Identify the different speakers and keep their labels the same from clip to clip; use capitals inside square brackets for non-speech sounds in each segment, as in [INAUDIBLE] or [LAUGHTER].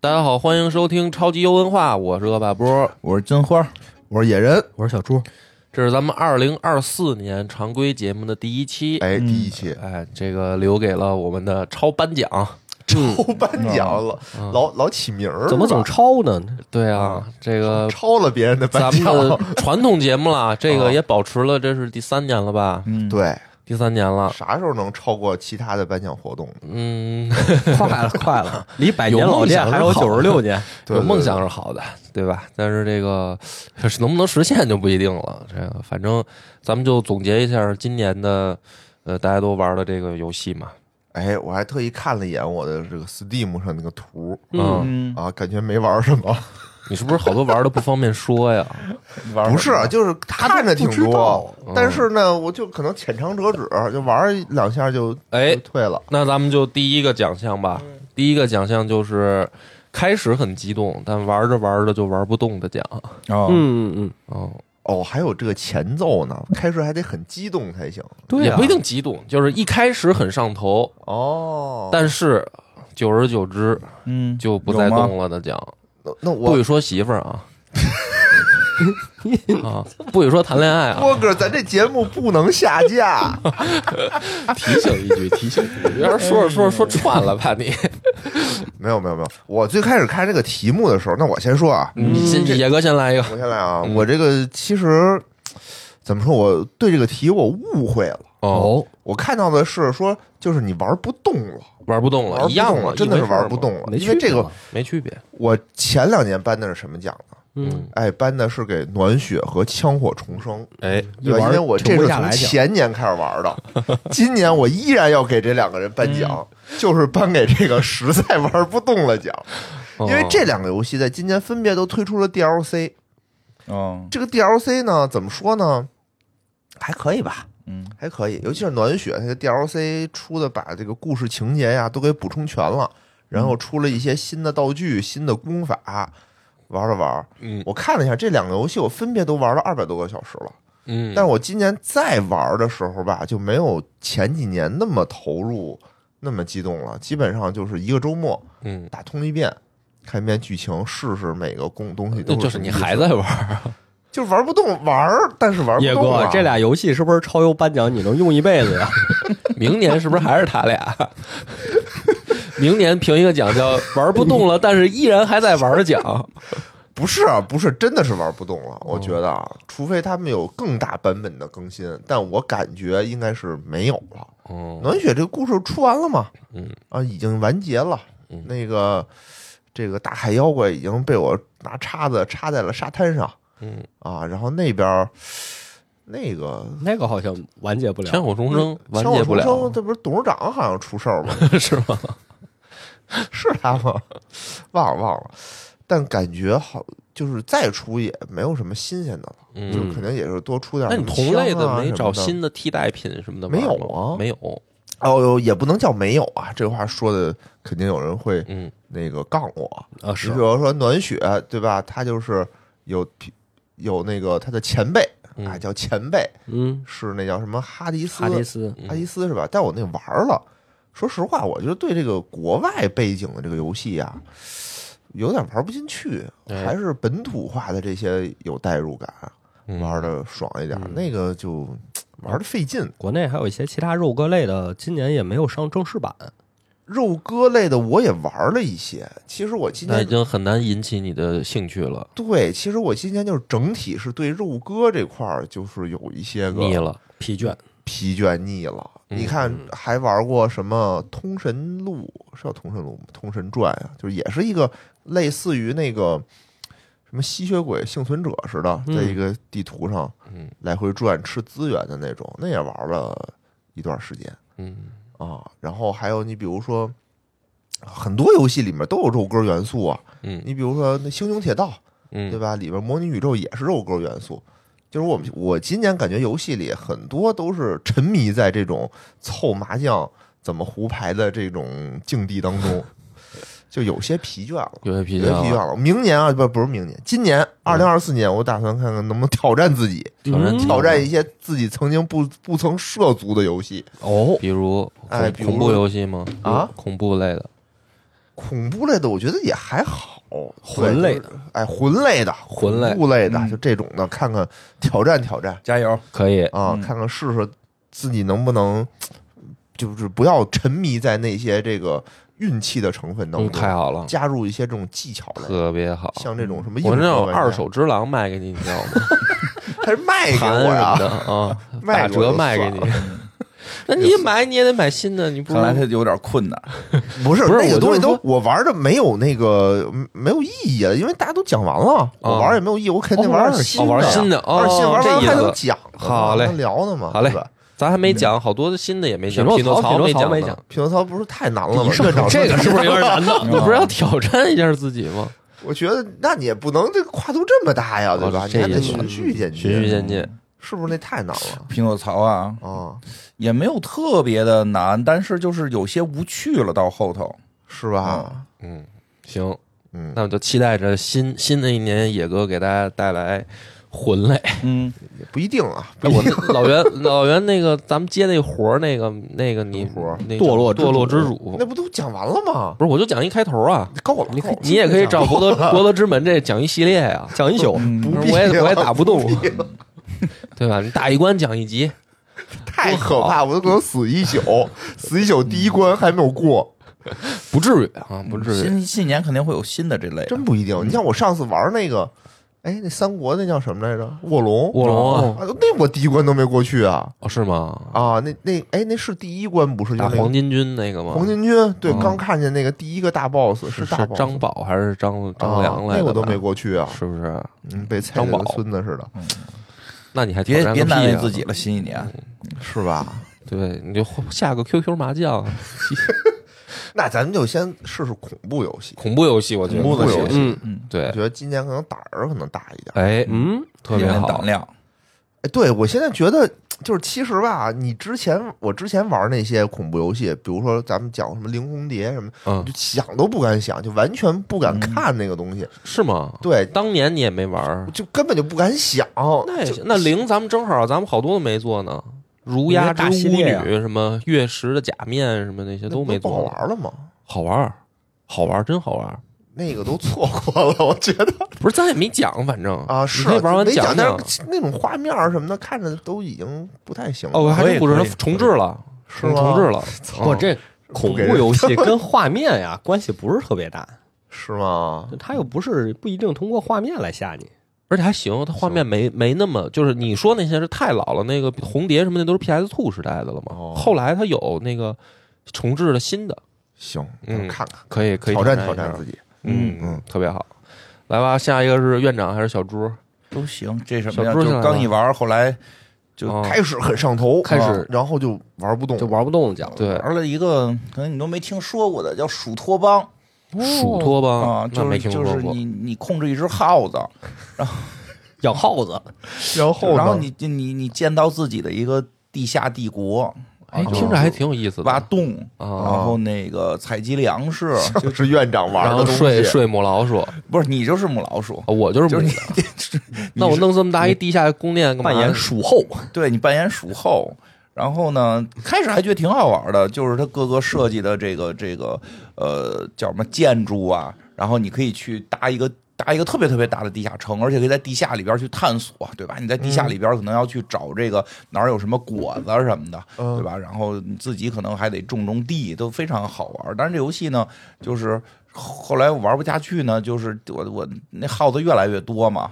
Speaker 1: 大家好，欢迎收听超级优文化，我是恶霸波，
Speaker 2: 我是金花，
Speaker 3: 我是野人，
Speaker 4: 我是小朱，
Speaker 1: 这是咱们二零二四年常规节目的第一期。
Speaker 3: 哎，第一 [LAUGHS] 期
Speaker 1: 哎，这个留给了我们的超颁奖。
Speaker 3: 抽颁奖了，老老起名儿，
Speaker 4: 嗯怎么总抄呢？
Speaker 1: 对啊，这个
Speaker 3: 抄了别人的颁
Speaker 1: 咱们的
Speaker 3: 奖？
Speaker 1: 传统节目啦，这
Speaker 3: 啊
Speaker 1: 个也保持了，这是第三年了吧？
Speaker 2: 嗯，
Speaker 3: [LAUGHS] 对，
Speaker 1: 第三年了。
Speaker 3: 啥时候能超过其他的颁奖活动呢？
Speaker 1: 嗯，
Speaker 4: 快了，
Speaker 2: [LAUGHS]
Speaker 4: 快了，离百年
Speaker 1: 有梦
Speaker 4: 老店
Speaker 1: 想
Speaker 4: 还
Speaker 1: 就
Speaker 4: 有
Speaker 1: 好
Speaker 4: 九十六年。
Speaker 3: 对
Speaker 1: 有
Speaker 3: 对
Speaker 1: 梦想是好的，对吧？但是这个是能不能实现就不一定了。这个反正咱们就总结一下今年的，呃，大家都玩的这个游戏嘛。
Speaker 3: 哎，我还特意看了一眼我的这个 Steam 上那个图
Speaker 1: 嗯，
Speaker 2: 嗯，
Speaker 3: 啊，感觉没玩什么。
Speaker 1: 你是不是好多玩的不方便说 [LAUGHS] 呀？
Speaker 2: 玩儿
Speaker 3: 不是，就是看着挺
Speaker 4: 他不知
Speaker 3: 多
Speaker 4: 道，
Speaker 3: 但是呢，我就可能浅尝辄止，就玩两下就
Speaker 1: 哎
Speaker 3: 就退了。
Speaker 1: 那咱们就第一个奖项吧。第一个奖项就是开始很激动，但玩着玩着就玩不动的奖。
Speaker 2: 哦，
Speaker 4: 嗯嗯嗯，
Speaker 1: 哦，
Speaker 3: 哦，还有这个前奏呢，开始还得很激动才行。
Speaker 4: 对
Speaker 1: 也
Speaker 4: 呀
Speaker 1: 不一定激动，就是一开始很上头，
Speaker 3: 哦，
Speaker 1: 但是久而久之
Speaker 2: 嗯，
Speaker 1: 就不再
Speaker 2: 有
Speaker 1: 动
Speaker 2: 吗。
Speaker 1: 了的奖。
Speaker 3: 那那
Speaker 1: 不
Speaker 3: 我
Speaker 1: 许说媳妇儿 [LAUGHS] 啊。啊，不许说谈恋爱啊！
Speaker 3: 波哥，咱这节目不能下架。
Speaker 1: 提醒一句，提醒一句，要是说着说着说串了，怕你。
Speaker 3: 没有没有没有，我最开始看这个题目的时候，那我先说啊，
Speaker 1: 你先，嗯野哥先来一个。
Speaker 3: 我先来啊，
Speaker 1: 嗯
Speaker 3: 我这个其实怎么说，我对这个题我误会了。
Speaker 1: 哦，，
Speaker 3: 我看到的是说，就是你玩不动了，
Speaker 1: 玩不动
Speaker 3: 玩
Speaker 1: 了，
Speaker 3: 不动
Speaker 1: 哦一样
Speaker 3: 了，
Speaker 1: 了，
Speaker 3: 真的是
Speaker 1: 一回事儿
Speaker 3: 玩不动
Speaker 1: 嘛，
Speaker 3: 了。
Speaker 4: 没
Speaker 3: 因为
Speaker 4: 去
Speaker 3: 这个，
Speaker 1: 没区别。
Speaker 3: 我前两年颁的是什么奖呢？
Speaker 4: 嗯，
Speaker 3: 哎，颁的是给暖雪和枪火重生，
Speaker 1: 哎，
Speaker 3: 对吧？
Speaker 4: 一玩
Speaker 3: 因为我这
Speaker 4: 停
Speaker 3: 是
Speaker 4: 不下
Speaker 3: 从
Speaker 4: 来讲
Speaker 3: 前年开始
Speaker 1: [LAUGHS]
Speaker 3: 玩的，今年我依然要给这两个人颁奖，
Speaker 1: 嗯
Speaker 3: 就是颁给这个实在玩不动了奖。
Speaker 1: 因
Speaker 3: 因为这两个游戏在今年分别都推出了 DLC。
Speaker 2: 哦，
Speaker 3: 这个 DLC 呢，怎么说呢？还可以吧，
Speaker 2: 嗯，
Speaker 3: 还可以。尤其是暖雪，它的 DLC 出的把这个故事情节呀都给补充全了，然后出了一些新的道具、新的功法，玩了玩。
Speaker 1: 嗯
Speaker 3: 我看了一下这两个游戏，我分别都玩了二百多个小时了。
Speaker 1: 嗯，
Speaker 3: 但是我今年再玩的时候吧，就没有前几年那么投入、那么激动了。基本上就是一个周末
Speaker 1: 嗯，
Speaker 3: 打通一遍，看一遍剧情，试试每个功东西都
Speaker 1: 那
Speaker 3: 是
Speaker 1: 就
Speaker 3: 什
Speaker 1: 是
Speaker 3: 么
Speaker 1: 你
Speaker 3: 意思
Speaker 1: 还在玩儿，
Speaker 3: 就玩不动玩儿，但是玩
Speaker 1: 啊
Speaker 3: 不
Speaker 4: 野
Speaker 3: 动啊
Speaker 4: 哥
Speaker 3: 了。，
Speaker 4: 这俩游戏是不是超优颁奖你能用一辈子呀？
Speaker 1: [LAUGHS] 明年是不是还是他俩？明年评一个奖叫“玩不动了，但是依然还在玩”的奖。
Speaker 3: 不是啊，不是，真的是玩不动了。
Speaker 1: 嗯
Speaker 3: 我觉得啊，除非他们有更大版本的更新，但我感觉应该是没有了。
Speaker 1: 嗯
Speaker 3: 暖雪这个故事出完了吗？
Speaker 1: 嗯
Speaker 3: 啊，已经完结了。
Speaker 1: 嗯
Speaker 3: 那个这个大海妖怪已经被我拿叉子插在了沙滩上
Speaker 1: 嗯，
Speaker 3: 啊，然后那边儿那个。
Speaker 4: 那个好像完结不
Speaker 1: 千
Speaker 4: 了。
Speaker 1: 火重生完
Speaker 3: 枪火
Speaker 1: 结不
Speaker 3: 重生
Speaker 1: 了，
Speaker 3: 这不是董事长好像出事儿吗？
Speaker 1: 是吗？
Speaker 3: 是他吗？ [LAUGHS] 忘了忘了，但感觉好，就是再出也没有什么新鲜的了，
Speaker 1: 嗯
Speaker 3: 就肯定也是多出点、啊
Speaker 1: 那你同类
Speaker 3: 的
Speaker 1: 的没找
Speaker 3: 新？
Speaker 1: 新的替代品什么的吗
Speaker 3: 没有啊
Speaker 1: 没有。
Speaker 3: 哦哟，也不能叫没有啊，这话说的肯定有人会
Speaker 1: 嗯
Speaker 3: 那个杠我。
Speaker 4: 啊，
Speaker 3: 你
Speaker 4: 是
Speaker 3: 比如说暖雪，对吧？他就是有有那个他的前辈，
Speaker 1: 嗯
Speaker 3: 哎，叫前辈
Speaker 4: 嗯，
Speaker 3: 是那叫什么哈迪斯，
Speaker 4: 哈迪斯，
Speaker 1: 嗯
Speaker 3: 哈迪斯是吧？但我那玩儿了，说实话，我就对这个国外背景的这个游戏啊，有点玩不进去，
Speaker 1: 哎
Speaker 3: 还是本土化的这些有代入感，
Speaker 1: 嗯
Speaker 3: 玩的爽一点。那个就玩的费劲。
Speaker 4: 国内还有一些其他肉鸽类的，今年也没有上正式版。
Speaker 3: 肉鸽类的我也玩了一些，其实我今
Speaker 1: 那已
Speaker 3: 天
Speaker 1: 经很难引起你的兴趣了，
Speaker 3: 对，其实我今天就是整体是对肉鸽这块儿就是有一些
Speaker 1: 腻
Speaker 3: 个
Speaker 1: 了。
Speaker 4: 疲倦，
Speaker 3: 疲倦腻了。
Speaker 1: 嗯
Speaker 3: 你看，还玩过什么《通神录》？是叫《通神录》吗？《通神传》啊，就是也是一个类似于那个什么吸血鬼幸存者似的，
Speaker 4: 嗯
Speaker 3: 在一个地图上
Speaker 1: 嗯
Speaker 3: 来回转吃资源的那种，那也玩了一段时间
Speaker 1: 嗯
Speaker 3: 啊。然后还有你比如说，很多游戏里面都有肉鸽元素啊，
Speaker 1: 嗯
Speaker 3: 你比如说那《星穹铁道》，
Speaker 1: 嗯，
Speaker 3: 对？吧？里边模拟宇宙也是肉鸽元素。就是我们我今年感觉游戏里很多都是沉迷在这种凑麻将怎么胡牌的这种境地当中，就有些疲倦了。
Speaker 1: 有些疲
Speaker 3: 有
Speaker 1: 倦
Speaker 3: 些疲倦
Speaker 1: 了，
Speaker 3: 了，明年啊，不不是明年，今年二零二四年，我打算看看能不能挑战自己，
Speaker 1: 挑战
Speaker 4: 嗯
Speaker 3: [LAUGHS] 挑战一些自己曾经不不曾涉足的游戏。
Speaker 4: 哦，
Speaker 1: 比如恐
Speaker 3: 哎比如
Speaker 1: 恐怖游戏吗？
Speaker 3: 啊
Speaker 1: 恐怖类的，
Speaker 3: 恐怖类的，我觉得也还好。
Speaker 4: 魂类的
Speaker 3: 对，就是哎，魂类的，
Speaker 1: 魂类
Speaker 3: 恐怖类的，
Speaker 2: 嗯
Speaker 3: 就这种的，看看挑战挑战
Speaker 2: 加油！
Speaker 1: 可以，
Speaker 3: 啊，
Speaker 2: 嗯
Speaker 3: 看看试试自己能不能，就是不要沉迷在那些这个运气的成分当
Speaker 1: 嗯，
Speaker 3: 中，
Speaker 1: 太好了，
Speaker 3: 加入一些这种技巧类，
Speaker 1: 特别好。
Speaker 3: 像这种什么硬
Speaker 1: 我那
Speaker 3: 核
Speaker 1: 有
Speaker 3: 玩家
Speaker 1: 二手之狼卖给你，你知道吗？
Speaker 3: 还是 [LAUGHS] 卖给
Speaker 1: 盘
Speaker 3: 我
Speaker 1: 什
Speaker 3: 呀
Speaker 1: 么？的啊，
Speaker 3: [LAUGHS] 卖
Speaker 1: 打
Speaker 3: 给我
Speaker 1: 折
Speaker 3: 就
Speaker 1: 卖给
Speaker 3: 算
Speaker 1: 你
Speaker 3: 了。
Speaker 4: [LAUGHS]
Speaker 1: 那你买你也得买新的，你不
Speaker 2: 看来他有点困难。
Speaker 3: 不是
Speaker 1: 不是
Speaker 3: 那
Speaker 1: 我
Speaker 3: 个
Speaker 1: 就
Speaker 3: 东
Speaker 1: 是
Speaker 3: 西都
Speaker 1: 说
Speaker 3: 我玩的没有那个嗯没有意义啊，因为大家都讲完了，我玩也没有意义，我肯定
Speaker 1: 哦
Speaker 3: 玩
Speaker 1: 玩
Speaker 3: 新
Speaker 1: 哦
Speaker 3: 的
Speaker 1: 玩
Speaker 3: 呀，
Speaker 1: 新的哦
Speaker 3: 玩新玩
Speaker 1: 这
Speaker 3: 完
Speaker 1: 意思
Speaker 3: 还能讲呢，
Speaker 1: 好嘞
Speaker 3: 还能聊呢嘛，
Speaker 1: 好嘞
Speaker 3: 对吧
Speaker 1: 咱还没讲，好多新的也没讲。
Speaker 4: 匹
Speaker 1: 匹
Speaker 4: 诺
Speaker 1: 诺
Speaker 4: 曹
Speaker 1: 没
Speaker 4: 嗯匹诺曹没
Speaker 1: 呢 [LAUGHS]
Speaker 4: 讲，啊
Speaker 3: 匹诺曹不是太难了吗？
Speaker 4: 你说
Speaker 3: 院长
Speaker 4: 这个是不是有点难呢？
Speaker 1: 你不是要挑战一下自己吗？
Speaker 4: 嗯
Speaker 3: 我觉得那你也不能这个跨度这么大呀，对吧？
Speaker 1: 哦
Speaker 3: 你还
Speaker 1: 这
Speaker 3: 得
Speaker 1: 意思
Speaker 3: 循序渐
Speaker 1: 循序
Speaker 3: 进，
Speaker 1: 渐进，
Speaker 3: 是不是那太难了
Speaker 2: 匹诺曹啊，
Speaker 3: 啊？
Speaker 2: 也没有特别的难，但是就是有些无趣了。到后头，
Speaker 3: 是吧？
Speaker 1: 嗯，行，
Speaker 3: 嗯，
Speaker 1: 那我就期待着新新的一年野哥给大家带来魂类。
Speaker 2: 嗯，
Speaker 3: 也不一定啊，
Speaker 1: [LAUGHS] 哎，我那老袁老袁那个，咱们接那活儿那个那个你
Speaker 3: 什么活儿
Speaker 1: 那
Speaker 4: 堕落之主
Speaker 1: 堕落之主
Speaker 3: 那，不都讲完了吗？
Speaker 1: 不是我就讲一开头啊，
Speaker 3: 够了，
Speaker 4: 你可以
Speaker 3: 够了
Speaker 1: 你也可以找
Speaker 3: [LAUGHS]
Speaker 1: 博
Speaker 4: [LAUGHS]
Speaker 1: 德博德之门这讲一系列呀、
Speaker 4: 讲一宿，
Speaker 2: 嗯
Speaker 3: 不必
Speaker 1: 我也
Speaker 3: 了
Speaker 1: 我也打不动啊
Speaker 3: 必啊了
Speaker 1: 对吧？你打一关讲一集，
Speaker 3: 太可怕，我都可能死一宿，
Speaker 1: [LAUGHS]
Speaker 3: 死一宿第一关还没有过，
Speaker 1: 不至于啊，不至于。
Speaker 2: 新新年肯定会有新的这类的，
Speaker 3: 真不一
Speaker 1: 嗯
Speaker 3: 定。你像我上次玩那个，哎，那三国那叫什么来着？卧龙，
Speaker 1: 卧龙啊
Speaker 3: 哦啊，那我第一关都没过去啊
Speaker 1: 哦，是吗？
Speaker 3: 啊，那那哎，那是第一关不是？就
Speaker 1: 打
Speaker 3: 是那个
Speaker 1: 黄巾军那个吗？
Speaker 3: 黄巾军，对，
Speaker 2: 嗯
Speaker 3: 刚看见那个第一个大 boss
Speaker 1: 是
Speaker 3: 大
Speaker 1: 是
Speaker 3: boss
Speaker 1: 张宝还是张张良
Speaker 3: 啊
Speaker 1: 来的吧？
Speaker 3: 那我都没过去啊，
Speaker 1: 是不是？
Speaker 3: 嗯，被菜
Speaker 1: 张
Speaker 3: 的
Speaker 1: 宝嗯
Speaker 3: 孙子似的，
Speaker 1: 那你还挑
Speaker 2: 别
Speaker 1: 战个
Speaker 2: 别难
Speaker 1: 屁
Speaker 2: 为
Speaker 1: 啊
Speaker 2: 自己了。新一年，
Speaker 4: 嗯
Speaker 3: 是吧？
Speaker 1: 对，你就下个 QQ 麻将，
Speaker 3: 那咱们就先试试恐怖游戏，
Speaker 1: 恐怖游戏，我觉得
Speaker 2: 恐怖游戏
Speaker 4: 嗯，
Speaker 2: 嗯，
Speaker 3: 我
Speaker 1: 对，
Speaker 3: 觉得今年可能胆儿可能大一点。
Speaker 1: 哎，
Speaker 4: 嗯，
Speaker 1: 特别
Speaker 2: 有点
Speaker 1: 好
Speaker 2: 胆，量，
Speaker 3: 哎，对我现在觉得就是其实吧，你之前我之前玩那些恐怖游戏，比如说咱们讲什么灵红蝶什么，
Speaker 1: 嗯，
Speaker 3: 就想都不敢想，就完全不敢看那个东西，
Speaker 1: 是吗？
Speaker 3: 对，
Speaker 1: 当年你也没玩儿，
Speaker 3: 就根本就不敢想。
Speaker 1: 那也
Speaker 3: 就
Speaker 1: 行那零咱们正好，咱们好多都没做呢。如鸦之
Speaker 4: 大系
Speaker 1: 巫
Speaker 4: 列啊
Speaker 1: 女，什么月食的假面，什么那些
Speaker 3: 那
Speaker 1: 都
Speaker 3: 不
Speaker 1: 没
Speaker 3: 不
Speaker 1: 做
Speaker 3: 好
Speaker 1: 呢，
Speaker 3: 玩了吗？
Speaker 1: 好玩儿，好玩儿，真好玩儿。
Speaker 3: 那个都错过了，我觉得
Speaker 1: 不是，咱也没讲，反正
Speaker 3: 啊，
Speaker 1: 你
Speaker 3: 是
Speaker 1: 可以玩完
Speaker 3: 没
Speaker 1: 讲
Speaker 3: 讲，但。是那种画面儿什么的，看着都已经不太行了。
Speaker 1: 哦，我哦还
Speaker 2: 可以
Speaker 1: 真不知道
Speaker 2: 可以
Speaker 1: 重置了，
Speaker 3: 是
Speaker 1: 重
Speaker 3: 吗嗯
Speaker 1: 重置了。
Speaker 3: 哦
Speaker 4: 不，这恐怖游戏跟画面呀关系不是特别大，
Speaker 3: 是吗？
Speaker 4: 它又不是不一定通过画面来吓你。
Speaker 1: 而且还行，它画面没没那么，就是你说那些是太老了，那个红蝶什么的都是 PS Two 时代的了嘛。
Speaker 3: 哦
Speaker 1: 后来它有那个重置的新的，
Speaker 3: 行，
Speaker 1: 嗯
Speaker 3: 咱们看看，
Speaker 1: 可以可以
Speaker 3: 挑战
Speaker 1: 一下
Speaker 3: 挑战自己。
Speaker 1: 嗯
Speaker 3: 嗯
Speaker 1: 嗯，特别好。来吧，下一个是院长还是小猪？
Speaker 2: 都行。这什么呀？
Speaker 1: 小猪
Speaker 2: 就
Speaker 1: 想
Speaker 2: 刚一玩，后来
Speaker 1: 哦
Speaker 2: 就
Speaker 3: 开始很上头，
Speaker 4: 开始
Speaker 3: 啊然后就玩不动
Speaker 4: 就
Speaker 3: 了，
Speaker 4: 玩不动讲，
Speaker 1: 对，
Speaker 2: 玩了一个，可能你都没听说过的，叫鼠托邦。
Speaker 1: 鼠托邦
Speaker 2: 啊，
Speaker 1: 那
Speaker 2: 就
Speaker 1: 没
Speaker 2: 是
Speaker 1: 听
Speaker 2: 就是
Speaker 1: 说过
Speaker 2: 你你控制一只耗子，
Speaker 4: 养耗子，
Speaker 3: 然后
Speaker 2: 然后
Speaker 3: 呢
Speaker 2: 你你你你建造自己的一个地下帝国，
Speaker 1: 哎，
Speaker 2: 啊
Speaker 1: 听着还挺有意思的。
Speaker 2: 挖洞，
Speaker 1: 啊，
Speaker 2: 然后那个采集粮食，
Speaker 3: [LAUGHS] 就是院长玩
Speaker 1: 然
Speaker 3: 的
Speaker 1: 后
Speaker 3: 东西
Speaker 1: 睡睡母老鼠，啊
Speaker 2: 不是你就是母老鼠，
Speaker 1: 我就是
Speaker 2: [LAUGHS] 就是
Speaker 1: 母
Speaker 2: 你。
Speaker 1: 那我弄这么大一地下宫殿干嘛？
Speaker 4: 扮演鼠后，
Speaker 2: 对你扮演鼠后。然后呢，开始还觉得挺好玩的，就是它各个设计的这个这个呃叫什么建筑啊，然后你可以去搭一个搭一个特别特别大的地下城，而且可以在地下里边去探索，对吧？你在地下里边可能要去找这个哪儿有什么果子什么的，
Speaker 3: 嗯
Speaker 2: 对吧？然后你自己可能还得种种地，都非常好玩。但是这游戏呢，就是后来我玩不下去呢，就是我我那耗子越来越多嘛，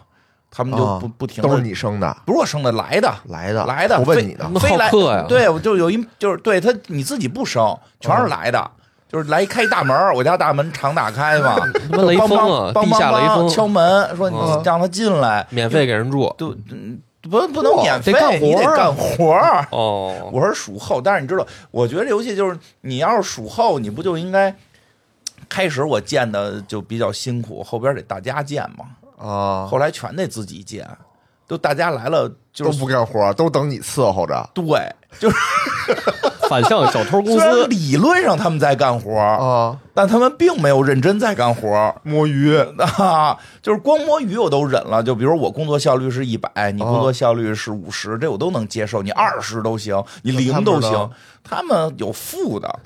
Speaker 2: 他们就
Speaker 3: 啊
Speaker 2: 不、不停
Speaker 3: 都是
Speaker 2: 的。
Speaker 3: 你生的
Speaker 2: 不是我生的来的，
Speaker 3: 来的
Speaker 2: 来的
Speaker 3: 我
Speaker 2: 非
Speaker 3: 问你呢，
Speaker 1: 那
Speaker 2: 飞
Speaker 1: 好
Speaker 2: 来
Speaker 1: 客呀
Speaker 2: 对，我就有一就是对他你自己不生，全是来的，就是来一开一大门儿，我家大门常打开嘛，
Speaker 1: 他妈雷锋啊，
Speaker 2: 帮
Speaker 1: 地
Speaker 2: 帮
Speaker 1: 下雷
Speaker 2: 帮
Speaker 1: 锋，
Speaker 2: 敲门说你
Speaker 1: 嗯
Speaker 2: 让他进来，
Speaker 1: 免费给人住。
Speaker 2: 就嗯不不能
Speaker 3: 哇
Speaker 2: 免
Speaker 3: 得
Speaker 2: 费，
Speaker 3: 干活
Speaker 2: 你得
Speaker 3: 儿啊
Speaker 2: 干活儿。
Speaker 1: 哦，
Speaker 2: 我是属后，但是你知道，我觉得这游戏就是你要是属后，你不就应该开始我建的就比较辛苦，后边得大家建嘛，
Speaker 3: 啊，
Speaker 2: 后来全得自己建，都大家来了就
Speaker 3: 都
Speaker 2: 是
Speaker 3: 不干活，都等你伺候着。
Speaker 2: 对，就是
Speaker 4: 反向小偷
Speaker 2: [LAUGHS]
Speaker 4: 公
Speaker 2: 虽然
Speaker 4: 司，
Speaker 2: 理论上他们在干活儿，
Speaker 3: 啊，
Speaker 2: 但他们并没有认真在干活儿。
Speaker 3: 摸鱼
Speaker 2: [LAUGHS] 啊，就是光摸鱼我都忍了。就比如我工作效率是一百，你
Speaker 3: 哦
Speaker 2: 工作效率是五十，这我都能接受。你二十都行，你零都
Speaker 3: 他们
Speaker 2: 行
Speaker 3: 呢。
Speaker 2: 他们有负的，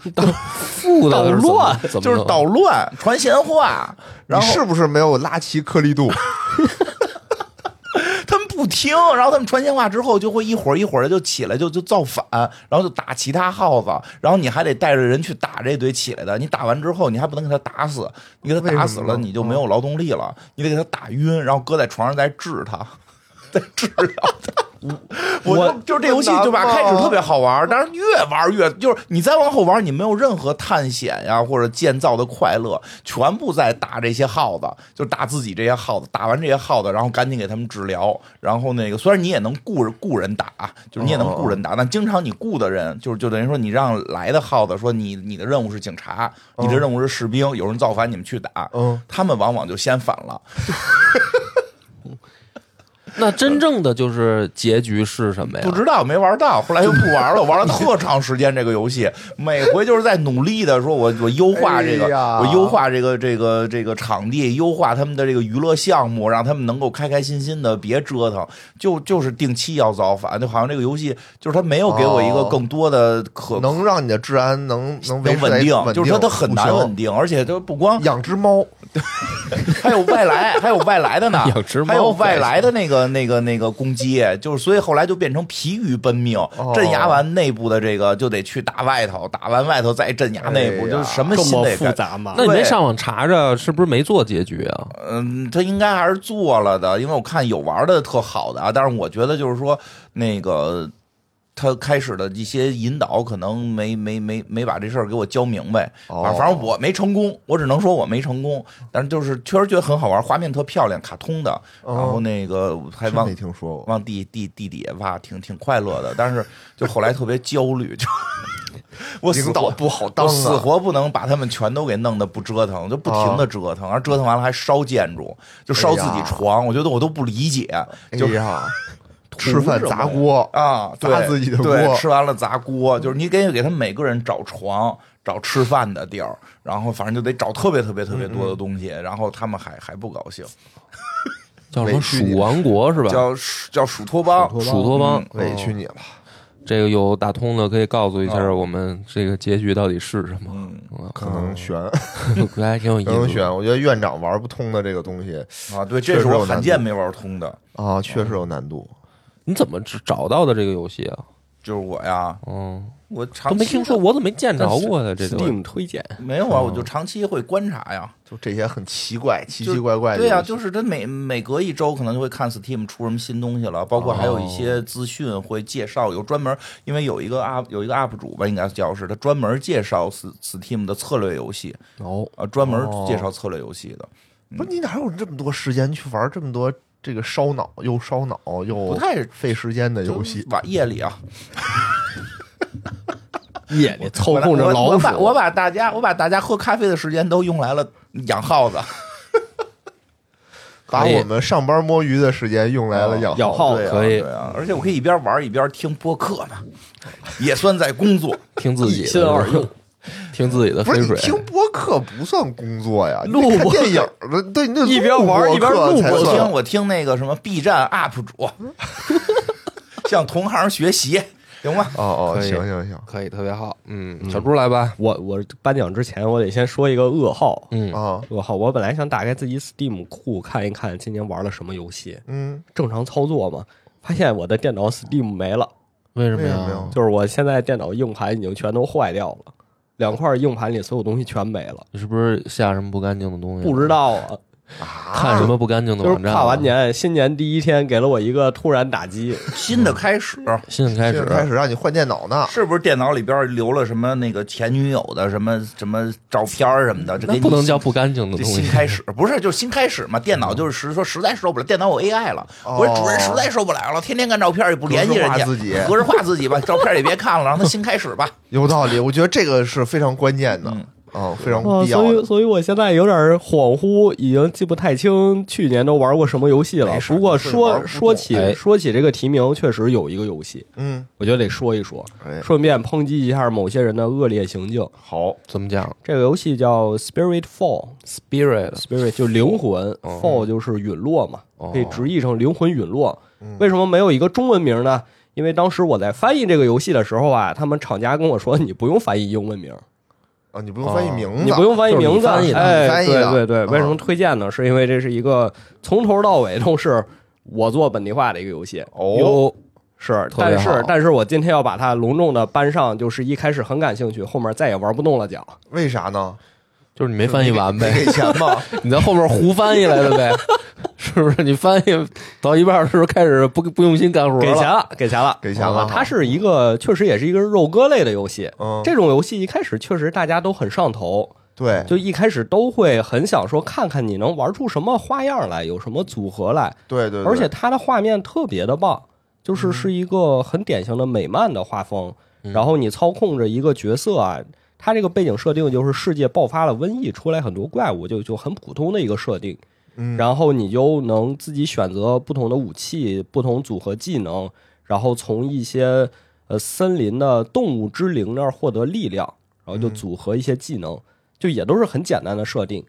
Speaker 1: 负的是怎么
Speaker 4: 捣乱
Speaker 1: 怎么
Speaker 2: 就是
Speaker 1: 弄
Speaker 2: 捣乱、传闲话，
Speaker 3: [LAUGHS] 你
Speaker 2: 然后
Speaker 3: 是不是没有拉齐颗粒度？
Speaker 2: 他们不听，然后他们传闲话之后，就会一会儿一会儿的就起来就就造反，然后就打其他耗子，然后你还得带着人去打这堆起来的。你打完之后，你还不能给他打死，你给他打死
Speaker 3: 为什么
Speaker 2: 了，
Speaker 3: 呢
Speaker 2: 你就没有劳动力了，你得给他打晕，然后搁在床上再治他， [LAUGHS] 再治疗他。我
Speaker 4: 我
Speaker 2: 就就是这游戏就吧，
Speaker 3: 我
Speaker 2: 开始特别好玩，但是越玩越就是你再往后玩，你没有任何探险呀或者建造的快乐，全部在打这些耗子，就打自己这些耗子，打完这些耗子，然后赶紧给他们治疗，然后那个虽然你也能雇人雇人打，啊就是你也能雇人打，但经常你雇的人就是就等于说你让来的耗子说你你的任务是警察，你的任务是士兵，有人造反你们去打，
Speaker 3: [LAUGHS] 嗯，
Speaker 2: 他们往往就先反了。
Speaker 1: 那真正的就是结局是什么呀？
Speaker 2: 不知道，没玩到，后来又不玩了。我玩了特长时间这个游戏，每回就是在努力的说我，我优化这个，
Speaker 3: 哎呀
Speaker 2: 我优化这个这个这个场地，优化他们的这个娱乐项目，让他们能够开开心心的，别折腾。就就是定期要造反，就好像这个游戏就是它没有给我一个
Speaker 3: 哦
Speaker 2: 更多的可。
Speaker 3: 能让你的治安能能维
Speaker 2: 能
Speaker 3: 持在
Speaker 2: 稳定，
Speaker 3: 稳
Speaker 2: 就是它它很难
Speaker 3: 不行
Speaker 2: 稳定，而且它不光
Speaker 3: 养只猫，
Speaker 2: 还有外来，还有外来的呢，
Speaker 1: 养殖猫
Speaker 2: 还有外来的那个那个那个攻击，就是所以后来就变成疲于奔命，镇压完内部的这个就得去打外头，打完外头再镇压内部，
Speaker 3: 哎呀
Speaker 2: 就是什么
Speaker 4: 这
Speaker 2: 心
Speaker 4: 么
Speaker 2: 得
Speaker 4: 复
Speaker 2: 干。
Speaker 4: 杂吗
Speaker 1: 那？你没
Speaker 2: 对
Speaker 1: 上网查查是不是没做结局啊？
Speaker 2: 嗯，他应该还是做了的，因为我看有玩的特好的啊，但是我觉得就是说那个。他开始的一些引导，可能没没没没把这事儿给我教明白，
Speaker 3: 哦
Speaker 2: 反反正我没成功，我只能说我没成功，但是就是确实觉得很好玩，画面特漂亮，卡通的，然后那个还
Speaker 3: 真
Speaker 2: 往
Speaker 3: 没听说过。
Speaker 2: 往地地地底下挖，挺挺快乐的。但是就后来特别焦虑，
Speaker 3: [LAUGHS]
Speaker 2: 就我死
Speaker 3: 领导
Speaker 2: 活
Speaker 3: 不好当
Speaker 2: 我死
Speaker 3: 啊！
Speaker 2: 活不能把他们全都给弄得不折腾，就不停的折腾，而折腾完了还烧建筑，就烧自
Speaker 3: 哎
Speaker 2: 己
Speaker 3: 呀
Speaker 2: 床，我觉得我都不理解，
Speaker 3: 哎
Speaker 2: 就
Speaker 3: 呀， [LAUGHS] 吃饭砸锅，
Speaker 2: 啊，
Speaker 3: 砸
Speaker 2: 对
Speaker 3: 自己的
Speaker 2: 对，
Speaker 3: 锅
Speaker 2: 吃完了砸锅，就是你给给他们每个人找床。找吃饭的地儿，然后反正就得找特别特别特别多
Speaker 3: 嗯
Speaker 2: 的东西，然后他们还还不高兴，
Speaker 1: 叫什么
Speaker 3: 委屈你
Speaker 1: 蜀王国是吧？
Speaker 2: 叫叫鼠托邦，
Speaker 1: 蜀托邦，
Speaker 3: 哎委屈你了。
Speaker 1: 这个有打通的可以告诉一下
Speaker 2: 哦
Speaker 1: 我们这个结局到底是什么，
Speaker 2: 嗯
Speaker 3: 可能悬，
Speaker 1: 还挺有意
Speaker 3: [LAUGHS] 可能
Speaker 1: 思的。
Speaker 3: 悬。我觉得院长玩不通的这个东西
Speaker 2: 啊，对，
Speaker 3: 确
Speaker 2: 这
Speaker 3: 实
Speaker 2: 是我
Speaker 3: 有难
Speaker 2: 罕见
Speaker 3: 度
Speaker 2: 没玩通的，
Speaker 3: 啊，确实有难度。
Speaker 1: 你怎么找到的这个游戏啊？
Speaker 2: 就是我呀，
Speaker 1: 嗯，
Speaker 2: 我
Speaker 1: 都
Speaker 2: 长
Speaker 1: 没
Speaker 2: 期
Speaker 1: 听说，我怎么没见着过呢？这都
Speaker 4: Steam 推荐，
Speaker 2: 没有啊，我就长期会观察呀，
Speaker 3: 就这些很奇怪、哦奇
Speaker 2: 就
Speaker 3: 奇怪怪的游
Speaker 2: 对
Speaker 3: 戏。
Speaker 2: 呀、就是它每每隔一周可能就会看 Steam 出什么新东西了，包括还
Speaker 3: 哦
Speaker 2: 有一些资讯会介绍，有专门因为有一个 UP 有一个 UP 主吧，应该叫是他专门介绍 S- Steam 的策略游戏，
Speaker 1: 哦，
Speaker 2: 啊，专门介绍策略游戏的，
Speaker 3: 不是你哪有这么多时间去玩这么多这个烧脑又烧脑又
Speaker 2: 不太
Speaker 3: 费时间的游戏？
Speaker 2: 晚夜里啊，
Speaker 4: 夜里操
Speaker 2: 我
Speaker 4: 控着
Speaker 2: 我
Speaker 4: 老
Speaker 2: 把我
Speaker 4: 鼠，
Speaker 2: 把大家我把大家喝咖啡的时间都用来了养耗子，
Speaker 3: 把
Speaker 1: 可以
Speaker 3: 我们上班摸鱼的时间用来了养
Speaker 4: 养耗
Speaker 3: 对
Speaker 2: 对啊
Speaker 1: 可以
Speaker 2: 对啊，而且我可以一边玩一边听播客呢，也算在工作。
Speaker 1: [LAUGHS] 听自己 [LAUGHS]
Speaker 4: 一
Speaker 1: 的，
Speaker 4: 心二用，
Speaker 1: 听自己的
Speaker 3: 不
Speaker 1: 黑
Speaker 3: 是你
Speaker 1: 水。
Speaker 3: 听播客不算工作呀，你得
Speaker 4: 录
Speaker 3: 看
Speaker 4: 播
Speaker 3: 电影的，对，你得
Speaker 4: 一边
Speaker 3: 录
Speaker 4: 玩
Speaker 3: 播
Speaker 4: 一边
Speaker 3: 客
Speaker 4: 录
Speaker 3: 才
Speaker 4: 播
Speaker 2: 我
Speaker 3: 算
Speaker 2: 听我听那个什么 B 站 UP 主，向同行学习，行吗？
Speaker 3: 哦哦，
Speaker 1: 可以
Speaker 3: 行行行
Speaker 1: 可以，特别好。嗯，小猪来吧。
Speaker 4: 我我颁奖之前，我得先说一个噩耗。
Speaker 1: 嗯，
Speaker 3: 啊，
Speaker 4: 噩耗，我本来想打开自己 Steam 库看一看今年玩了什么游戏，
Speaker 3: 嗯，
Speaker 4: 正常操作嘛。发现我的电脑 Steam 没了，
Speaker 1: 为什
Speaker 3: 为
Speaker 1: 么
Speaker 3: 什么
Speaker 1: 呀
Speaker 3: 呀？？
Speaker 4: 就是我现在电脑硬盘已经全都坏掉了，两块硬盘里所有东西全没了，
Speaker 1: 你是不是下什么不干净的东
Speaker 3: 嗯
Speaker 1: 西？
Speaker 4: 不知，道啊，
Speaker 1: 看什么不干净的
Speaker 4: 就
Speaker 1: 网
Speaker 3: 啊
Speaker 4: 是
Speaker 1: 站了？啊
Speaker 4: 跨完年新年第一天给了我一个突然打击，
Speaker 2: 新的开始，
Speaker 1: 新开
Speaker 3: 现在
Speaker 1: 始，啊
Speaker 3: 开始让你换电脑呢，
Speaker 2: 是不是电脑里边留了什么那个前女友的什么什么照片儿什么的？这
Speaker 1: 那
Speaker 2: 给你
Speaker 1: 不能叫不干净的
Speaker 2: 这
Speaker 1: 东
Speaker 2: 新
Speaker 1: 西。 [LAUGHS]
Speaker 2: 开始，不是就是新开始嘛？电脑就是实说实在受不了，电脑有 AI 了，
Speaker 3: 哦
Speaker 2: 我说主人实在受不了了，天天干照片也不联系人家，
Speaker 3: 格式化自己
Speaker 2: 格
Speaker 1: [LAUGHS]
Speaker 2: 式化自己吧，照片也别看了，让他新开始吧。
Speaker 3: 有道理，我觉得这个是非常关键的
Speaker 2: 嗯。
Speaker 3: 啊，非常
Speaker 4: 哦，
Speaker 3: 必要
Speaker 4: 所以
Speaker 3: 的。
Speaker 4: 所以我现在有点恍惚，已经记不太清去年都玩过什么游戏了
Speaker 3: 没。事
Speaker 4: 不过
Speaker 3: 就是玩
Speaker 4: 说
Speaker 3: 不
Speaker 4: 说起、
Speaker 1: 哎
Speaker 4: 说起这个提名，确实有一个游戏，
Speaker 3: 嗯，
Speaker 4: 我觉得得说一说，
Speaker 3: 哎，
Speaker 4: 顺便抨击一下某些人的恶劣行径。
Speaker 3: 好，
Speaker 1: 怎么讲
Speaker 4: 这个游戏叫 Spirit Fall。
Speaker 1: ？Spirit
Speaker 4: Spirit 就灵魂、
Speaker 1: 哦
Speaker 4: f a l l 就是陨落嘛，
Speaker 1: 哦
Speaker 4: 可以直译成灵魂陨落。
Speaker 3: 嗯
Speaker 4: 为什么没有一个中文名呢？因为当时我在翻译这个游戏的时候啊，他们厂家跟我说你不用翻译英文名，
Speaker 3: 啊，你不用翻译名字，
Speaker 4: 哦你不用翻译名字，
Speaker 1: 嗯就是你翻译的哦
Speaker 4: 哎，
Speaker 3: 翻译
Speaker 4: 对
Speaker 3: 的
Speaker 4: 对对，
Speaker 3: 嗯
Speaker 4: 为什么推荐呢？是因为这是一个从头到尾都是我做本地化的一个游戏，
Speaker 3: 哦
Speaker 4: 有，是，
Speaker 1: 特别
Speaker 4: 但
Speaker 1: 好
Speaker 4: 是但是我今天要把它隆重的搬上，就是一开始很感兴趣，后面再也玩不动了讲。
Speaker 3: 为啥呢？
Speaker 1: 就是你没翻译完呗，
Speaker 3: 没给钱吗？
Speaker 1: 你在后面胡翻译来的 [LAUGHS] 呗，是不是？你翻译到一半的时候开始不不用心干活了，
Speaker 4: 给钱了，给钱了，
Speaker 3: 给钱了
Speaker 4: 啊它是一个，确实也是一个肉鸽类的游戏。
Speaker 3: 嗯，
Speaker 4: 这种游戏一开始确实大家都很上头，
Speaker 3: 对
Speaker 4: 就一开始都会很想说看看你能玩出什么花样来，有什么组合来。
Speaker 3: 对对，对嗯
Speaker 4: 而且它的画面特别的棒，就是是一个很典型的美漫的画风。然后你操控着一个角色啊，它这个背景设定就是世界爆发了瘟疫，出来很多怪物，就就很普通的一个设定。
Speaker 3: 嗯
Speaker 4: 然后你就能自己选择不同的武器、不同组合技能，然后从一些呃森林的动物之灵那儿获得力量，然后
Speaker 3: 嗯
Speaker 4: 就组合一些技能，就也都是很简单的设定。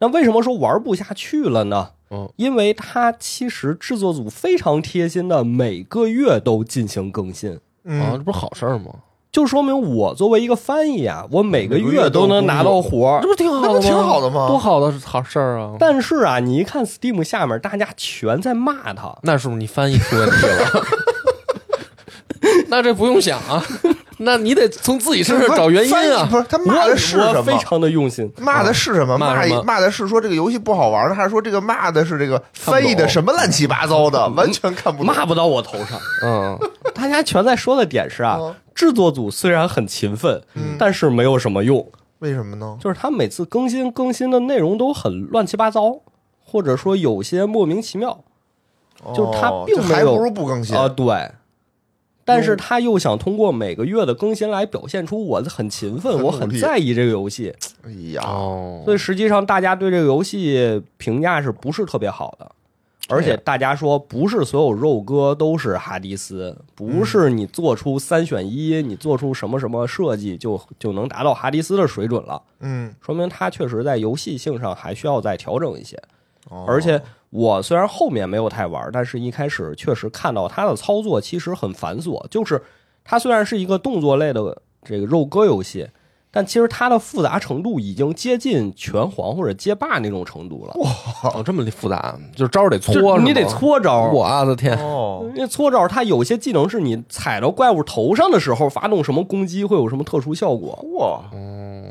Speaker 4: 那为什么说玩不下去了呢？
Speaker 1: 嗯，
Speaker 4: 因为它其实制作组非常贴心的，每个月都进行更新，
Speaker 1: 啊，这
Speaker 3: 嗯，
Speaker 1: 不是好事儿吗？
Speaker 4: 就说明我作为一个翻译啊，我每个
Speaker 3: 每个月
Speaker 4: 月
Speaker 3: 都
Speaker 4: 都能
Speaker 3: 工
Speaker 4: 拿
Speaker 3: 作
Speaker 4: 到活儿
Speaker 1: 这。不挺好的
Speaker 3: 那
Speaker 1: 吗？
Speaker 3: 不挺好的吗
Speaker 1: 多好的好事儿啊！
Speaker 4: 但是啊，你一看 Steam 下面大家全在骂他，
Speaker 1: 那是不是你翻译出问题了？ [LAUGHS] 那这不用想啊，那你得从自己身上找原因
Speaker 3: 翻译
Speaker 1: 啊。
Speaker 3: 不是他骂的是
Speaker 4: 我
Speaker 3: 什
Speaker 4: 我非
Speaker 3: 么？
Speaker 4: 常的用心。啊
Speaker 3: 骂的是什么？
Speaker 1: 骂
Speaker 3: 骂
Speaker 1: 什么
Speaker 3: 骂的是说这个游戏不好玩呢，还是说这个骂的是这个
Speaker 1: 不懂
Speaker 3: 翻译的什么乱七八糟的，完全看不懂。
Speaker 4: 骂不到我头上，
Speaker 3: [LAUGHS]
Speaker 1: 嗯，
Speaker 4: 大家全在说的点是啊
Speaker 3: 嗯，
Speaker 4: 制作组虽然很勤奋，
Speaker 3: 嗯
Speaker 4: 但是没有什么用，
Speaker 3: 为什么呢？
Speaker 4: 就是他每次更新更新的内容都很乱七八糟，或者说有些莫名其妙就是他
Speaker 3: 哦
Speaker 4: 并
Speaker 3: 这
Speaker 4: 没
Speaker 3: 还
Speaker 4: 有
Speaker 3: 不如不更新
Speaker 4: 啊、对。但是他又想通过每个月的更新来表现出我很勤奋，
Speaker 3: 很努
Speaker 4: 我很
Speaker 3: 力
Speaker 4: 在意这个游戏，
Speaker 3: 哎呀，
Speaker 1: 哦，
Speaker 4: 所以实际上大家对这个游戏评价是不是特别好的？而且大家说，不是所有肉鸽都是哈迪斯，
Speaker 3: 嗯
Speaker 4: 不是你做出三选一，你做出什么什么设计就就能达到哈迪斯的水准了，
Speaker 3: 嗯，
Speaker 4: 说明它确实在游戏性上还需要再调整一些。
Speaker 3: 哦
Speaker 4: 而且我虽然后面没有太玩，但是一开始确实看到它的操作其实很繁琐，就是它虽然是一个动作类的这个肉鸽游戏，但其实它的复杂程度已经接近拳皇或者街霸那种程度了。
Speaker 1: 哦这么复杂，就是招儿得
Speaker 4: 就
Speaker 1: 搓，
Speaker 4: 你得
Speaker 1: 是吗。
Speaker 4: 搓招。
Speaker 1: 我的天，
Speaker 3: 哦，
Speaker 4: 那搓招，它有些技能是你踩到怪物头上的时候发动什么攻击会有什么特殊效果，
Speaker 3: 哇，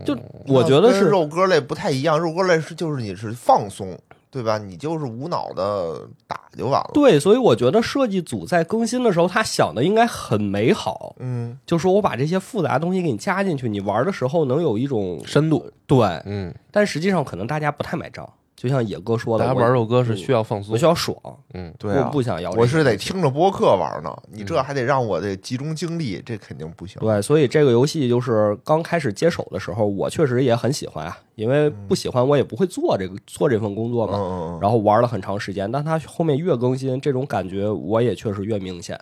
Speaker 4: 就我觉得
Speaker 3: 那跟
Speaker 4: 是
Speaker 3: 肉鸽类不太一样，肉鸽类是就是你是放松，对吧？你就是无脑的打就完了。
Speaker 4: 对，所以我觉得设计组在更新的时候，他想的应该很美好，
Speaker 3: 嗯，
Speaker 4: 就说我把这些复杂的东西给你加进去，你玩的时候能有一种
Speaker 1: 深度，
Speaker 4: 对，
Speaker 1: 嗯，
Speaker 4: 但实际上可能大家不太买账，就像野哥说
Speaker 1: 大
Speaker 4: 的，
Speaker 1: 家
Speaker 4: 我嗯
Speaker 1: 玩肉鸽是需要放
Speaker 4: 我
Speaker 1: 松
Speaker 4: 需，要爽，
Speaker 1: 嗯，
Speaker 3: 对啊
Speaker 4: 我不想要这个，
Speaker 3: 我是得听着播客玩呢，你这还得让我得集中精力，这肯定不行。
Speaker 4: 对，所以这个游戏就是刚开始接手的时候，我确实也很喜欢啊，因为
Speaker 1: 嗯
Speaker 4: 不喜欢我也不会做这个做这份工作
Speaker 3: 嗯
Speaker 4: 嘛。
Speaker 3: 嗯嗯，
Speaker 4: 然后玩了很长时间，但它后面越更新，这种感觉我也确实越明显，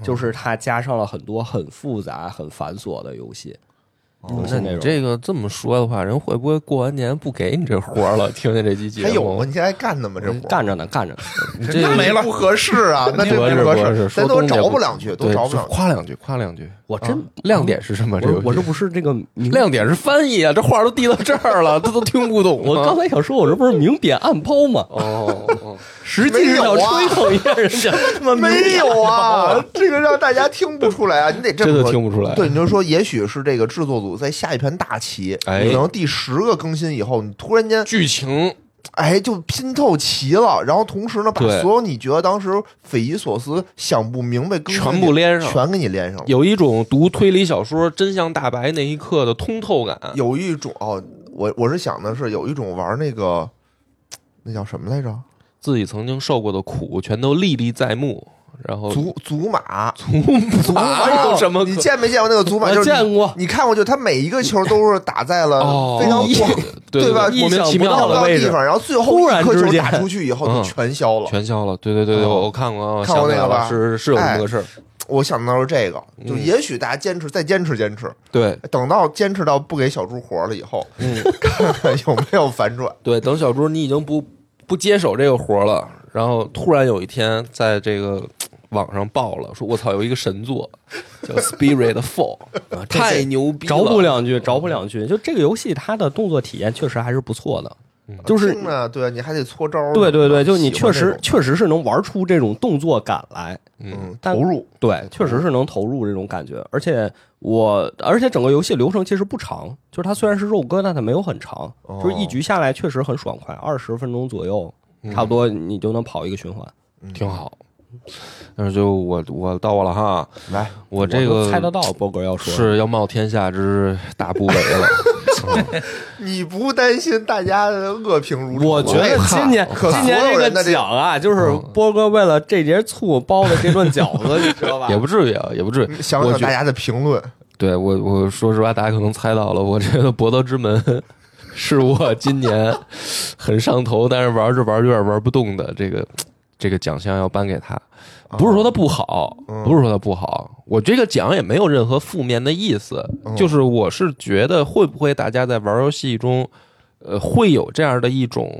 Speaker 3: 嗯
Speaker 4: 就是它加上了很多很复杂、很繁琐的游戏。
Speaker 3: 哦
Speaker 4: 游戏
Speaker 1: 那
Speaker 4: 内
Speaker 1: 你
Speaker 4: 容
Speaker 1: 这个这么说的话，人会不会过完年不给你这活儿了？听见这期节目，
Speaker 3: 还有吗？你现在干呢吗？这活
Speaker 4: 干着呢，
Speaker 1: [LAUGHS]
Speaker 4: 干着呢，
Speaker 1: 你这
Speaker 3: 哎那没了，不合适啊，那这
Speaker 1: 不合适
Speaker 3: 不
Speaker 1: 不合
Speaker 3: 合
Speaker 1: 适
Speaker 3: 适，
Speaker 1: 说
Speaker 3: 咱多
Speaker 1: 东家
Speaker 3: 找
Speaker 1: 不
Speaker 3: 不两句，都
Speaker 1: 对
Speaker 3: 找不
Speaker 1: 就
Speaker 3: 两句。
Speaker 1: 夸两句，夸两句。啊
Speaker 4: 我真、
Speaker 1: 亮点是什么？这游
Speaker 4: 我
Speaker 1: 戏
Speaker 4: 我这不是这个明，
Speaker 1: 亮点是翻译啊，这话都递到这儿
Speaker 4: [LAUGHS]
Speaker 1: 了，他都听不懂啊。
Speaker 4: 我刚才想说，我这不是明贬暗褒吗？
Speaker 1: 哦，哦
Speaker 4: [LAUGHS] 实际是要
Speaker 3: 没有啊
Speaker 4: 吹捧一下人家。
Speaker 3: 没有啊，这个让大家听不出来啊，你得这
Speaker 1: 真
Speaker 3: 么
Speaker 1: 的
Speaker 3: 说
Speaker 1: 听不出来。
Speaker 3: 对，你就说，也许是这个制作组在下一盘大棋，
Speaker 1: 哎
Speaker 3: 你可能第十个更新以后，你突然间
Speaker 1: 剧情
Speaker 3: 哎就拼透齐了，然后同时呢，把
Speaker 1: 对
Speaker 3: 所有你觉得当时匪夷所思、想不明白更新的
Speaker 1: 全部连上
Speaker 3: 全给你连上了。
Speaker 1: 有一种读推理小说真相大白那一刻的通透感。
Speaker 3: 有一种哦，我我是想的是有一种玩那个那叫什么来着？
Speaker 1: 哦自己曾经受过的苦全都历历在目，然后
Speaker 3: 祖祖玛，
Speaker 1: [LAUGHS] 祖
Speaker 3: 马
Speaker 1: 有什么可？
Speaker 3: 你见没见过那个祖玛？
Speaker 4: 我
Speaker 3: 就是
Speaker 4: 见过
Speaker 3: 你看过就他每一个球都是打在了
Speaker 1: 哦，
Speaker 3: 呃非常
Speaker 1: 意
Speaker 3: 广
Speaker 1: 对
Speaker 3: 对吧
Speaker 1: 莫名其
Speaker 4: 意
Speaker 1: [LAUGHS] 妙
Speaker 4: 想
Speaker 3: 到
Speaker 4: 不到
Speaker 1: 的
Speaker 4: 的位置
Speaker 3: 地方，然后最后
Speaker 4: 突
Speaker 3: 一
Speaker 4: 然
Speaker 3: 颗
Speaker 4: 之
Speaker 3: 球
Speaker 4: 间
Speaker 3: 打出去以后就
Speaker 1: 嗯
Speaker 3: 全消了。
Speaker 1: 全消了。对对对对，
Speaker 3: 哦
Speaker 1: 我我看过，我
Speaker 3: 看过
Speaker 1: 想起
Speaker 3: 那
Speaker 1: 来
Speaker 3: 个哎
Speaker 1: 了，
Speaker 3: 吧
Speaker 1: 是是有这么个事儿。
Speaker 3: 我想到是这个，就
Speaker 1: 嗯
Speaker 3: 也许大家坚持再坚持坚持，
Speaker 1: 对
Speaker 3: 等到坚持到不给小猪活了以后，嗯，看 [LAUGHS] 看有没有反转。
Speaker 1: 对，等小猪你已经不不接手这个活儿了，然后突然有一天在这个嘖网上爆了，说我操有一个神作叫 Spirit [LAUGHS] Fall，太啊牛逼了，
Speaker 4: 着补两句，着补两句。就这个游戏，它的动作体验确实还是不错的，
Speaker 1: 嗯
Speaker 4: 嗯就是
Speaker 3: 听着，对，你还得搓招儿呢。
Speaker 4: 对对对，就你
Speaker 3: 喜欢
Speaker 4: 确
Speaker 3: 这种
Speaker 4: 实确实是能玩出这种动作感来，
Speaker 1: 嗯，
Speaker 4: 但
Speaker 3: 投入，
Speaker 4: 对，确实是能投入这种感觉。而且我，而且整个游戏流程其实不长，就是它虽然是肉鸽，但它没有很长，
Speaker 3: 哦
Speaker 4: 就是一局下来确实很爽快，二十分钟左右，
Speaker 1: 嗯
Speaker 4: 差不多你就能跑一个循环。
Speaker 1: 挺好。但是就我我到我了哈，
Speaker 3: 来，
Speaker 1: 我这
Speaker 4: 我都猜得
Speaker 1: 个
Speaker 4: 到波哥要说的
Speaker 1: 是要冒天下之大不韪
Speaker 4: [LAUGHS]
Speaker 1: 了。
Speaker 3: 你不担心大家恶评如潮吗
Speaker 4: 我觉得今年
Speaker 3: 可
Speaker 4: 今年
Speaker 3: 所有
Speaker 4: 这
Speaker 3: 人
Speaker 4: 个
Speaker 3: 的这
Speaker 4: 奖啊，就是
Speaker 1: 嗯
Speaker 4: 波哥为了这节醋包的这顿饺子，你知道吧
Speaker 1: 也？不至于啊，也不至于。
Speaker 3: 嗯想
Speaker 1: 我
Speaker 3: 想
Speaker 1: 觉
Speaker 3: 大家的评论，
Speaker 1: 对我，我说实话，大家可能猜到了，我觉得《博德之门》 [LAUGHS] 是我今年很上头，但是玩着玩着有点玩不动的这个这个奖项要颁给他。不是说它不好，
Speaker 3: 哦嗯
Speaker 1: 不是说它不好，我这个奖也没有任何负面的意思，就是我是觉得会不会大家在玩游戏中，呃，会有这样的一种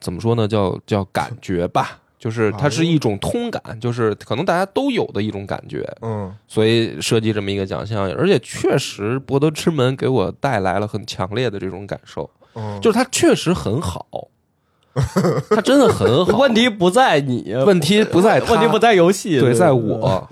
Speaker 1: 怎么说呢，叫叫感觉吧，就是它是一种通感，就是可能大家都有的一种感觉，
Speaker 3: 嗯，
Speaker 1: 所以设计这么一个奖项，而且确实《博德之门》给我带来了很强烈的这种感受，
Speaker 3: 嗯
Speaker 1: 就是它确实很好，它真的
Speaker 4: [LAUGHS]
Speaker 1: 很好。
Speaker 4: 问题不在你，
Speaker 1: 问题不在它
Speaker 4: 问题不在游戏，
Speaker 1: 对，在我，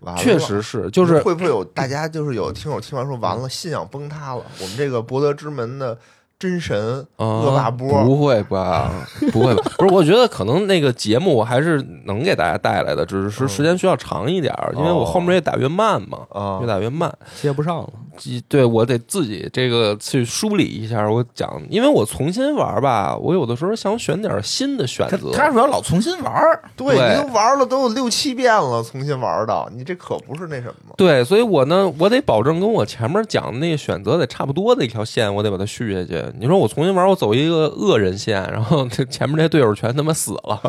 Speaker 3: 完了
Speaker 1: 确实是，就是
Speaker 3: 会不会有大家就是有听友听完说完了，信仰崩塌了，我们这个博德之门的真神恶
Speaker 1: 啊
Speaker 3: 霸波，
Speaker 1: 不会吧？不会吧？不是，我觉得可能那个节目我还是能给大家带来的，只是时间需要长一点儿，因为我后面越打越慢嘛，
Speaker 3: 哦
Speaker 1: 越打越慢。
Speaker 4: 接不上了。
Speaker 1: 对我得自己这个去梳理一下，我讲，因为我重新玩吧，我有的时候想选点新的选
Speaker 2: 他
Speaker 1: 择。
Speaker 2: 他主要老重新玩儿，
Speaker 3: 对
Speaker 1: 对
Speaker 3: 你都玩了都有六七遍了，重新玩的，你这可不是那什么，
Speaker 1: 对，所以我呢，我得保证跟我前面讲的那个选择得差不多的一条线，我得把它续下去。你说我重新玩，我走一个恶人线，然后这前面这队友全他妈死了，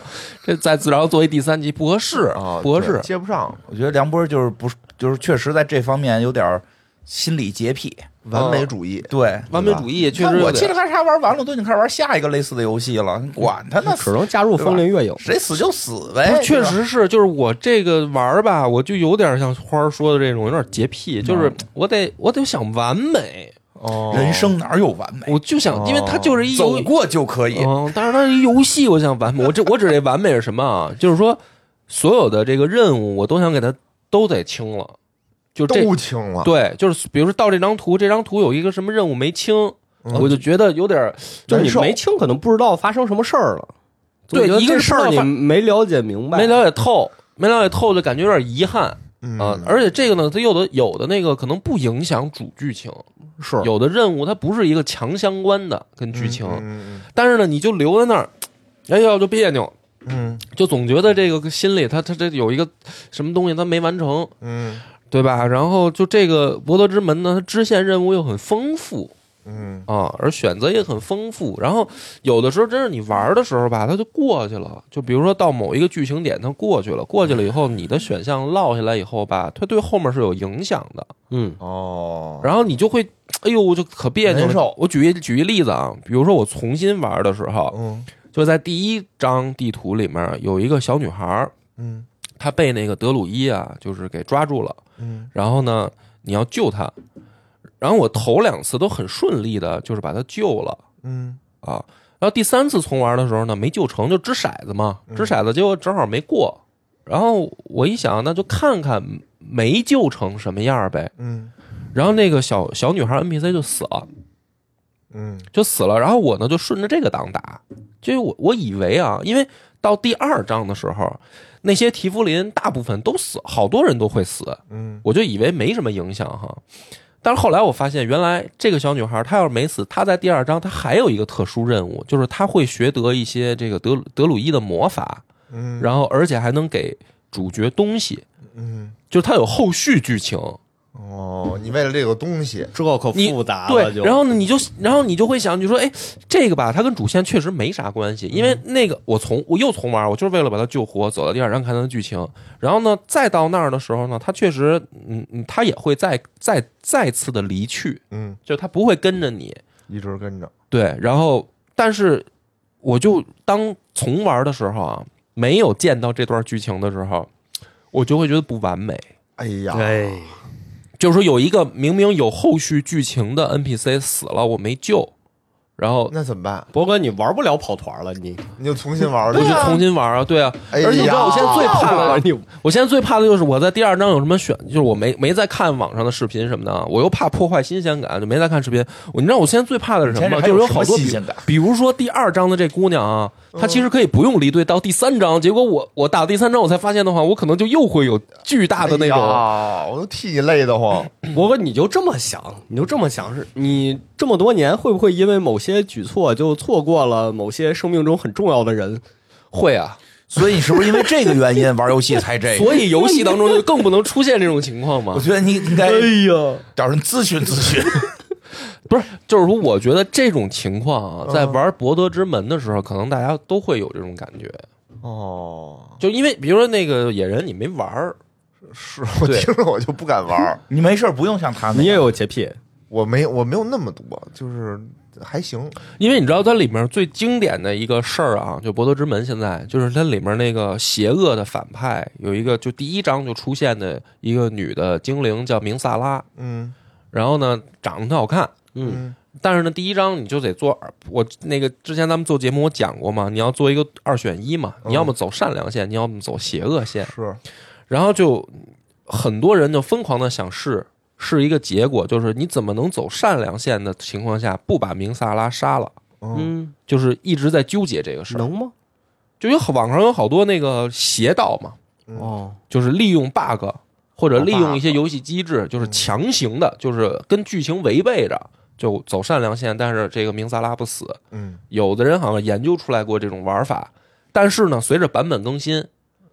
Speaker 1: 这再自然后做一第三集不合适
Speaker 3: 啊，
Speaker 1: 不合
Speaker 3: 对
Speaker 1: 适。
Speaker 3: 接不上，
Speaker 2: 我觉得梁波就是不是就是确实在这方面有点儿心理洁癖，
Speaker 3: 完
Speaker 1: 哦
Speaker 3: 美主义，
Speaker 2: 对。
Speaker 1: 完美主义确
Speaker 2: 看
Speaker 1: 实有
Speaker 2: 我
Speaker 1: 点
Speaker 2: 嘁哩咔嚓玩完了，我都已经开始玩下一个类似的游戏了，你管他呢，
Speaker 4: 只能加入风林月影，
Speaker 2: 谁死就死
Speaker 1: 不
Speaker 2: 呗。
Speaker 1: 是确
Speaker 2: 哎对吧，
Speaker 1: 实是，就是我这个玩儿吧，我就有点像花儿说的这种，有点洁癖，就是
Speaker 2: 嗯
Speaker 1: 我得我得想完美，
Speaker 3: 哦
Speaker 2: 人生哪有完美？
Speaker 1: 我就想，因为它就是一游
Speaker 2: 走过就可以。
Speaker 1: 嗯，但是它是一游戏，我想完美。我这我指这完美是什么啊？就是说，所有的这个任务我都想给它都得清了，就这
Speaker 3: 都清了，
Speaker 1: 对，就是比如说到这张图，这张图有一个什么任务没清，我就觉得有点儿
Speaker 4: 就你
Speaker 3: 嗯难受
Speaker 4: 没清，可能不知道发生什么事儿了。
Speaker 1: 对
Speaker 4: 就觉得
Speaker 1: 一个
Speaker 4: 这
Speaker 1: 是
Speaker 4: 事
Speaker 1: 不
Speaker 4: 儿
Speaker 1: 知
Speaker 4: 你
Speaker 1: 道发
Speaker 4: 没了解明白，
Speaker 1: 没了解透，没了解透就感觉有点遗憾
Speaker 3: 嗯
Speaker 1: 啊。而且这个呢，它有的有的那个可能不影响主剧情，
Speaker 4: 是
Speaker 1: 有的任务它不是一个强相关的跟剧情，
Speaker 3: 嗯
Speaker 1: 但是呢，你就留在那儿，哎呀就别扭。
Speaker 3: 嗯
Speaker 1: 就总觉得这个心里他他这有一个什么东西他没完成，
Speaker 3: 嗯
Speaker 1: 对吧？然后就这个博德之门呢，它支线任务又很丰富
Speaker 3: 嗯
Speaker 1: 啊，而选择也很丰富。然后有的时候真是你玩的时候吧，它就过去了。就比如说到某一个剧情点，它过去了，过去了以后，你的选项落下来以后吧，它对后面是有影响的。
Speaker 4: 嗯，
Speaker 3: 哦，
Speaker 1: 然后你就会，哎呦，我就可别扭
Speaker 3: 难
Speaker 1: 了。我举一举一例子啊，比如说我重新玩的时候，
Speaker 3: 嗯
Speaker 1: 就在第一张地图里面有一个小女孩儿。
Speaker 3: 嗯
Speaker 1: 他被那个德鲁伊啊，就是给抓住了。
Speaker 3: 嗯
Speaker 1: 然后呢，你要救他。然后我头两次都很顺利的，就是把他救了
Speaker 3: 嗯
Speaker 1: 啊。然后第三次重玩的时候呢，没救成，就掷骰子嘛，掷骰子结果正好没过。然后我一想，那就看看没救成什么样呗。
Speaker 3: 嗯
Speaker 1: 然后那个小小女孩 NPC 就死了，
Speaker 3: 嗯
Speaker 1: 就死了。然后我呢就顺着这个档打，就我我以为啊，因为到第二章的时候，那些提夫林大部分都死，好多人都会死，
Speaker 3: 嗯
Speaker 1: 我就以为没什么影响哈。但是后来我发现，原来这个小女孩她要是没死，她在第二章她还有一个特殊任务，就是她会学得一些这个德鲁德鲁伊的魔法，
Speaker 3: 嗯，
Speaker 1: 然后而且还能给主角东西，
Speaker 3: 嗯，
Speaker 1: 就是它有后续剧情。
Speaker 3: 哦，你为了这个东西，
Speaker 5: 这可
Speaker 1: 你
Speaker 5: 复杂
Speaker 1: 对
Speaker 5: 了就，，
Speaker 1: 然后呢，你就然后你就会想，你说哎，这个吧，它跟主线确实没啥关系，因为那个我从我又重玩，我就是为了把他救活，走到第二章看他的剧情，然后呢，再到那儿的时候呢，他确实，嗯，嗯他也会再再再次的离去，
Speaker 3: 嗯，
Speaker 1: 就他不会跟着你，
Speaker 3: 一直跟着，
Speaker 1: 对，然后但是我就当重玩的时候啊，没有见到这段剧情的时候，我就会觉得不完美。
Speaker 3: 哎呀，
Speaker 5: 哎，
Speaker 1: 就是说有一个明明有后续剧情的 NPC 死了，我没救，然后
Speaker 3: 那怎么办？
Speaker 5: 博哥你玩不了跑团了， [LAUGHS] 你
Speaker 3: 你就重新玩
Speaker 1: 我就
Speaker 3: 了，
Speaker 1: 重新玩啊，对啊。
Speaker 3: 哎呀
Speaker 1: 而且你知道我现在最怕
Speaker 5: 玩
Speaker 1: 的，
Speaker 5: [LAUGHS] 你
Speaker 1: 我现在最怕的就是我在第二章有什么选，就是我没没在看网上的视频什么的啊，我又怕破坏新鲜感，就没在看视频。我你知道我现在最怕的是什么吗？
Speaker 2: 还
Speaker 1: 就是有
Speaker 2: 什
Speaker 1: 好
Speaker 2: 么
Speaker 1: 多
Speaker 2: 新
Speaker 1: 比
Speaker 2: 鲜感？
Speaker 1: 比如说第二章的这姑娘啊，她其实可以不用离队到第三章，结果我我打到第三章我才发现的话，我可能就又会有巨大的那
Speaker 3: 哎
Speaker 1: 种，
Speaker 3: 呀我都替你累得慌。
Speaker 5: 博哥你就这么想，你就这么想是，你这么多年会不会因为某些举措就错过了某些生命中很重要的人？
Speaker 1: 会啊，
Speaker 2: 所以你是不是因为这个原因玩游戏才这个？
Speaker 1: 所以游戏当中就更不能出现这种情况嘛
Speaker 2: 我。觉得你
Speaker 1: 哎
Speaker 2: 应该
Speaker 5: 呀，
Speaker 2: 找人咨询咨询。
Speaker 1: 不是，就是说，我觉得这种情况啊，在玩《博德之门》的时候，可能大家都会有这种感觉，
Speaker 3: 哦，
Speaker 1: 就因为比如说那个野人，你没玩儿，
Speaker 3: 是我
Speaker 1: 对
Speaker 3: 听着我就不敢玩儿，
Speaker 2: 你啊没事儿不用像他那
Speaker 5: 你也
Speaker 2: 样，
Speaker 5: 有洁癖，
Speaker 3: 我没我没有那么多，就是还行。
Speaker 1: 因为你知道它里面最经典的一个事儿啊，就《博德之门》现在就是它里面那个邪恶的反派有一个，就第一章就出现的一个女的精灵叫明萨拉，
Speaker 3: 嗯
Speaker 1: 然后呢长得特好看，
Speaker 3: 嗯
Speaker 1: 但是呢第一章你就得做二，我那个之前咱们做节目我讲过嘛，你要做一个二选一嘛，
Speaker 3: 嗯
Speaker 1: 你要么走善良线，你要么走邪恶线，
Speaker 3: 是
Speaker 1: 然后就很多人就疯狂的想试。试一个结果就是你怎么能走善良线的情况下不把明萨拉杀了？
Speaker 3: 嗯
Speaker 5: 嗯，
Speaker 1: 就是一直在纠结这个事儿。
Speaker 5: 能吗？
Speaker 1: 就有网上有好多那个邪道嘛，
Speaker 5: 哦，
Speaker 1: 就是利用 bug 或者利用一些
Speaker 3: bug
Speaker 1: 游戏机
Speaker 5: 嗯
Speaker 1: 制，就是强行的，就是跟剧情违背着，就走善良线，但是这个明萨拉不死。
Speaker 3: 嗯，
Speaker 1: 有的人好像研究出来过这种玩法，但是呢，随着版本更新，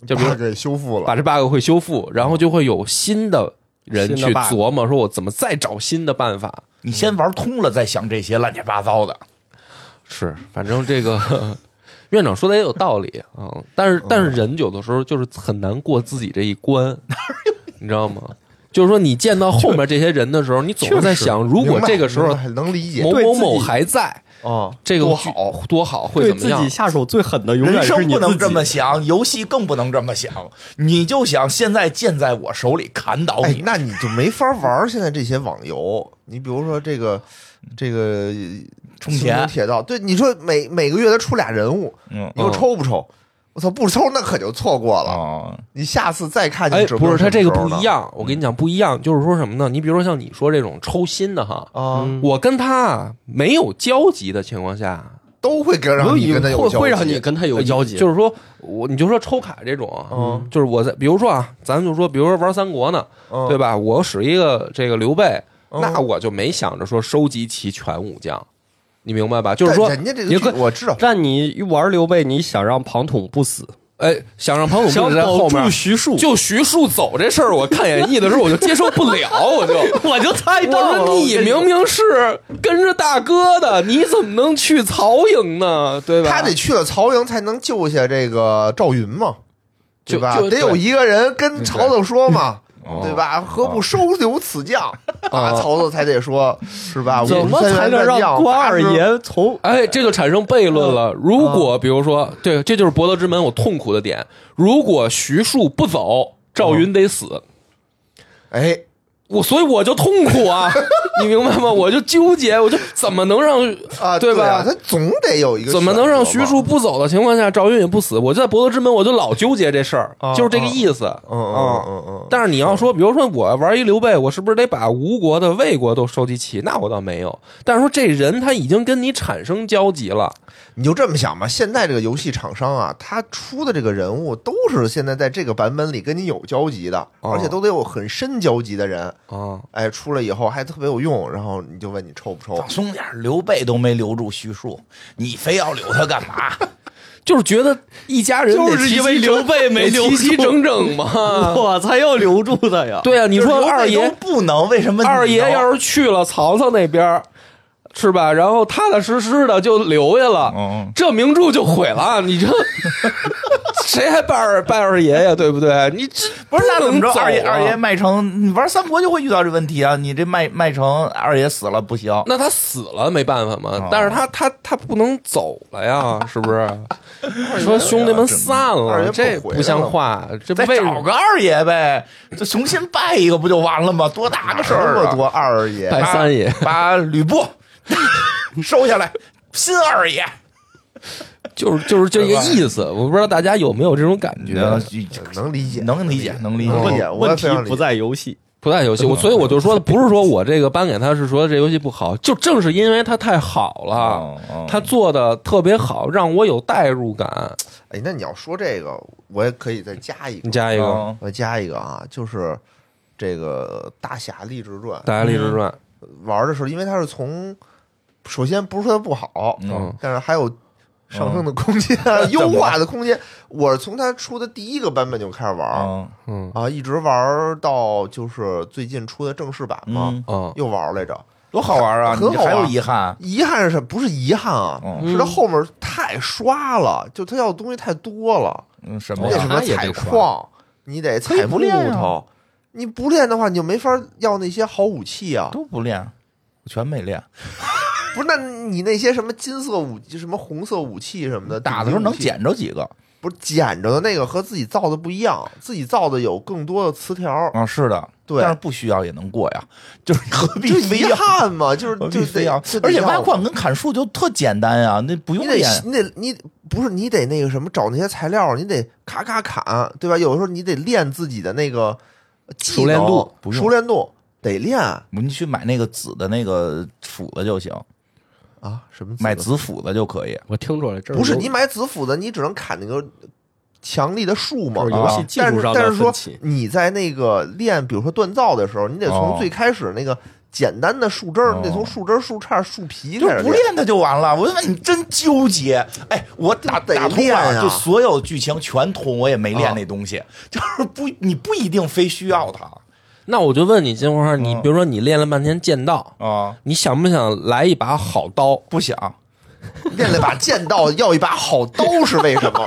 Speaker 1: 就比如
Speaker 3: 把它给修复了
Speaker 1: 把。这 bug 会修复，然后就会有新的人
Speaker 5: 新的
Speaker 1: 去
Speaker 5: bug
Speaker 1: 琢磨，说我怎么再找新的办法。
Speaker 2: 你先玩通了再想这些乱七八糟的。
Speaker 1: 是，反正这个院长说的也有道理啊、但
Speaker 3: 嗯
Speaker 1: 是但是人有的时候就是很难过自己这一关， [LAUGHS] 你知道吗？就是说你见到后面这些人的时候，你总是在想，如果
Speaker 3: 明白
Speaker 1: 这个时候
Speaker 3: 明白能理解啊
Speaker 1: 某
Speaker 5: 对
Speaker 1: 某
Speaker 5: 自己
Speaker 1: 某还在，
Speaker 3: 哦，
Speaker 1: 这个
Speaker 3: 多
Speaker 1: 剧
Speaker 3: 好，
Speaker 1: 多好会
Speaker 5: 对
Speaker 1: 怎么
Speaker 5: 自
Speaker 1: 样
Speaker 5: 己？下手最狠的永
Speaker 2: 人
Speaker 5: 远是
Speaker 2: 生
Speaker 5: 你
Speaker 2: 不能
Speaker 5: 自
Speaker 2: 这么
Speaker 5: 己。
Speaker 2: 想，游戏更不能这么想。你就想现在剑在我手里砍倒
Speaker 3: 哎
Speaker 2: 你，，
Speaker 3: 那你就没法玩儿现在这些网游。你比如说这个
Speaker 1: 嗯
Speaker 3: 这个
Speaker 2: 充
Speaker 3: 青铜
Speaker 2: 钱。
Speaker 3: 铁道，对你说每每个月他出俩人物，
Speaker 2: 嗯
Speaker 3: 你说抽不抽？我操，不抽那可就错过了。
Speaker 1: 哦
Speaker 2: 啊，
Speaker 3: 你下次再看，
Speaker 1: 嗯哎，
Speaker 3: 你指定
Speaker 1: 不是，他这个
Speaker 3: 什么
Speaker 1: 不
Speaker 3: 时候
Speaker 1: 一
Speaker 3: 呢嗯
Speaker 1: 样。我跟你讲不一样，就是说什么呢？你比如说像你说这种抽新的哈，
Speaker 3: 啊，
Speaker 5: 嗯
Speaker 1: 我跟他啊没有交集的情况下，
Speaker 3: 都会跟让你跟他有
Speaker 5: 会
Speaker 3: 交
Speaker 5: 会
Speaker 3: 集
Speaker 5: 让你跟他呃有交集，
Speaker 1: 呃就是说我你就说抽卡这种啊，
Speaker 3: 嗯
Speaker 1: 就是我在比如说啊，咱就说比如说玩三国呢，
Speaker 3: 嗯
Speaker 1: 对吧？我使一个这个刘备，
Speaker 3: 嗯
Speaker 1: 那我就没想着说收集齐全武将，你明白吧？就是说
Speaker 3: 但，人家这个
Speaker 1: 你
Speaker 3: 剧
Speaker 1: 可
Speaker 3: 我知道，
Speaker 5: 但你玩刘备，你想让庞统不死，
Speaker 1: 哎，想让庞统不
Speaker 5: 想
Speaker 1: 死在后
Speaker 5: 保
Speaker 1: 面
Speaker 5: 住，徐庶，
Speaker 1: 就徐庶走这事儿，我看演义的时候我就接受不了，
Speaker 5: [LAUGHS]
Speaker 1: 我就。
Speaker 5: [LAUGHS] 我就猜
Speaker 1: 我
Speaker 5: 到了。
Speaker 1: 说你明明是跟着大哥的，你怎么能去曹营呢？对吧？
Speaker 3: 他得去了曹营才能救下这个赵云嘛，对
Speaker 1: 就
Speaker 3: 吧？
Speaker 1: 就
Speaker 3: 得有
Speaker 1: 对
Speaker 3: 一个人跟曹操说嘛，
Speaker 1: 哦
Speaker 3: 对吧？何不收留此将？啊，
Speaker 1: 啊
Speaker 3: 曹操才得说，是吧？
Speaker 5: 怎么
Speaker 3: 我们
Speaker 5: 才
Speaker 3: 三员
Speaker 5: 能
Speaker 3: 战将
Speaker 5: 让关二？
Speaker 3: 八十
Speaker 5: 爷从
Speaker 1: 哎，这就产生悖论了。
Speaker 3: 嗯
Speaker 1: 如果比如说，对，这就是博德之门我痛苦的点。如果徐庶不走，赵云得死，
Speaker 3: 哎，
Speaker 1: 我所以我就痛苦
Speaker 3: [LAUGHS]
Speaker 1: 啊，你明白吗？我就纠结，我就怎么能让
Speaker 3: 啊，
Speaker 1: 对吧
Speaker 3: 啊他？总得有一个，
Speaker 1: 怎么能让徐庶？不走的情况下，赵云也不死？我就在博德之门，我就老纠结这事儿，
Speaker 3: 啊
Speaker 1: 就是这个意思。
Speaker 3: 嗯嗯嗯嗯，
Speaker 1: 但是你要说，比如说我玩一刘备，我是不是得把吴国的、魏国都收集齐？那我倒没有。但是说这人他已经跟你产生交集了，
Speaker 3: 你就这么想吧，现在这个游戏厂商啊，他出的这个人物都是现在在这个版本里跟你有交集的，
Speaker 1: 哦
Speaker 3: 而且都得有很深交集的人，
Speaker 1: 啊，
Speaker 3: 哎，出来以后还特别有用，然后你就问你抽不抽
Speaker 2: 放？松点儿，刘备都没留住徐庶，你非要留他干嘛？
Speaker 1: 就是觉得一家人得
Speaker 5: 就是
Speaker 1: 齐
Speaker 5: 因为
Speaker 1: 齐
Speaker 5: 刘
Speaker 1: 整
Speaker 5: 备没
Speaker 1: 得
Speaker 5: 留
Speaker 1: 齐齐
Speaker 5: 住
Speaker 1: 整整
Speaker 4: [LAUGHS]
Speaker 1: 嘛。
Speaker 5: [LAUGHS] 我才要留住他呀！
Speaker 1: 对啊，你
Speaker 2: [LAUGHS] 你
Speaker 1: 说二爷
Speaker 2: 不能，为什么你
Speaker 1: 二爷
Speaker 2: 能
Speaker 1: 要是去了曹操那边儿，是吧？然后踏踏实实的就留下了，
Speaker 2: 嗯
Speaker 1: 这名著就毁了。你这谁还拜二拜二爷呀？对不对？你这
Speaker 2: 不是那怎么
Speaker 1: 能
Speaker 2: 着？
Speaker 1: 走啊
Speaker 2: 二爷二爷麦城，你玩三国就会遇到这问题啊！你这麦麦城二爷死了不行，
Speaker 1: 那他死了没办法嘛
Speaker 2: 哦，
Speaker 1: 但是他他他不能走了呀，是不是？说兄弟们散
Speaker 3: 二
Speaker 1: 了，
Speaker 3: 爷不回来
Speaker 1: 这
Speaker 3: 了
Speaker 1: 不像话，这
Speaker 2: 再
Speaker 1: 为
Speaker 2: 找个二爷呗，就重新拜一个不就完了吗？多大个事
Speaker 3: 这
Speaker 2: 儿
Speaker 3: 么
Speaker 2: 啊！
Speaker 3: 多二爷，
Speaker 1: 拜三爷，
Speaker 2: 把吕布 [LAUGHS] 收下来，新二爷。
Speaker 1: 就是就是这个意思。我不知道大家有没有这种感
Speaker 2: 嗯
Speaker 1: 觉？
Speaker 3: 能理解，
Speaker 2: 能理解，能理
Speaker 3: 能理
Speaker 2: 解。
Speaker 3: 解，嗯我也
Speaker 5: 问
Speaker 3: 非
Speaker 5: 题
Speaker 3: 常理
Speaker 5: 不
Speaker 3: 解。
Speaker 5: 在游戏，
Speaker 1: 不太游戏，我所以我就说，不是说我这个颁给他是说这游戏不好，就正是因为他太好了，
Speaker 2: 哦哦
Speaker 1: 他做的特别好，让我有代入感。
Speaker 3: 哎，那你要说这个，我也可以再加一
Speaker 1: 你
Speaker 3: 个，
Speaker 1: 加一个
Speaker 2: 哦
Speaker 3: 我加一个啊，就是这个《大侠立志传
Speaker 1: 《大侠立志传》，
Speaker 3: 玩的时候，因为它是从，首先不是说它不好，
Speaker 1: 嗯，
Speaker 3: 但是还有上升的空间、
Speaker 2: 嗯
Speaker 3: [LAUGHS] 优化的空间。我是从它出的第一个版本就开始玩儿、
Speaker 2: 嗯
Speaker 1: 嗯
Speaker 3: 啊，一直玩儿到就是最近出的正式版嘛，
Speaker 2: 嗯，
Speaker 1: 嗯，
Speaker 3: 又玩儿来着。
Speaker 2: 多好玩啊！
Speaker 3: 很
Speaker 2: 你
Speaker 3: 好
Speaker 2: 还有
Speaker 3: 玩
Speaker 2: 遗憾，
Speaker 3: 遗憾是什么？不是遗憾啊，
Speaker 2: 嗯
Speaker 3: 是它后面太刷了，就它要的东西太多了。
Speaker 2: 嗯，什
Speaker 1: 哦
Speaker 2: 么
Speaker 3: 那什
Speaker 2: 呀？
Speaker 3: 么
Speaker 1: 也
Speaker 3: 采
Speaker 1: 得刷
Speaker 3: 矿，你得
Speaker 2: 以
Speaker 3: 采
Speaker 2: 不
Speaker 3: 木
Speaker 2: 练啊
Speaker 3: 头。你不练的话，你就没法要那些好武器啊！
Speaker 2: 都不练，我全没练。
Speaker 3: 不是，那你那些什么金色武、什么红色武器什么的，
Speaker 2: 嗯打的时候
Speaker 3: 顶级武
Speaker 2: 能
Speaker 3: 器
Speaker 2: 捡着几个
Speaker 3: 不是捡着的那个和自己造的不一样，自己造的有更多的词条，
Speaker 2: 啊？是的，
Speaker 3: 对
Speaker 2: 但是不需要也能过呀，就是何必
Speaker 3: 就
Speaker 2: 非
Speaker 3: 遗
Speaker 2: 要？
Speaker 3: 憾嘛，就是
Speaker 2: 何 [LAUGHS] 必
Speaker 3: 就
Speaker 2: 非
Speaker 3: 得
Speaker 2: 要
Speaker 3: 就？得
Speaker 2: 而且
Speaker 3: 要
Speaker 2: 挖矿跟砍树就特简单呀，那不用
Speaker 3: 你得
Speaker 2: 练。
Speaker 3: 你得你不是你得那个什么找那些材料，你得咔咔砍，对吧？有的时候你得练自己的那个技能
Speaker 1: 熟练度
Speaker 2: 不用
Speaker 3: 熟练度得练啊，
Speaker 2: 你去买那个紫的那个斧子就行，
Speaker 3: 啊什么
Speaker 2: 买
Speaker 3: 紫
Speaker 2: 紫斧子就可以。
Speaker 5: 我听出来这
Speaker 3: 不是
Speaker 5: 游
Speaker 3: 你买紫斧子，你只能砍那个强力的树嘛
Speaker 5: 这是。
Speaker 2: 啊
Speaker 5: 游戏技
Speaker 3: 但
Speaker 5: 术
Speaker 3: 是
Speaker 5: 上
Speaker 3: 但
Speaker 5: 的
Speaker 3: 是说
Speaker 5: 分歧。
Speaker 3: 你在那个练，比如说锻造的时候，你得
Speaker 2: 哦
Speaker 3: 从最开始那个简单的树枝儿，你得
Speaker 2: 哦
Speaker 3: 从树枝儿、树杈、树皮
Speaker 2: 就
Speaker 3: 开始
Speaker 2: 不练它就完了。我就问你，真纠结。哎，我打
Speaker 3: 得
Speaker 2: 打通
Speaker 3: 练
Speaker 2: 了，
Speaker 3: 啊
Speaker 2: 就所有剧情全通，我也没练
Speaker 3: 啊
Speaker 2: 那东西， [LAUGHS] 就是不，你不一定非需要它
Speaker 1: 那我就问你金花，你
Speaker 2: 嗯
Speaker 1: 比如说你练了半天剑道，
Speaker 2: 啊。
Speaker 1: 你想不想来一把好刀？
Speaker 2: 不想，
Speaker 3: 练了把剑道，要一把好刀是为什么？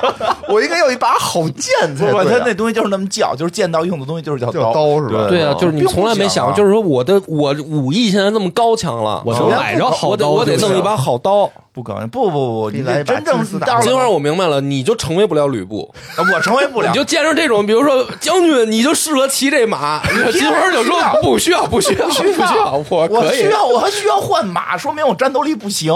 Speaker 3: 我应该要一把好剑
Speaker 2: 不
Speaker 3: 才
Speaker 2: 不，
Speaker 3: 对
Speaker 2: 它
Speaker 3: 啊、
Speaker 2: 那东西就是那么叫，就是剑道用的东西就是叫
Speaker 3: 叫刀是吧
Speaker 1: 对啊，
Speaker 3: 嗯
Speaker 1: 就是你从来没想，
Speaker 2: 并不想啊
Speaker 1: 就是说我的我武艺现在这么高强了，
Speaker 5: 我
Speaker 2: 首
Speaker 5: 就
Speaker 2: 先
Speaker 5: 买着好
Speaker 1: 我得
Speaker 5: 刀，
Speaker 1: 我得弄一把。好刀。
Speaker 2: 不高兴。不不不不，
Speaker 3: 你
Speaker 2: 你
Speaker 3: 来一把
Speaker 2: 真正
Speaker 3: 金丝打
Speaker 2: 到
Speaker 1: 金花，
Speaker 2: 了，
Speaker 1: 我明白了，你就成为不了吕布。
Speaker 2: 我成为不了
Speaker 1: 你。就见着这种，比如说将军，你就适合骑这
Speaker 2: [LAUGHS]
Speaker 1: 马。金花就说不需要，不需要，不需要，我
Speaker 2: 我
Speaker 1: 可以
Speaker 2: 需。要，我还需要换马，说明我战斗力不行，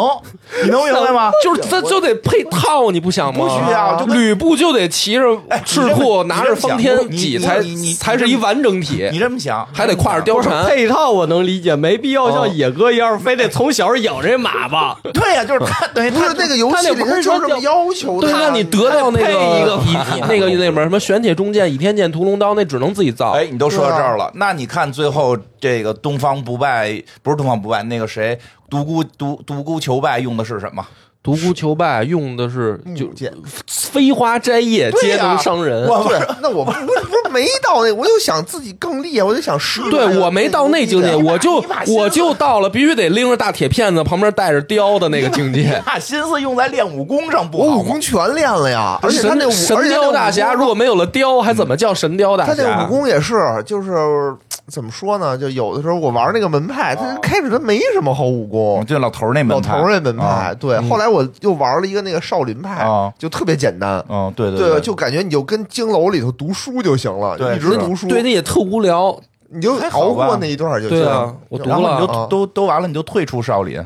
Speaker 2: 你能明白吗？
Speaker 1: 就是他就得配套，你不想吗？
Speaker 2: 不需要就跟哎
Speaker 1: 吕布就得骑着赤
Speaker 2: 你这么
Speaker 1: 兔，拿着方天戟，
Speaker 2: 你这么
Speaker 1: 才
Speaker 2: 你你
Speaker 1: 才是一完整体
Speaker 2: 你，这么想，
Speaker 1: 还得挎着貂蝉。
Speaker 5: 配套我能理解，没必要像野哥一样，非得从小养这马
Speaker 1: [LAUGHS]
Speaker 5: 吧？
Speaker 2: 对呀、就是他
Speaker 1: 哎
Speaker 2: 等于
Speaker 3: 不
Speaker 2: 他
Speaker 3: 是那个游戏
Speaker 5: 他那
Speaker 3: 里
Speaker 5: 不
Speaker 3: 它
Speaker 5: 是
Speaker 3: 就
Speaker 5: 说
Speaker 3: 是这么
Speaker 5: 叫
Speaker 3: 要求的
Speaker 1: 对，
Speaker 3: 啊，
Speaker 1: 让你得到那
Speaker 5: 配一
Speaker 1: 个
Speaker 5: 个
Speaker 1: [LAUGHS] 以以那个那什么什么玄铁中剑、倚天剑、屠龙刀，那只能自己造。
Speaker 2: 哎，你都说到这儿
Speaker 3: 啊
Speaker 2: 了，那你看最后这个东方不败不是东方不败，那个谁独孤独独孤求败用的是什么？
Speaker 1: 独孤求败用的是就呃
Speaker 3: 木剑。
Speaker 1: 飞花摘叶
Speaker 2: 嗯对
Speaker 1: 皆
Speaker 2: 呀
Speaker 1: 能伤人。
Speaker 2: 我
Speaker 3: 对，那我不我不是没到那，我就想自己更厉害，我就想实
Speaker 1: [LAUGHS]
Speaker 3: 力
Speaker 1: 对我没到那境界，
Speaker 3: 牛逼的
Speaker 1: 我就
Speaker 2: [LAUGHS] 你把心思
Speaker 1: 我就到了必须得拎着大铁片子，旁边带着雕的那个境
Speaker 2: [LAUGHS]
Speaker 1: 界。
Speaker 2: 把心思用在练武功上不
Speaker 3: 我
Speaker 2: 好
Speaker 3: 武
Speaker 2: 吗
Speaker 3: 功？全练了呀，而且他
Speaker 1: 神
Speaker 3: 那武
Speaker 1: 神
Speaker 3: 而且他那
Speaker 1: 雕大
Speaker 3: 武
Speaker 1: 侠
Speaker 3: 功
Speaker 1: 如果没有了雕，还怎么叫神雕大
Speaker 3: 他那
Speaker 1: 侠
Speaker 3: 武？功也是，就是怎么说呢？就有的时候我玩那个门派，他
Speaker 1: 哦
Speaker 3: 开始他没什么好武功，
Speaker 2: 哦就老头儿那
Speaker 1: 嗯
Speaker 2: 门
Speaker 3: 老
Speaker 2: 派
Speaker 3: 头儿那门派
Speaker 2: 啊。
Speaker 3: 对，后来我又玩了一个那个少林派
Speaker 2: 啊，
Speaker 3: 就特别简单。
Speaker 2: 嗯，对对
Speaker 3: 对，就感觉你就跟经楼里头读书就行了，
Speaker 2: 对
Speaker 3: 一直
Speaker 2: 是
Speaker 3: 读书，
Speaker 1: 对，那也特无聊。
Speaker 3: 你就
Speaker 2: 还好
Speaker 3: 熬
Speaker 2: 吧
Speaker 3: 过那一段就行。
Speaker 1: 对啊，我读
Speaker 2: 然后你
Speaker 1: 了，
Speaker 2: 就都都完了，你就退出少林，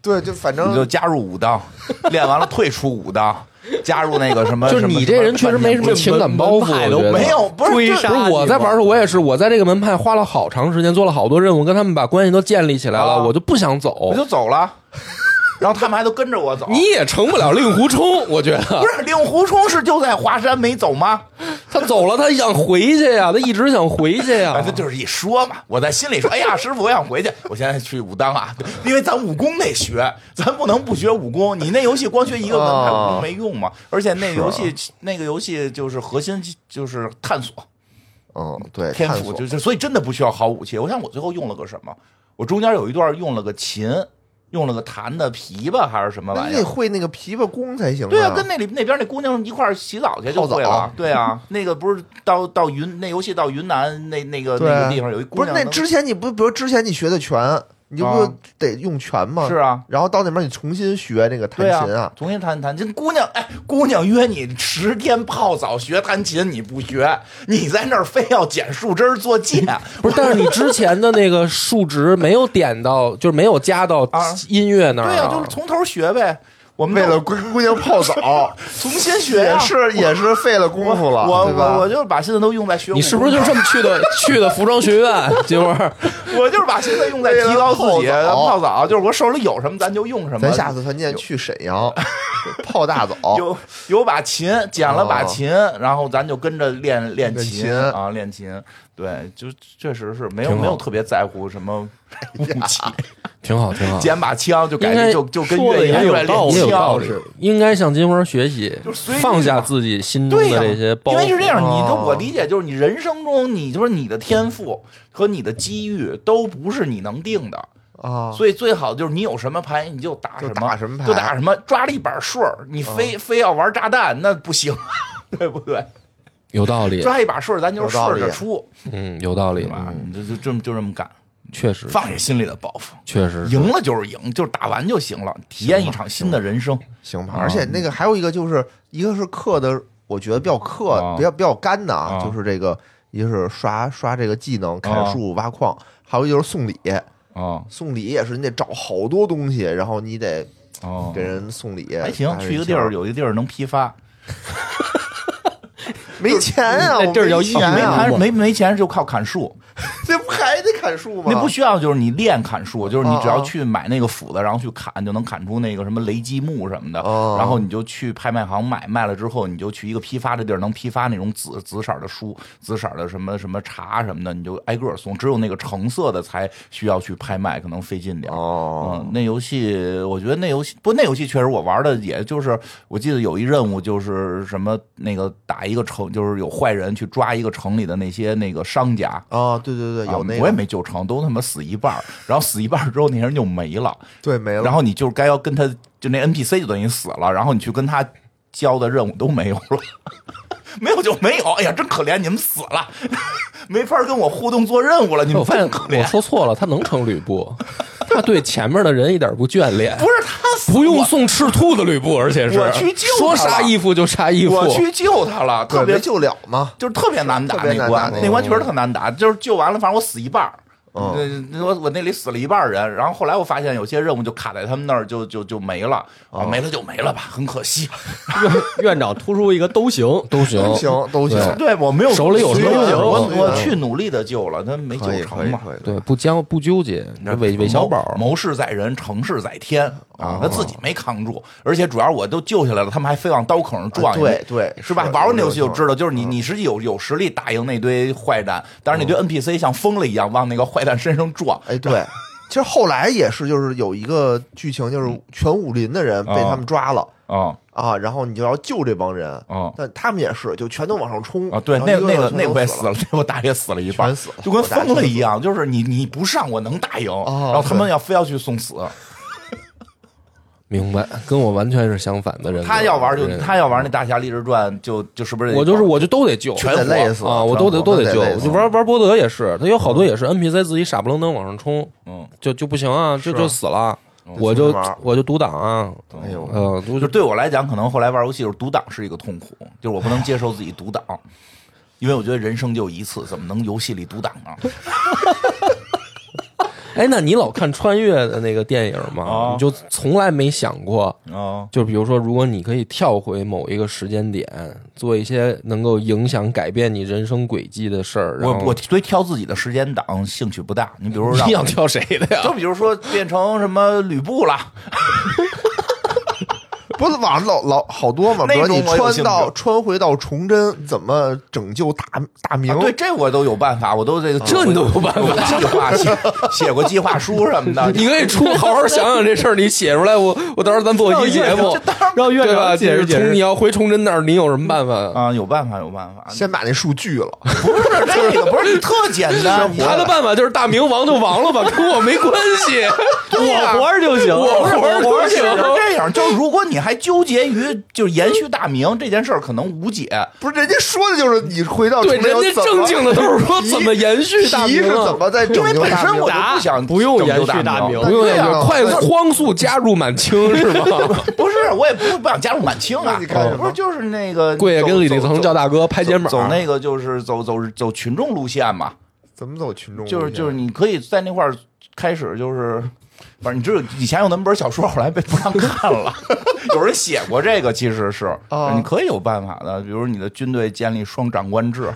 Speaker 3: 对，就反
Speaker 2: 你
Speaker 1: 嗯
Speaker 2: 就
Speaker 3: 正
Speaker 2: 加入武当，练完了退出武当，加入那个什么。
Speaker 1: 就是
Speaker 2: 什么
Speaker 1: 你这人确实没什么情感包袱，我
Speaker 5: 门派
Speaker 1: 觉
Speaker 5: 都
Speaker 1: 得
Speaker 2: 没有，不是
Speaker 5: 追
Speaker 2: 就
Speaker 5: 杀
Speaker 1: 不是我在玩的时候，我也是，我在这个门派花了好长时间，做了好多任务，跟他们把关系都建立起来了，
Speaker 2: 啊
Speaker 1: 我就不想走
Speaker 2: 我。就走了，然后他们还都跟着我走。 [LAUGHS]
Speaker 1: 你也成不了令狐冲，我觉得
Speaker 2: 不是令狐冲是就在华山没走吗？
Speaker 1: 他走了，他想回去呀，他一直想回去呀
Speaker 2: 反。正就是一说嘛，我在心里说，哎呀，师傅，我想回去，我现在去武当啊，因为咱武功得学，咱不能不学武功。你那游戏光学一个门派武
Speaker 1: 哦
Speaker 2: 功没用嘛，而且那游戏那个游戏就是核心就是探索
Speaker 3: 嗯，对，
Speaker 2: 天
Speaker 3: 探
Speaker 2: 赋，
Speaker 3: 索
Speaker 2: 就是所以真的不需要好武器。我想我最后用了个什么？我中间有一段用了个琴，用了个弹的琵琶还是什么
Speaker 3: 那
Speaker 2: 玩
Speaker 3: 你
Speaker 2: 意儿
Speaker 3: 得。会那个琵琶功才行
Speaker 2: 对
Speaker 3: 啊
Speaker 2: 啊，，跟那里那边那姑娘一块儿洗澡去就
Speaker 3: 泡澡
Speaker 2: 会了。对啊，那个不是到到云那游戏到云南那那啊个那
Speaker 3: 对
Speaker 2: 个地方有一姑
Speaker 3: 不是
Speaker 2: 娘
Speaker 3: 那
Speaker 2: 能，
Speaker 3: 之前你不，比如之前你学的拳，你就
Speaker 2: 啊
Speaker 3: 不得用拳吗？
Speaker 2: 是啊，
Speaker 3: 然后到那边你重新学那个弹
Speaker 2: 对
Speaker 3: 琴啊，
Speaker 2: 重新弹弹琴。姑娘，哎，姑娘约你十天泡澡学弹琴，你不学，你在那儿非要捡树枝儿 [LAUGHS] 做剑，
Speaker 1: 不是，但是你之前的那个数值没有点到，就是没有加到
Speaker 2: 啊
Speaker 1: 音乐那儿、
Speaker 2: 对呀、就是从头学呗。我们
Speaker 3: 为
Speaker 2: 都
Speaker 3: 了跟姑娘
Speaker 2: [LAUGHS]
Speaker 3: 泡澡，
Speaker 2: 重新学呀、
Speaker 3: 也是也是费了功夫了，
Speaker 2: 啊我
Speaker 3: 对
Speaker 2: 我我
Speaker 3: 吧？
Speaker 2: 就是把心思都用在学武功上，
Speaker 1: 你是不是就这么去的去的服装学院？
Speaker 2: [LAUGHS]
Speaker 1: 金花儿，
Speaker 2: 我就是把心思用在提高自己
Speaker 3: 为了
Speaker 2: 泡
Speaker 3: 泡
Speaker 2: 澡，就是我手里有什么咱就用什么。
Speaker 3: 咱下次团建去沈
Speaker 2: [LAUGHS]
Speaker 3: 阳泡大澡，
Speaker 2: 有有把琴，捡了把
Speaker 3: 哦
Speaker 2: 琴，然后咱就跟着练练
Speaker 3: 练
Speaker 2: 琴
Speaker 3: 琴
Speaker 2: 啊，练琴。对，就确实是没有
Speaker 1: 挺好
Speaker 2: 没有特别在乎什么武 [LAUGHS] 器，
Speaker 1: 挺好，挺好，
Speaker 2: 捡把枪就
Speaker 1: 应
Speaker 2: 感
Speaker 1: 该
Speaker 2: 觉就就跟
Speaker 4: 说得
Speaker 2: 越野
Speaker 4: 也有
Speaker 2: 出来
Speaker 4: 道
Speaker 1: 也
Speaker 4: 理
Speaker 2: 练
Speaker 1: 有道
Speaker 2: 枪
Speaker 1: 理
Speaker 2: 似的。，
Speaker 1: 应该向金花儿学习
Speaker 2: 就随意，嘛
Speaker 1: 放下自己心中
Speaker 2: 对
Speaker 1: 的
Speaker 2: 呀、
Speaker 1: 这些包
Speaker 2: 因为是
Speaker 1: 袱
Speaker 2: 这。样，你的
Speaker 3: 哦
Speaker 2: 我理解就是，你人生中，你就是你的天赋和你的机遇都不是你能定的，
Speaker 3: 啊，
Speaker 2: 所以最好就是你有什么牌你就打什
Speaker 3: 就
Speaker 2: 么，
Speaker 3: 打什么牌啊
Speaker 2: 就打什么，抓了一板顺儿，你非、非要玩炸弹那不行， [LAUGHS] 对不对？
Speaker 1: 有道理，
Speaker 2: 抓一把顺儿，咱就是顺着出，
Speaker 1: 嗯，有道理
Speaker 2: 对，吧？你就就这么就这么干，
Speaker 1: 确实，
Speaker 2: 放下心里的包袱，
Speaker 1: 确实是
Speaker 2: 赢了就是赢，就是打完就行了，体验一场新的人生。
Speaker 3: 行吧。
Speaker 2: 啊
Speaker 3: 而且那个还有一个就是，一个是刻的，我觉得比较
Speaker 2: 啊
Speaker 3: 刻，比较比较干的
Speaker 2: 啊
Speaker 3: 啊，就是这个，一个是刷刷这个技能、
Speaker 2: 啊
Speaker 3: 砍树、挖矿，还有一个就是送礼，
Speaker 2: 哦
Speaker 3: 送礼也是你得找好多东西，然后你得
Speaker 2: 哦
Speaker 3: 给人送礼。
Speaker 2: 还行，
Speaker 3: 打人
Speaker 2: 去一个地儿
Speaker 3: 情
Speaker 2: 有一个地儿能批发，
Speaker 3: 没钱啊，
Speaker 4: 那
Speaker 3: 我
Speaker 4: 地儿叫
Speaker 3: 没
Speaker 4: 一
Speaker 3: 钱
Speaker 2: 没
Speaker 3: 啊，
Speaker 2: 钱没没钱就靠砍树，
Speaker 3: [LAUGHS] 这不还得砍树吗？
Speaker 2: 那不需要就是你练砍树，就是你只要
Speaker 3: 啊啊
Speaker 2: 去买那个斧子，然后去砍，就能砍出那个什么雷击木什么的，
Speaker 3: 哦
Speaker 2: 然后你就去拍卖行买，卖了之后你就去一个批发的地儿，能批发那种紫紫色儿的书、紫色儿的什么什么茶什么的，你就挨个儿送，只有那个橙色的才需要去拍卖，可能费劲点儿。
Speaker 3: 哦，
Speaker 2: 嗯，那游戏我觉得那游戏不，那游戏确实我玩的也就是，我记得有一任务就是什么那个打一个城，就是有坏人去抓一个城里的那些那个商家，
Speaker 3: 啊，对对对，有那
Speaker 2: 嗯啊
Speaker 3: 个，
Speaker 2: 我也没救成，都他妈死一半儿，然后死一半儿之后那人就没了，
Speaker 3: 对没了，
Speaker 2: 然后你就该要跟他就那 NPC 就等于死了，然后你去跟他交的任务都没有了， [LAUGHS] 没有就没有，哎呀，真可怜，你们死了， [LAUGHS] 没法跟我互动做任务了，你
Speaker 1: 我
Speaker 2: 们
Speaker 1: 发现
Speaker 2: 真可
Speaker 1: 我
Speaker 2: 怜。
Speaker 1: 说错了，他能成吕布，他对前面的人一点不眷恋，
Speaker 2: 不是他死，
Speaker 1: 不用送赤兔的吕布，而且是
Speaker 2: 我去救他
Speaker 1: 说杀
Speaker 2: 了
Speaker 1: 衣服就
Speaker 5: [LAUGHS]
Speaker 1: 杀衣服，
Speaker 2: 我去救他了，
Speaker 3: 对
Speaker 2: 特别
Speaker 3: 没救了嘛。
Speaker 2: 就是特别难打
Speaker 3: 特别
Speaker 2: 那
Speaker 3: 难
Speaker 2: 关
Speaker 3: 打，
Speaker 2: 那关确实特难打，就是救完了，反正我死一半儿。
Speaker 3: 嗯
Speaker 2: 呃我我那里死了一半儿人，然后后来我发现有些任务就卡在他们那儿，就就就没了
Speaker 3: 哦
Speaker 2: 啊，没了就没了吧，很可惜。
Speaker 4: 院长突出一个都行，
Speaker 1: 都行
Speaker 2: 哦
Speaker 3: 都行都行，
Speaker 1: 对
Speaker 2: [LAUGHS] 对我没有
Speaker 1: 手里有
Speaker 2: 随缘
Speaker 1: 什么有啊
Speaker 2: 我
Speaker 3: 什么
Speaker 2: 我去努力的救了，他没救
Speaker 3: 可以可
Speaker 2: 成
Speaker 3: 以
Speaker 2: 嘛。
Speaker 3: 可以，
Speaker 1: 对，不将不纠结，韦韦小宝
Speaker 2: 谋谋事在人，成事在天
Speaker 3: 哦
Speaker 2: 啊！他自己没扛住，而且主要我都救下来了，他们还非往刀口上撞，
Speaker 3: 啊对对
Speaker 2: 是吧？
Speaker 3: 是嗯
Speaker 2: 玩过那游戏就知道，
Speaker 3: 没错
Speaker 2: 就是你你实际有有实力打赢那堆坏蛋，但是那堆
Speaker 3: 嗯
Speaker 2: NPC 像疯了一样往那个坏蛋身上撞， [LAUGHS]
Speaker 3: 哎对。其实后来也是，就是有一个剧情，就是全武林的人被
Speaker 2: 嗯啊
Speaker 3: 他们抓了
Speaker 2: 啊
Speaker 3: 啊，然后你就要救这帮人
Speaker 2: 啊
Speaker 3: 但他们也是，就全都往上冲
Speaker 2: 啊！对，
Speaker 3: 哦然后
Speaker 2: 那
Speaker 3: 一
Speaker 2: 那个
Speaker 3: 全
Speaker 2: 那
Speaker 3: 都
Speaker 2: 我也
Speaker 3: 死
Speaker 2: 死了，那 [LAUGHS] 我打也死了一半
Speaker 3: 全死了，
Speaker 2: 就跟
Speaker 3: 我打
Speaker 2: 疯了
Speaker 3: 全
Speaker 2: 一样，就是你你不上我能打赢，
Speaker 3: 哦
Speaker 2: 然后他们
Speaker 3: 对哎
Speaker 2: 要非要去送死，
Speaker 1: 明白，跟我完全是相反的人格。
Speaker 2: 他要玩就
Speaker 1: 对
Speaker 2: 他要玩那大侠立志传就就是不是
Speaker 1: 我就是我就都得救，
Speaker 2: 全
Speaker 3: 得累死
Speaker 1: 啊，我都得
Speaker 3: 全
Speaker 1: 都
Speaker 3: 活
Speaker 1: 得
Speaker 3: 得
Speaker 1: 救。
Speaker 3: 累
Speaker 1: 我
Speaker 3: 死
Speaker 1: 就玩玩波德也是，他有好多也是 NPC 自己傻不愣登往上冲，
Speaker 2: 嗯，
Speaker 1: 就就不行啊，就就死了，我
Speaker 3: 就
Speaker 1: 就是
Speaker 3: 玩儿
Speaker 1: 我就独挡啊，
Speaker 3: 哎呦
Speaker 1: 呃，我
Speaker 2: 就
Speaker 1: 就
Speaker 2: 对我来讲，可能后来玩游戏就是独挡是一个痛苦，就是我不能接受自己独挡，因为我觉得人生就一次，怎么能游戏里独挡啊呢？
Speaker 1: 哎，那你老看穿越的那个电影
Speaker 2: 啊
Speaker 1: 吗？你就从来没想过，
Speaker 2: 啊，
Speaker 1: 就比如说，如果你可以跳回某一个时间点，做一些能够影响改变你人生轨迹的事儿，然
Speaker 2: 我
Speaker 1: 后
Speaker 2: 我对挑自己的时间档兴趣不大。你比如说让
Speaker 1: 你
Speaker 2: 我，
Speaker 1: 想跳谁的呀？
Speaker 2: 啊就比如说变成什么吕布了，
Speaker 3: 不是网上老老好多嘛，比
Speaker 2: 那
Speaker 3: 如
Speaker 2: 种
Speaker 3: 你
Speaker 2: 我有
Speaker 3: 穿
Speaker 2: 兴趣
Speaker 3: 到穿回到崇祯，怎么拯救大大明？
Speaker 2: 啊对，这我都有办法，我都这个
Speaker 1: 这你都有办法
Speaker 2: 我计
Speaker 1: [LAUGHS]
Speaker 2: 划写写过计划书什么的。
Speaker 1: 你可以出好好想想这事儿，你写出来，我我到时候咱做一期节目，
Speaker 4: 让院
Speaker 1: 对吧？
Speaker 4: 长
Speaker 1: 就
Speaker 4: 解
Speaker 1: 是
Speaker 4: 释解
Speaker 1: 从你
Speaker 4: 释。
Speaker 1: 要回崇祯那儿，你有什么办法？
Speaker 2: 啊，有办法，有办法，
Speaker 3: 先把那树锯了，
Speaker 2: 不是这个，不是特简单，你
Speaker 1: [LAUGHS] 他的办法就是大明王就王了吧，跟我没关系。
Speaker 4: 我活着就行，
Speaker 1: 我活着
Speaker 2: 不
Speaker 1: 就行
Speaker 2: 是这样，就是如果你还纠结于就是延续大明这件事儿，可能无解。
Speaker 3: 不是人家说的就是你回到
Speaker 1: 对，
Speaker 3: 崇
Speaker 1: 人家
Speaker 3: 祯要怎
Speaker 1: 正
Speaker 3: 么
Speaker 1: 经的都是
Speaker 3: [LAUGHS]
Speaker 1: 说怎么延续大
Speaker 3: 皮
Speaker 1: 明
Speaker 3: 是怎
Speaker 1: 啊。
Speaker 3: 么在拯
Speaker 2: 因为
Speaker 3: 救
Speaker 2: 本
Speaker 3: 大
Speaker 2: 身
Speaker 3: 明
Speaker 2: 我？就不想
Speaker 4: 不用
Speaker 2: 拯救
Speaker 4: 延续
Speaker 2: 大
Speaker 4: 大
Speaker 2: 明
Speaker 4: 明
Speaker 1: 不用
Speaker 2: 对
Speaker 1: 讲
Speaker 2: 呀
Speaker 1: 究，快光速加入满 [LAUGHS] 清是吗？
Speaker 2: [LAUGHS] 不是，我也不不想加入满清啊
Speaker 3: 那你看什，么
Speaker 2: 不是就是那
Speaker 1: [LAUGHS]
Speaker 2: 个
Speaker 1: 跪下
Speaker 2: 走
Speaker 1: 跟李立
Speaker 2: 走
Speaker 1: 腾叫大哥，拍
Speaker 2: 走
Speaker 1: 肩膀。
Speaker 2: 走那个就是走走走群众路线嘛，
Speaker 3: 怎么走群众路线？
Speaker 2: 就是就是你可以在那块儿开始就是，反正你知道以前有那么本小说，后来被不让看了， [LAUGHS] 有人写过这个，其实是
Speaker 1: 哦
Speaker 3: 啊
Speaker 2: 你可以有办法的，比如你的军队建立双长官制，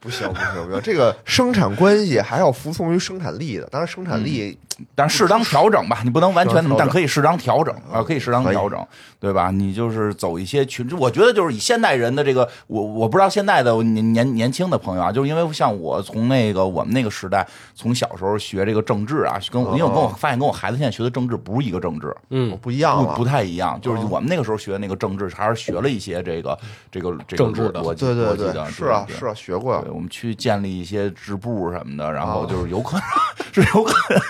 Speaker 3: 不行不行不行，这个生产关系还要服从于生产力的，当然生产力
Speaker 2: 但是适当调整吧，你不能完全
Speaker 3: 嗯适当调整，
Speaker 2: 但可以适当调整啊，可以适当
Speaker 3: 可以
Speaker 2: 调整，对吧？你就是走一些群，我觉得就是以现代人的这个，我我不知道现在的年年年轻的朋友啊，就是因为像我从那个我们那个时代，从小时候学这个政治啊，跟我因为我跟
Speaker 3: 哦
Speaker 2: 我发现跟我孩子现在学的政治不是一个政治，
Speaker 3: 不一样
Speaker 2: 嗯不
Speaker 3: 了，
Speaker 2: 不太一样，就是
Speaker 3: 哦
Speaker 2: 我们那个时候学的那个政治，还是学了一些这个这个这个
Speaker 1: 政治的
Speaker 2: 逻辑
Speaker 3: 对
Speaker 2: 逻
Speaker 3: 对
Speaker 2: 辑的，
Speaker 3: 对，是啊
Speaker 2: 对
Speaker 3: 是啊，学过呀
Speaker 2: 对，，我们去建立一些支部什么的，然后
Speaker 3: 啊
Speaker 2: 就是有可能是有可能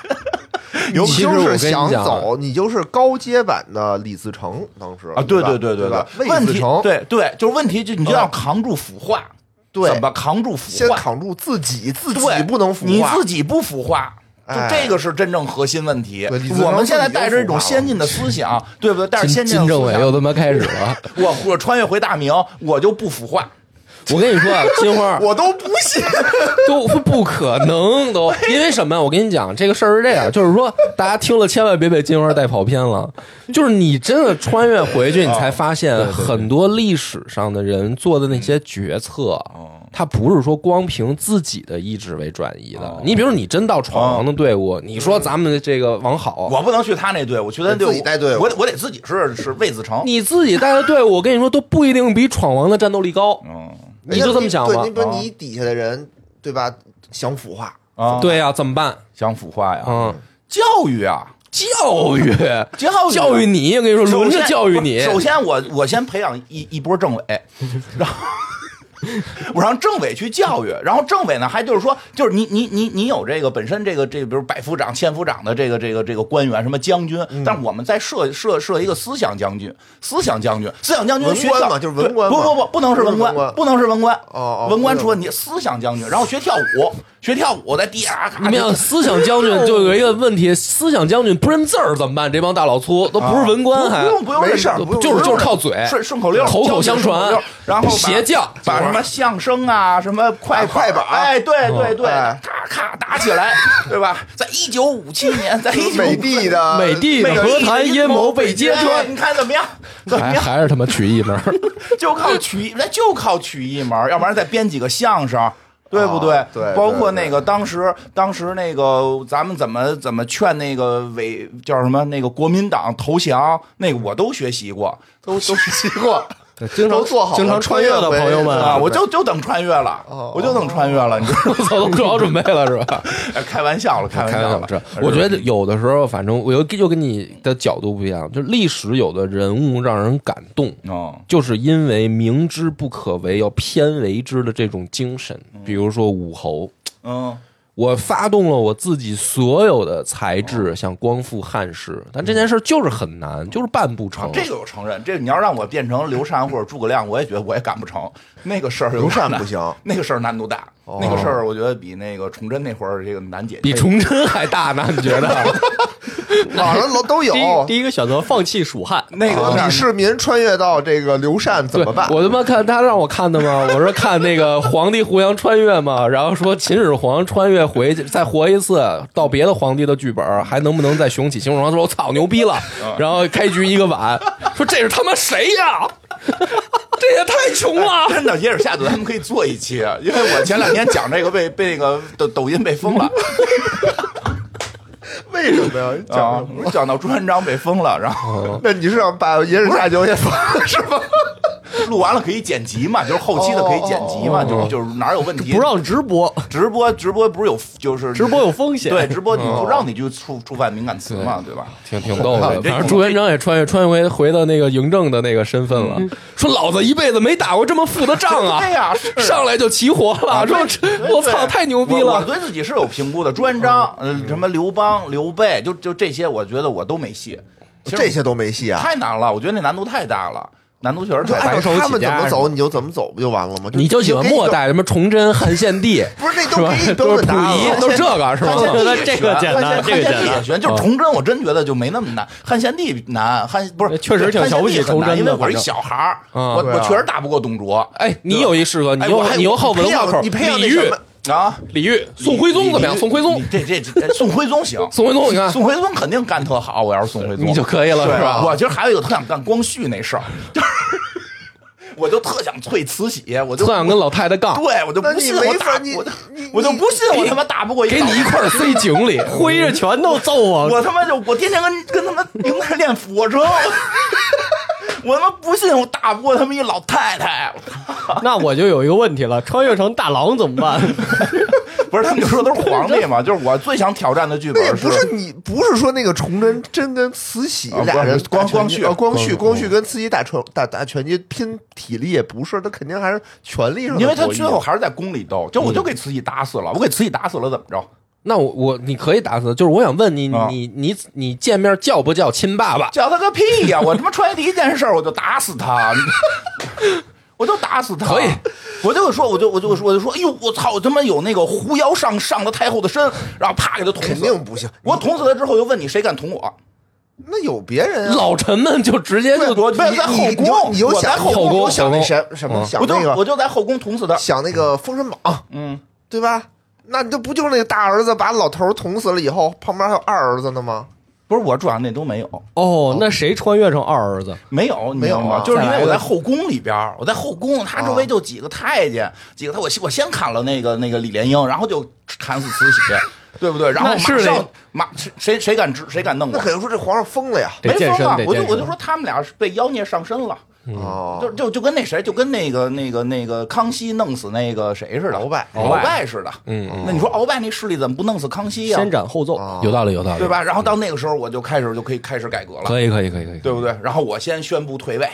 Speaker 3: 你
Speaker 1: 其实
Speaker 3: 就
Speaker 1: 我跟
Speaker 3: 是
Speaker 1: 你
Speaker 3: 想
Speaker 1: 讲
Speaker 3: 走，你就是高阶版的李自成，当时
Speaker 2: 啊，对
Speaker 3: 对吧
Speaker 2: 对对
Speaker 3: 对
Speaker 2: 对
Speaker 3: 吧，
Speaker 2: 问
Speaker 3: 魏自
Speaker 2: 题
Speaker 3: 成，
Speaker 2: 对对，就是问题就你就要扛住腐化，
Speaker 3: 嗯对
Speaker 2: 怎么扛住腐
Speaker 3: 先
Speaker 2: 化？
Speaker 3: 扛住自己，自己
Speaker 2: 对，
Speaker 3: 不能腐
Speaker 2: 你
Speaker 3: 化
Speaker 2: 自。己不腐化。就
Speaker 3: 哎
Speaker 2: 这个是真正核心问题
Speaker 3: 对李自。
Speaker 2: 我
Speaker 3: 成
Speaker 2: 们现在
Speaker 3: 自己就
Speaker 2: 带着一
Speaker 3: 腐化
Speaker 2: 种先进的思
Speaker 3: [LAUGHS]
Speaker 2: 想，对不对？带着
Speaker 1: 金
Speaker 2: 先进
Speaker 1: 金
Speaker 2: 的
Speaker 1: 政委
Speaker 2: 思
Speaker 1: 又
Speaker 2: 想，
Speaker 1: 他妈开始
Speaker 2: [LAUGHS]
Speaker 1: 了。
Speaker 2: 我我穿越回大明，我就不腐化。
Speaker 1: 我跟你说啊，金花儿
Speaker 3: 我都不信，
Speaker 1: 都不可能都，因为什么呀？我跟你讲，这个事儿是这样，就是说大家听了千万别被金花带跑偏了。就是你真的穿越回去，你才发现很多历史上的人做的那些决策，他不是说光凭自己的意志为转移的。你比如你真到闯王的队伍，你说咱们这个哦嗯王好，
Speaker 2: 我不能去他那队伍，我去他那队伍
Speaker 3: 自己带队伍
Speaker 2: 我得我得自己是是魏子成。
Speaker 1: [LAUGHS] 你自己带的队伍，我跟你说都不一定比闯王的战斗力高。
Speaker 2: 嗯
Speaker 1: 你就这么想吧
Speaker 3: 对，你比如你底下的人，对吧？想
Speaker 2: [LAUGHS]
Speaker 3: 腐化，
Speaker 2: 啊，
Speaker 1: 对呀、怎么办？
Speaker 2: 想腐化呀，
Speaker 1: 嗯，
Speaker 2: 教育啊，
Speaker 1: 教育，
Speaker 2: 教育
Speaker 1: 教育你，我跟你说，
Speaker 2: 首
Speaker 1: 轮着
Speaker 2: 先
Speaker 1: 教育
Speaker 2: 不是
Speaker 1: 你。
Speaker 2: 首先我我先培养一一波政委，然后我让政委去教育，然后政委呢还就是说，就是你你你你有这个本身这个这个比如百夫长、千夫长的这个这个这个官员什么将军，
Speaker 3: 嗯
Speaker 2: 但我们再设设设一个思想将军，思想将军，思想将军
Speaker 3: 文
Speaker 2: 学
Speaker 3: 官
Speaker 2: 校
Speaker 3: 嘛就是文官
Speaker 2: 对
Speaker 3: 嘛
Speaker 2: 不不不不能是
Speaker 3: 不是
Speaker 2: 文官
Speaker 3: 文官
Speaker 2: 不能是文官
Speaker 3: 哦哦
Speaker 2: 文官
Speaker 3: 不是
Speaker 2: 出问题，思想将军，然后学跳舞学跳舞在地下咔
Speaker 1: 你们想思想将军就有一个问题，思想将军不认字儿怎么办？这帮大老粗都不是文官，还
Speaker 2: 不用不用
Speaker 3: 没
Speaker 2: 认
Speaker 3: 事儿
Speaker 2: 识
Speaker 3: 不用
Speaker 1: 就是
Speaker 3: 不
Speaker 1: 就
Speaker 3: 用
Speaker 1: 是靠嘴
Speaker 2: 顺顺口溜，
Speaker 1: 口口相
Speaker 2: 教
Speaker 1: 传
Speaker 2: 你顺口溜，然后把
Speaker 1: 邪教，
Speaker 2: 把什么相声啊，什么快
Speaker 3: 哎快板
Speaker 2: 哎，对
Speaker 1: 嗯
Speaker 2: 对对
Speaker 3: 哎，
Speaker 2: 咔咔打起来，对吧？在一九五七年，在一九
Speaker 3: 美帝的
Speaker 1: 美帝的和谈阴谋被揭穿，
Speaker 2: 哎你看怎么样？怎么
Speaker 1: 还
Speaker 2: 样？
Speaker 1: 哎还是他妈曲艺 [LAUGHS] 门儿，
Speaker 2: 就靠曲，那就靠曲艺门儿，要不然再编几个相声。对不对？
Speaker 3: 啊对
Speaker 2: 包括
Speaker 3: 对
Speaker 2: 那个当时，当时那个咱们怎么怎么劝那个伪叫什么那个国民党投降，那个我都学习过，都都学习过
Speaker 4: 经常
Speaker 3: 都做好了
Speaker 4: 经常穿越的朋友们
Speaker 2: 啊！我就就等穿越了，我就等穿越了，你知道
Speaker 1: 我操，都做好准备了是吧？
Speaker 2: [LAUGHS] 吗？开玩笑了，开玩
Speaker 1: 开玩笑
Speaker 2: 笑了 [LAUGHS]
Speaker 1: 这，，我觉得
Speaker 2: 哎
Speaker 1: 有的时候，反正我又又跟你的角度不一样，就历史有的人物让人感动，
Speaker 2: 哦，
Speaker 1: 就是因为明知不可为要偏为之的这种精神。比如说武侯，
Speaker 2: 嗯，
Speaker 1: 我发动了我自己所有的才
Speaker 2: 哦
Speaker 1: 智，想光复汉室，但这件事就是很难，就是办不成。
Speaker 2: 啊这个我承认，这个你要让我变成刘禅或者诸葛亮，我也觉得我也干不成那个事儿有
Speaker 3: 刘
Speaker 2: 点难。
Speaker 3: 禅不行，哦
Speaker 2: 那个事儿难度大，那个事儿我觉得比那个崇祯那会儿这个难解决。
Speaker 1: 比崇祯还大呢？你觉
Speaker 2: [LAUGHS]
Speaker 1: 得？
Speaker 3: 网上都都有啊
Speaker 4: 第。一第一个选择放弃蜀汉，
Speaker 2: 那个有点
Speaker 3: 李世民穿越到这个刘禅怎
Speaker 1: 对，
Speaker 3: 么办？
Speaker 1: 我他妈看他让我看的吗？ [LAUGHS] 我说看那个皇帝胡杨穿越嘛，然后说秦始皇穿越回去再活一次，到别的皇帝的剧本还能不能再雄起？秦始皇说：“我操，牛逼了！”然后开局一个碗，说这是他妈谁呀？这也太穷了。
Speaker 2: 真的，野尔下酒咱们可以做一期，啊因
Speaker 3: [LAUGHS]
Speaker 2: 啊为我前两天讲这个被被那个抖抖音被封了，
Speaker 3: 为什么呀？讲
Speaker 2: 啊
Speaker 3: 什，么？哦
Speaker 2: 我讲到朱元璋被封了，然后
Speaker 3: 那你是想把野史下酒也放了是吧？
Speaker 2: [LAUGHS] 录完了可以剪辑嘛，就是后期的可以剪辑
Speaker 1: 哦
Speaker 2: 嘛，就是就是哪儿有问题
Speaker 5: 不让直播，
Speaker 2: 直播直播不是有就是
Speaker 5: 直播有风险。
Speaker 2: 对直播你不让你去触触犯敏感词嘛，对吧？
Speaker 1: 挺挺逗的。嗯
Speaker 2: 你这
Speaker 1: 反正朱元璋也穿越穿回回到那个嬴政的那个身份了，说老子一辈子没打过这么富的仗 [LAUGHS] 啊
Speaker 2: 对，呀，是啊啊
Speaker 1: 上来就齐活了，说
Speaker 2: 对
Speaker 1: 这我操太牛逼
Speaker 2: 我我
Speaker 1: 了。
Speaker 2: 对自己是有评估的。朱元璋，呃，什么刘邦、刘备，就就这些，我觉得我都没戏。其实
Speaker 3: 这些都没戏啊！
Speaker 2: 太难了，我觉得那难度太大了，难度确实
Speaker 3: 就
Speaker 2: 太大
Speaker 3: 按
Speaker 2: 了。
Speaker 3: 照哎他们怎
Speaker 1: 白手
Speaker 3: 么
Speaker 1: 起家
Speaker 3: 走，你就怎么走不就完了吗？
Speaker 1: 你就喜欢
Speaker 3: 给
Speaker 1: 末，代什么崇祯、汉献帝，
Speaker 3: 不是那
Speaker 1: 是
Speaker 3: 都
Speaker 1: 吧
Speaker 3: 给你？
Speaker 1: [LAUGHS]
Speaker 3: 标
Speaker 1: 都是
Speaker 3: 准
Speaker 1: 溥
Speaker 3: 答案
Speaker 1: 仪，
Speaker 3: 了。
Speaker 1: 都是这个是
Speaker 2: 汉
Speaker 1: 吧？
Speaker 5: 觉
Speaker 2: 献
Speaker 5: 得
Speaker 2: 帝
Speaker 5: 这个简单这个简
Speaker 2: 也悬汉献汉献帝也
Speaker 5: 单
Speaker 2: 悬，就崇祯我真觉得就没那么难，汉献帝难，汉不是
Speaker 5: 确实挺
Speaker 2: 汉献
Speaker 5: 瞧不起
Speaker 2: 帝很
Speaker 5: 崇祯
Speaker 2: 难因为
Speaker 5: 的
Speaker 2: 我是一
Speaker 5: 反正
Speaker 2: 小孩儿，
Speaker 1: 啊
Speaker 2: 我
Speaker 3: 对
Speaker 2: 我
Speaker 3: 啊
Speaker 2: 确实打不过董卓
Speaker 1: 哎，你有一适合，你
Speaker 2: 哎我
Speaker 1: 又
Speaker 2: 还
Speaker 1: 你又好文化口，
Speaker 3: 你培养你
Speaker 1: 李
Speaker 3: 培养那
Speaker 1: 煜
Speaker 3: 什么、
Speaker 2: 啊。
Speaker 1: 李煜、宋徽宗怎么样？宋徽宗
Speaker 2: 你、这这这宋徽宗行，
Speaker 1: [LAUGHS] 宋徽宗，你看
Speaker 2: 宋徽宗肯定干特好，我要是宋徽宗，
Speaker 1: 你就可以了，
Speaker 2: 对啊
Speaker 1: 是吧？
Speaker 2: 我其实还有一个特想干光绪那事儿，就是 [LAUGHS] 我就特想啐慈禧，我就
Speaker 1: 特想跟老太太杠，
Speaker 2: 对我就
Speaker 3: 那
Speaker 2: 不
Speaker 3: 你
Speaker 2: 信我
Speaker 3: 没法
Speaker 2: 打，
Speaker 3: 你
Speaker 2: 我就
Speaker 3: 你
Speaker 2: 我就
Speaker 3: 你
Speaker 2: 不信我他妈打不过一
Speaker 1: 给
Speaker 2: 个
Speaker 1: 你一块儿塞井里，
Speaker 5: 挥着拳头揍我，
Speaker 2: 我他妈就我天天跟跟他妈营台练俯卧撑，我他妈不信我打不过他们一老太太， [LAUGHS]
Speaker 5: 那我就有一个问题了，穿越成大郎怎么办？ [LAUGHS]
Speaker 2: 不是他们就说都是皇帝嘛，就是我最想挑战的剧
Speaker 3: 那也
Speaker 2: 本
Speaker 3: 不是你，不是说那个崇祯真跟慈禧
Speaker 2: 啊
Speaker 3: 俩
Speaker 2: 不是
Speaker 3: 人
Speaker 2: 光
Speaker 3: 打拳击
Speaker 2: 光绪
Speaker 3: 啊光绪
Speaker 1: 光
Speaker 3: 光绪跟慈禧打拳打打拳击拼体力也不是，他肯定还是权力上的博弈啊，
Speaker 2: 因为他最后还是在宫里斗，就我
Speaker 3: 嗯
Speaker 2: 就给慈禧打死了，我给慈禧打死了怎么着？
Speaker 1: [LAUGHS] 那我我你可以打死，就是我想问你，
Speaker 2: 啊
Speaker 1: 你你你见面叫不叫亲爸爸？
Speaker 2: 叫他个屁呀、我他妈穿越第一件事儿我就打死他，我就打死他。
Speaker 1: 可以，
Speaker 2: 我就说，我就我就说，我就说，哎呦，我操，我他妈有那个狐妖上上了太后的身，然后啪给他捅死。
Speaker 3: 肯定不行。
Speaker 2: 我捅死他之后，又问你谁敢捅我？
Speaker 3: 那有别人啊，
Speaker 1: 老臣们就直接就
Speaker 2: 我在后
Speaker 3: 你你
Speaker 2: 宫，
Speaker 3: 你又
Speaker 2: 我在
Speaker 3: 想
Speaker 2: 后
Speaker 1: 后
Speaker 2: 宫，
Speaker 1: 宫
Speaker 3: 我想那
Speaker 1: 后宫
Speaker 3: 什什么
Speaker 1: 嗯
Speaker 3: 想
Speaker 2: 我就
Speaker 3: 那
Speaker 2: 我
Speaker 3: 个
Speaker 2: 就在后宫捅死他。
Speaker 3: 想那个《封神榜》，
Speaker 2: 嗯，
Speaker 3: 对吧？那你这不就是那个大儿子把老头捅死了以后，旁边还有二儿子呢吗？
Speaker 2: 不是我主要那都没有，
Speaker 5: 哦，那谁穿越成二儿子？
Speaker 2: 没有，你
Speaker 3: 没有
Speaker 2: 明白吗
Speaker 3: 啊
Speaker 2: 就是因
Speaker 5: 再来
Speaker 2: 为
Speaker 5: 一
Speaker 2: 我
Speaker 5: 个
Speaker 2: 在后宫里边儿，我在后宫，他周围就几个太监，几个他我先我先砍了那个那个李莲英，然后就砍死
Speaker 3: [LAUGHS]
Speaker 2: 慈禧，对不对？然后
Speaker 5: 那是
Speaker 2: 马上
Speaker 5: 得
Speaker 2: 马谁谁谁敢指谁敢弄
Speaker 3: 那
Speaker 2: 我？
Speaker 3: 肯定说这皇上疯了呀！
Speaker 5: 得
Speaker 2: 没
Speaker 5: 健
Speaker 2: 疯
Speaker 5: 身
Speaker 2: 啊！
Speaker 5: 得
Speaker 2: 我就
Speaker 5: 健
Speaker 2: 我就
Speaker 5: 身
Speaker 2: 说他们俩是被妖孽上身了，
Speaker 3: 哦，
Speaker 2: 就就就跟那谁，就跟那个那个那个康熙弄死那个谁似的，
Speaker 3: 鳌拜
Speaker 2: 鳌拜似的。
Speaker 1: 嗯嗯
Speaker 2: 那你说鳌拜那势力怎么不弄死康熙呀、
Speaker 5: 先斩后奏，
Speaker 3: 啊
Speaker 1: 有道理，有道理，
Speaker 2: 对？吧？然后到那个时候，我就开始就可以开始改革了，
Speaker 1: 可以，可以，可以，可以。
Speaker 2: 对不对？然后我先宣布退位，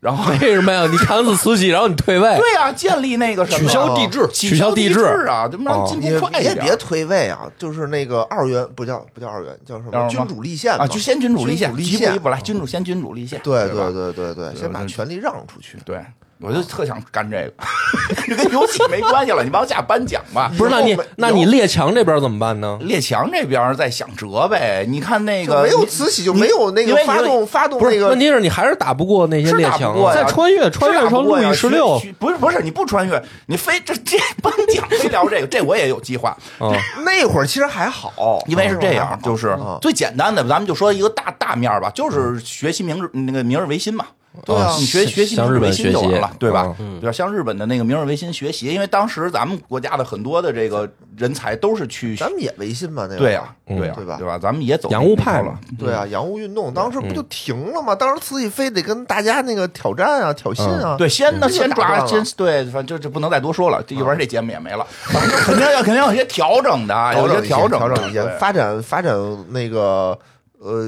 Speaker 2: 然
Speaker 5: [LAUGHS]
Speaker 2: 后
Speaker 1: 为什么呀？你砍死慈禧，然后你退位，
Speaker 2: 对啊，建立那个什么
Speaker 3: 哎取消帝
Speaker 2: 制，取
Speaker 1: 消帝
Speaker 2: 帝
Speaker 1: 制
Speaker 2: 啊，他妈进
Speaker 3: 你
Speaker 2: 步快
Speaker 3: 哦你
Speaker 2: 一
Speaker 3: 也
Speaker 2: 点
Speaker 3: 别推位啊，就是那个二元不叫不叫二元，叫什
Speaker 2: 叫什
Speaker 3: 么
Speaker 2: 么
Speaker 3: 君主立宪嘛
Speaker 2: 啊！就先君主立宪，
Speaker 3: 君
Speaker 2: 一
Speaker 3: 主立
Speaker 2: 步
Speaker 3: 宪
Speaker 2: 一步来，君主先君主立宪，
Speaker 3: 对
Speaker 2: 对吧
Speaker 3: 对对对对，先把权力让出去。
Speaker 2: 对。我就特想干这个， [LAUGHS] 就跟游戏没关系了。你往下颁奖吧。
Speaker 1: 不是？那
Speaker 3: 以
Speaker 1: 你
Speaker 3: 后没
Speaker 1: 那你列强这边怎么办呢？
Speaker 2: 列强这边儿在想辙呗，你看那
Speaker 3: 就
Speaker 2: 个
Speaker 3: 没有
Speaker 2: 你
Speaker 3: 慈禧，就
Speaker 2: 你
Speaker 3: 没有那
Speaker 2: 因
Speaker 3: 个
Speaker 2: 为
Speaker 3: 发
Speaker 2: 因为
Speaker 3: 动发动
Speaker 1: 不
Speaker 3: 那
Speaker 1: 是，
Speaker 3: 个
Speaker 1: 问题是你还是打不过那些
Speaker 2: 是
Speaker 1: 列
Speaker 2: 打不
Speaker 1: 强
Speaker 2: 过
Speaker 1: 啊。
Speaker 2: 呀
Speaker 5: 再穿越穿越
Speaker 2: 是打
Speaker 5: 成
Speaker 2: 不过
Speaker 5: 路
Speaker 2: 呀
Speaker 5: 易十六，
Speaker 2: 徐徐不是不是你不穿越，你非这这颁奖非聊这个，这我也有计划，
Speaker 5: 哦
Speaker 1: 嗯
Speaker 3: 那会儿其实还好，哦
Speaker 2: 因为是这样，就是
Speaker 3: 嗯
Speaker 2: 最简单的，咱们就说一个大大面儿吧，就是学习明日那个明日维新嘛。嗯
Speaker 3: 对啊
Speaker 1: 啊
Speaker 2: 你学学习
Speaker 1: 向
Speaker 2: 明
Speaker 1: 日
Speaker 2: 日
Speaker 1: 本
Speaker 2: 维
Speaker 1: 学
Speaker 2: 新就
Speaker 1: 习
Speaker 2: 完了，对吧？
Speaker 1: 嗯
Speaker 2: 对吧？向日本的那个明日维新学习，因为当时咱们国家的很多的这个人才都是去，
Speaker 3: 咱们也维新嘛，那个
Speaker 2: 对呀，
Speaker 1: 嗯
Speaker 2: 对呀，
Speaker 3: 对吧
Speaker 2: 对吧？咱们也走
Speaker 1: 洋务派
Speaker 2: 那
Speaker 1: 嘛
Speaker 2: 套了，
Speaker 3: 对啊，洋务运动当时不就停了吗？当时慈禧非得跟大家那个挑战啊、挑衅啊，
Speaker 2: 嗯对，先呢，
Speaker 3: 这个
Speaker 2: 先
Speaker 3: 打
Speaker 2: 抓，
Speaker 3: 断
Speaker 2: 先
Speaker 3: 了嗯
Speaker 2: 对，反正就这不能再多说了，这要不然这节目也没了。反正肯定要肯定要有些调整的啊，有
Speaker 3: 调整一些
Speaker 2: 调整
Speaker 3: 调
Speaker 2: 的
Speaker 3: 整一些，
Speaker 2: 对
Speaker 3: 发展发展那个呃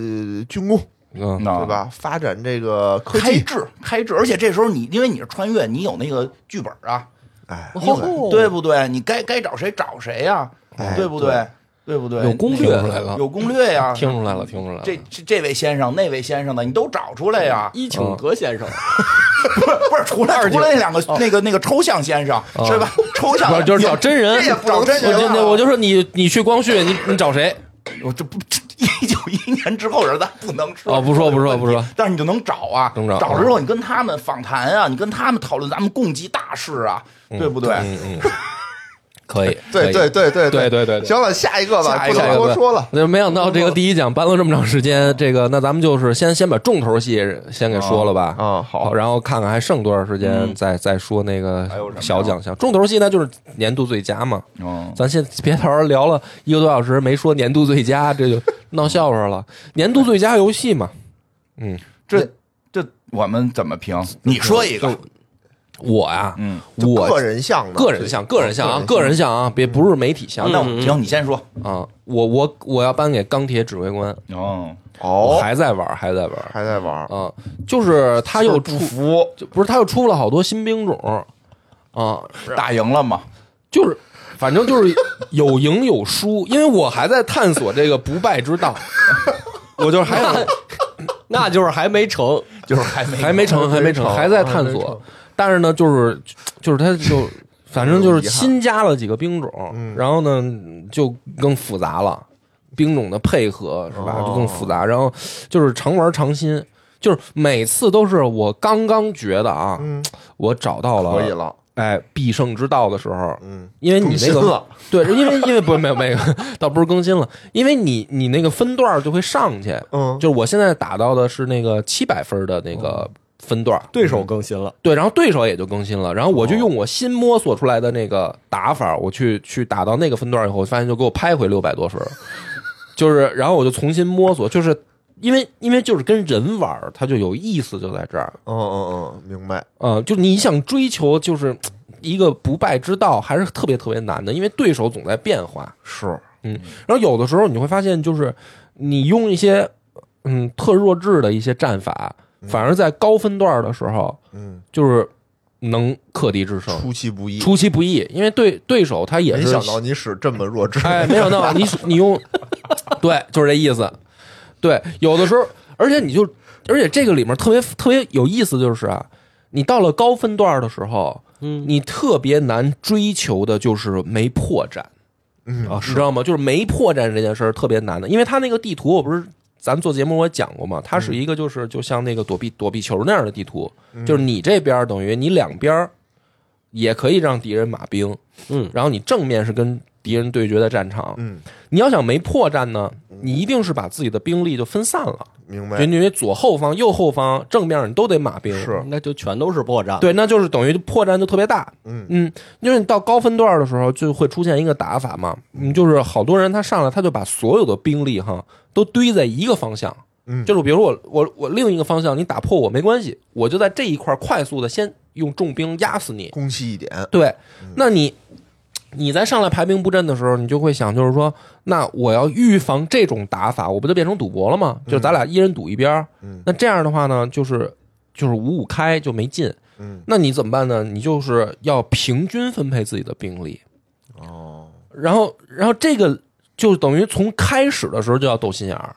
Speaker 3: 军工，
Speaker 1: 嗯，
Speaker 2: 啊
Speaker 3: 对吧？发展这个科
Speaker 2: 开
Speaker 3: 技，
Speaker 2: 智，开智，而且这时候你因为你是穿越，你有那个剧本啊，
Speaker 3: 哎，
Speaker 2: 你有
Speaker 5: 哦！
Speaker 2: 对不对？你该该找谁找谁呀，
Speaker 3: 哎
Speaker 2: 对不对？对不对？
Speaker 1: 有攻略
Speaker 2: 那个
Speaker 1: 出来了
Speaker 2: 有攻略呀，
Speaker 1: 听出来了，听出来了。嗯
Speaker 2: 这这这位先生、那位先生的，你都找出来呀
Speaker 5: 一请格先生，
Speaker 2: [LAUGHS] 不是，除了除了那两个那个那个抽象先生是
Speaker 1: [LAUGHS]
Speaker 2: 吧？抽象
Speaker 1: 哦不是就是找
Speaker 2: 有
Speaker 1: 真人
Speaker 3: 这也，不
Speaker 2: 找
Speaker 3: 能
Speaker 2: 真
Speaker 1: 我
Speaker 2: 人
Speaker 1: 就
Speaker 2: 啊
Speaker 1: 那我就说你你去光绪，你你找谁？
Speaker 2: 我这不一九一年之后人咱不能说
Speaker 1: 哦不说不说不说，
Speaker 2: 但是你就能找啊，
Speaker 1: 能找哦
Speaker 2: 找了之后你跟他们访谈啊，你跟他们讨论咱们共济大事啊，对不对？
Speaker 1: 嗯，可以，
Speaker 3: 对
Speaker 1: 可以
Speaker 3: 对对
Speaker 1: 对
Speaker 3: 对
Speaker 1: 对对对。
Speaker 3: 行了，下一个吧，
Speaker 2: 下一
Speaker 3: 不
Speaker 2: 个
Speaker 3: 能多说了。
Speaker 1: 那没想到这个第一讲搬了这么长时间，这个那咱们就是先先把重头戏先给说了吧。
Speaker 3: 啊，好，
Speaker 1: 然后看看还剩多长时间，再再说那个
Speaker 2: 还有什么呀
Speaker 1: 小奖项。重头戏那就是年度最佳嘛，
Speaker 2: 嗯，
Speaker 1: 咱先别到时候聊了一个多小时没说年度最佳，这就闹笑话了。年度最佳游戏嘛，嗯，
Speaker 2: 这这我们怎么评？你说一个，
Speaker 1: 我呀，
Speaker 2: 嗯，
Speaker 1: 我
Speaker 3: 个人项的，
Speaker 1: 个人项，个人项啊，
Speaker 3: 个
Speaker 1: 个人项啊，别不是媒体项。
Speaker 2: 那我行，你先说。
Speaker 1: 啊，我我我要颁给钢铁指挥官，
Speaker 2: 哦，
Speaker 1: 我
Speaker 3: 哦，
Speaker 1: 还在玩儿，还在玩儿
Speaker 3: 还在玩儿，
Speaker 1: 啊，就是他又出
Speaker 2: 不，服，
Speaker 1: 就不是他又出了好多新兵种啊，
Speaker 2: 打赢了嘛？
Speaker 1: 就是反正就是有赢有输，因为我还在探索这个不败之道，我就是还
Speaker 5: 那就是还没成，
Speaker 2: 就是还没
Speaker 1: 还没成，还没成，还
Speaker 3: 啊
Speaker 1: 在探索。但是呢，就是就是他就反正就是新加了几个兵
Speaker 3: 嗯
Speaker 1: 种，然后呢就更复杂了，兵种的配合是吧，
Speaker 3: 哦
Speaker 1: 就更复杂。然后就是常玩常新，就是每次都是我刚刚觉得啊，
Speaker 3: 嗯，
Speaker 1: 我找到了
Speaker 3: 可以了，
Speaker 1: 哎必胜之道的时候，
Speaker 3: 嗯，
Speaker 1: 因为你
Speaker 3: 更
Speaker 1: 那
Speaker 3: 新
Speaker 1: 个
Speaker 3: 了，
Speaker 1: 对，因为因为不是没有没有，倒不是更新了，因为你你那个分段儿就会上去，
Speaker 3: 嗯，
Speaker 1: 就是我现在打到的是那个七百分的那个分段儿，
Speaker 5: 对手更新了，
Speaker 1: 对，然后对手也就更新了，然后我就用我新摸索出来的那个打法，我去去打到那个分段以后，发现就给我拍回六百多分儿，就是然后我就重新摸索，就是因为因为就是跟人玩儿，它就有意思就在这儿，
Speaker 3: 嗯嗯嗯，明白，
Speaker 1: 嗯、就你想追求就是一个不败之道，还是特别特别难的，因为对手总在变化，
Speaker 3: 是，
Speaker 1: 然后有的时候你会发现，就是你用一些嗯特弱智的一些战法，反而在高分段的时候，
Speaker 3: 嗯，
Speaker 1: 就是能克敌制胜，
Speaker 3: 出其不意，
Speaker 1: 嗯出其不意，因为对对手他也
Speaker 3: 没
Speaker 1: 是
Speaker 3: 想到你使这么弱智，
Speaker 1: 哎，没想到你你
Speaker 3: [LAUGHS]
Speaker 1: 用，对，就是这意思。对，有的时候，而且你就，而且这个里面特别特别有意思，就是啊，你到了高分段的时候，嗯，你特别难追求的就是没破绽，
Speaker 3: 嗯
Speaker 1: 啊，你知道吗？就是没破绽这件事儿特别难的，因为他那个地图，我不是咱做节目我也讲过嘛，它
Speaker 3: 嗯
Speaker 1: 是一个就是就像那个躲避躲避球那样的地图，就是你这边儿等于你两边儿也可以让敌人马兵，
Speaker 5: 嗯，
Speaker 1: 然后你正面是跟敌人对决的战场，
Speaker 3: 嗯，
Speaker 1: 你要想没破绽呢，你一定是把自己的兵力就分散了，
Speaker 3: 明
Speaker 1: 就
Speaker 3: 白，
Speaker 1: 因为左后方、右后方、正面你都得马兵，
Speaker 3: 是
Speaker 5: 那就全都是破绽。
Speaker 1: 对，那就是等于破绽就特别大。
Speaker 3: 嗯
Speaker 1: 因为你到高分段的时候，就会出现一个打法嘛，嗯，就是好多人他上来他就把所有的兵力哈都堆在一个方向，
Speaker 3: 嗯
Speaker 1: 就是比如我我我另一个方向你打破我没关系，我就在这一块快速的先用重兵压死你，
Speaker 3: 攻其一点，
Speaker 1: 对，
Speaker 3: 嗯
Speaker 1: 那你你在上来排兵布阵的时候，你就会想，就是说，那我要预防这种打法，我不就变成赌博了吗？就是咱俩一人赌一边儿。
Speaker 3: 嗯
Speaker 1: 那这样的话呢，就是就是五五开就没劲。
Speaker 3: 嗯，
Speaker 1: 那你怎么办呢？你就是要平均分配自己的兵力，
Speaker 3: 哦
Speaker 1: 然后然后这个就等于从开始的时候就要斗心眼儿，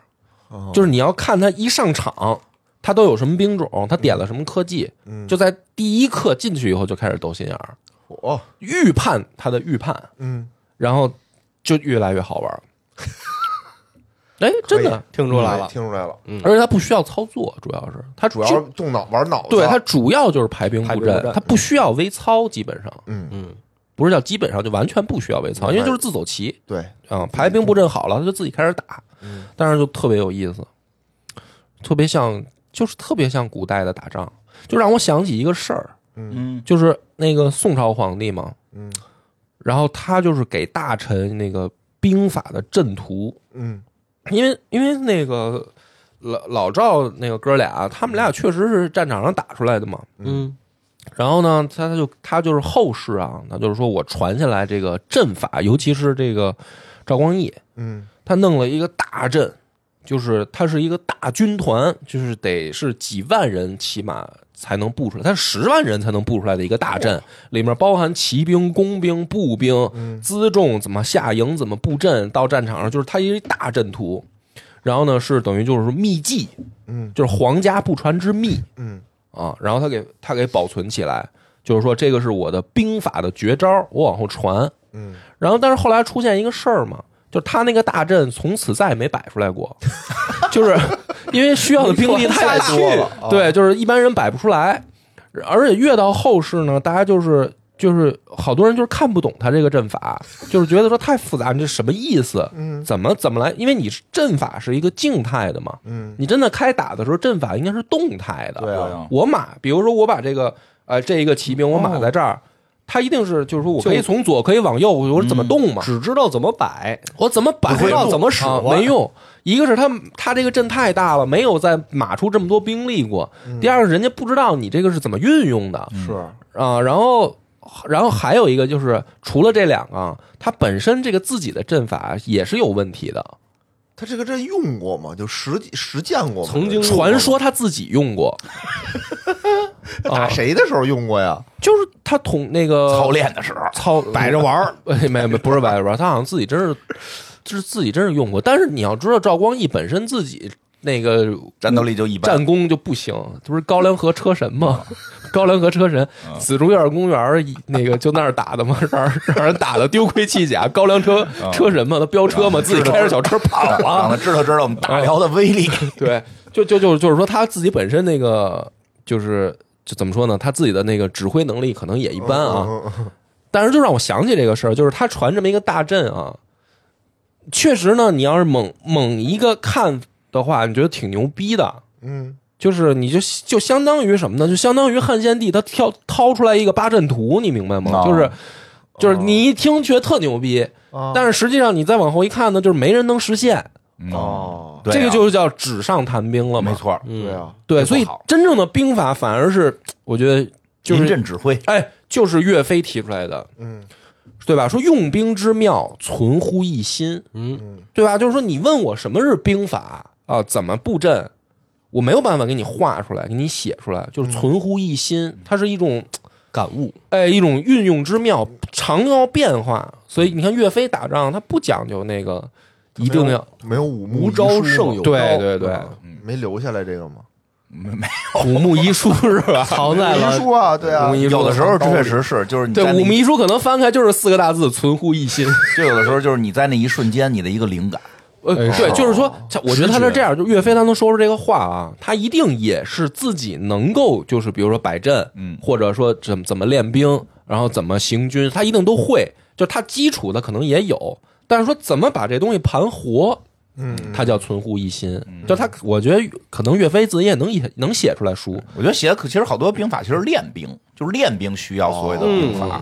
Speaker 3: 哦，
Speaker 1: 就是你要看他一上场。他都有什么兵种？他点了什么科技？
Speaker 3: 嗯
Speaker 1: 就在第一课进去以后就开始斗心眼儿，
Speaker 3: 哦，
Speaker 1: 预判他的预判，
Speaker 3: 嗯，
Speaker 1: 然后就越来越好玩儿。 [LAUGHS] 哎，真的，
Speaker 5: 听出来了，
Speaker 3: 嗯
Speaker 5: 嗯
Speaker 3: 听出来了，
Speaker 1: 而且它不需要操作，主要是它
Speaker 3: 主
Speaker 1: 就
Speaker 3: 要是动脑玩脑子，啊
Speaker 1: 对它主要就是排兵
Speaker 5: 排
Speaker 1: 布
Speaker 5: 兵
Speaker 1: 阵
Speaker 5: 布，阵
Speaker 1: 它不需要微操，基本上
Speaker 3: 嗯
Speaker 5: 嗯，
Speaker 1: 不是叫基本上就完全不需要微操，因为
Speaker 3: 明白
Speaker 1: 就是自走棋
Speaker 3: 对，
Speaker 1: 啊、排兵布阵好了，它就自己开始打，
Speaker 3: 嗯
Speaker 1: 但是就特别有意思，特别像就是特别像古代的打仗，就让我想起一个事儿，
Speaker 2: 嗯
Speaker 1: 就是那个宋朝皇帝嘛，
Speaker 3: 嗯
Speaker 1: 然后他就是给大臣那个兵法的阵图，
Speaker 3: 嗯
Speaker 1: 因为因为那个老老赵那个哥俩，他们俩确实是战场上打出来的嘛。
Speaker 5: 嗯，
Speaker 1: 然后呢，他他就他就是后世啊，那就是说我传下来这个阵法，尤其是这个赵光义，
Speaker 3: 嗯
Speaker 1: 他弄了一个大阵，就是他是一个大军团，就是得是几万人起码才能布出来，他十万人才能布出来的一个大阵，里面包含骑兵、工兵、步兵，
Speaker 3: 嗯
Speaker 1: 辎重怎么下营，怎么布阵，到战场上就是它一大阵图。然后呢，是等于就是秘技，
Speaker 3: 嗯
Speaker 1: 就是皇家不传之秘
Speaker 3: 嗯
Speaker 1: 啊。然后他给他给保存起来，就是说这个是我的兵法的绝招，我往后传。
Speaker 3: 嗯，
Speaker 1: 然后但是后来出现一个事儿嘛，就是他那个大阵从此再也没摆出来过， [LAUGHS] 就是因为需要的兵力
Speaker 3: [LAUGHS]
Speaker 1: 太多了，对，就是一般人摆不出来。而且越到后世呢，大家就是就是好多人就是看不懂他这个阵法，就是觉得说太复杂，你这什么意思？
Speaker 3: 嗯
Speaker 1: 怎么怎么来？因为你是阵法是一个静态的嘛，
Speaker 3: 嗯
Speaker 1: 你真的开打的时候，阵法应该是动态的。
Speaker 2: 对啊
Speaker 1: 我马，比如说我把这个呃这一个骑兵我马在这儿，它一定是就是说我可以从左可以往右，我怎么动嘛？
Speaker 5: 只知道怎么摆，
Speaker 1: 我怎么摆？
Speaker 5: 不知道怎么使
Speaker 1: 啊
Speaker 5: 唤
Speaker 1: 没用。一个是他他这个阵太大了，没有再码出这么多兵力过。第二个，人家不知道你这个是怎么运用的
Speaker 3: 是
Speaker 1: 啊。然后，然后还有一个就是，除了这两个，啊他本身这个自己的阵法也是有问题的。
Speaker 3: 他这个阵用过吗？就实际实践过吗？
Speaker 5: 曾经
Speaker 1: 传说他自己用过，啊
Speaker 3: 打啊谁的时候用过呀？
Speaker 1: 就是他统那个
Speaker 2: 操练的时候，
Speaker 1: 操
Speaker 6: 摆着玩儿，
Speaker 1: [LAUGHS] 哎，没没不是百吧？他好像自己真是，就是自己真是用过。但是你要知道，赵光义本身自己那个
Speaker 2: 战斗力就一般。
Speaker 1: 战功就不行，这不是高粱河车神吗？ [LAUGHS] 高粱河车神，
Speaker 6: 嗯
Speaker 1: 紫竹院公园儿一那个就那儿打的吗？ [LAUGHS] 让人让人打的丢盔弃甲，高粱车
Speaker 6: 嗯
Speaker 1: 车神嘛，他飙车嘛，自己开着小车跑
Speaker 2: 让
Speaker 1: 啊。
Speaker 2: 他知道知道我们大辽的威力，
Speaker 1: [LAUGHS] 对，就就就就是说他自己本身那个就是就怎么说呢？他自己的那个指挥能力可能也一般啊。
Speaker 3: 嗯，嗯嗯
Speaker 1: [LAUGHS] 但是就让我想起这个事儿，就是他传这么一个大阵啊，确实呢，你要是猛猛一个看的话，你觉得挺牛逼的。
Speaker 3: 嗯，
Speaker 1: 就是你就就相当于什么呢？就相当于汉献帝他跳掏出来一个八阵图，你明白吗？
Speaker 2: 啊
Speaker 1: 就是就是
Speaker 3: 哦
Speaker 1: 你一听觉得特牛逼，
Speaker 3: 啊
Speaker 1: 但是实际上你再往后一看呢，就是没人能实现。
Speaker 3: 哦，
Speaker 2: 对啊
Speaker 1: 这个就是叫纸上谈兵了嘛。
Speaker 2: 没，错，
Speaker 5: 嗯
Speaker 3: 对啊，
Speaker 1: 对，
Speaker 2: 这
Speaker 1: 所以
Speaker 2: 不好
Speaker 1: 真正的兵法反而是我觉得就
Speaker 2: 临
Speaker 1: 是
Speaker 2: 阵指挥，
Speaker 1: 哎，就是岳飞提出来的。
Speaker 3: 嗯
Speaker 1: 对吧？说用兵之妙，存乎一心，
Speaker 3: 嗯
Speaker 1: 对吧？就是说，你问我什么是兵法啊，怎么布阵，我没有办法给你画出来，给你写出来，就是存乎一心，它是一种
Speaker 5: 感悟
Speaker 1: 哎一种运用之妙，常要变化。所以你看岳飞打仗，他不讲究那个一定要
Speaker 3: 没有五木
Speaker 5: 无
Speaker 3: 遗
Speaker 5: 招
Speaker 3: 书
Speaker 5: 胜
Speaker 3: 吗
Speaker 5: 有招，
Speaker 1: 对对对， [LAUGHS]
Speaker 3: 嗯没留下来这个吗？
Speaker 2: 没没
Speaker 1: 五木遗书是吧？
Speaker 5: 藏在
Speaker 3: 遗
Speaker 5: 了
Speaker 3: 书啊，对啊
Speaker 1: 五，迷
Speaker 2: 有的时候
Speaker 3: 道理
Speaker 2: 确实是，就是你
Speaker 1: 对
Speaker 2: 在那
Speaker 1: 五
Speaker 2: 一
Speaker 1: 木遗书可能翻开就是四个大字“存乎一心”。
Speaker 2: 就有的时候就是你在那一瞬间你的一个灵感，
Speaker 1: 呃，对，就是说，他我觉得他是这样，就岳飞他能说出这个话啊，他一定也是自己能够，就是比如说摆阵，
Speaker 2: 嗯
Speaker 1: 或者说怎么怎么练兵，然后怎么行军，他一定都会，就他基础的可能也有，但是说怎么把这东西盘活，
Speaker 3: 嗯，嗯
Speaker 1: 他叫存乎一心，就他，我觉得可能岳飞自己也能也能写出来书，
Speaker 2: 我觉得写的可其实好多兵法其实练兵，就是练兵需要所谓的兵法，
Speaker 1: 哦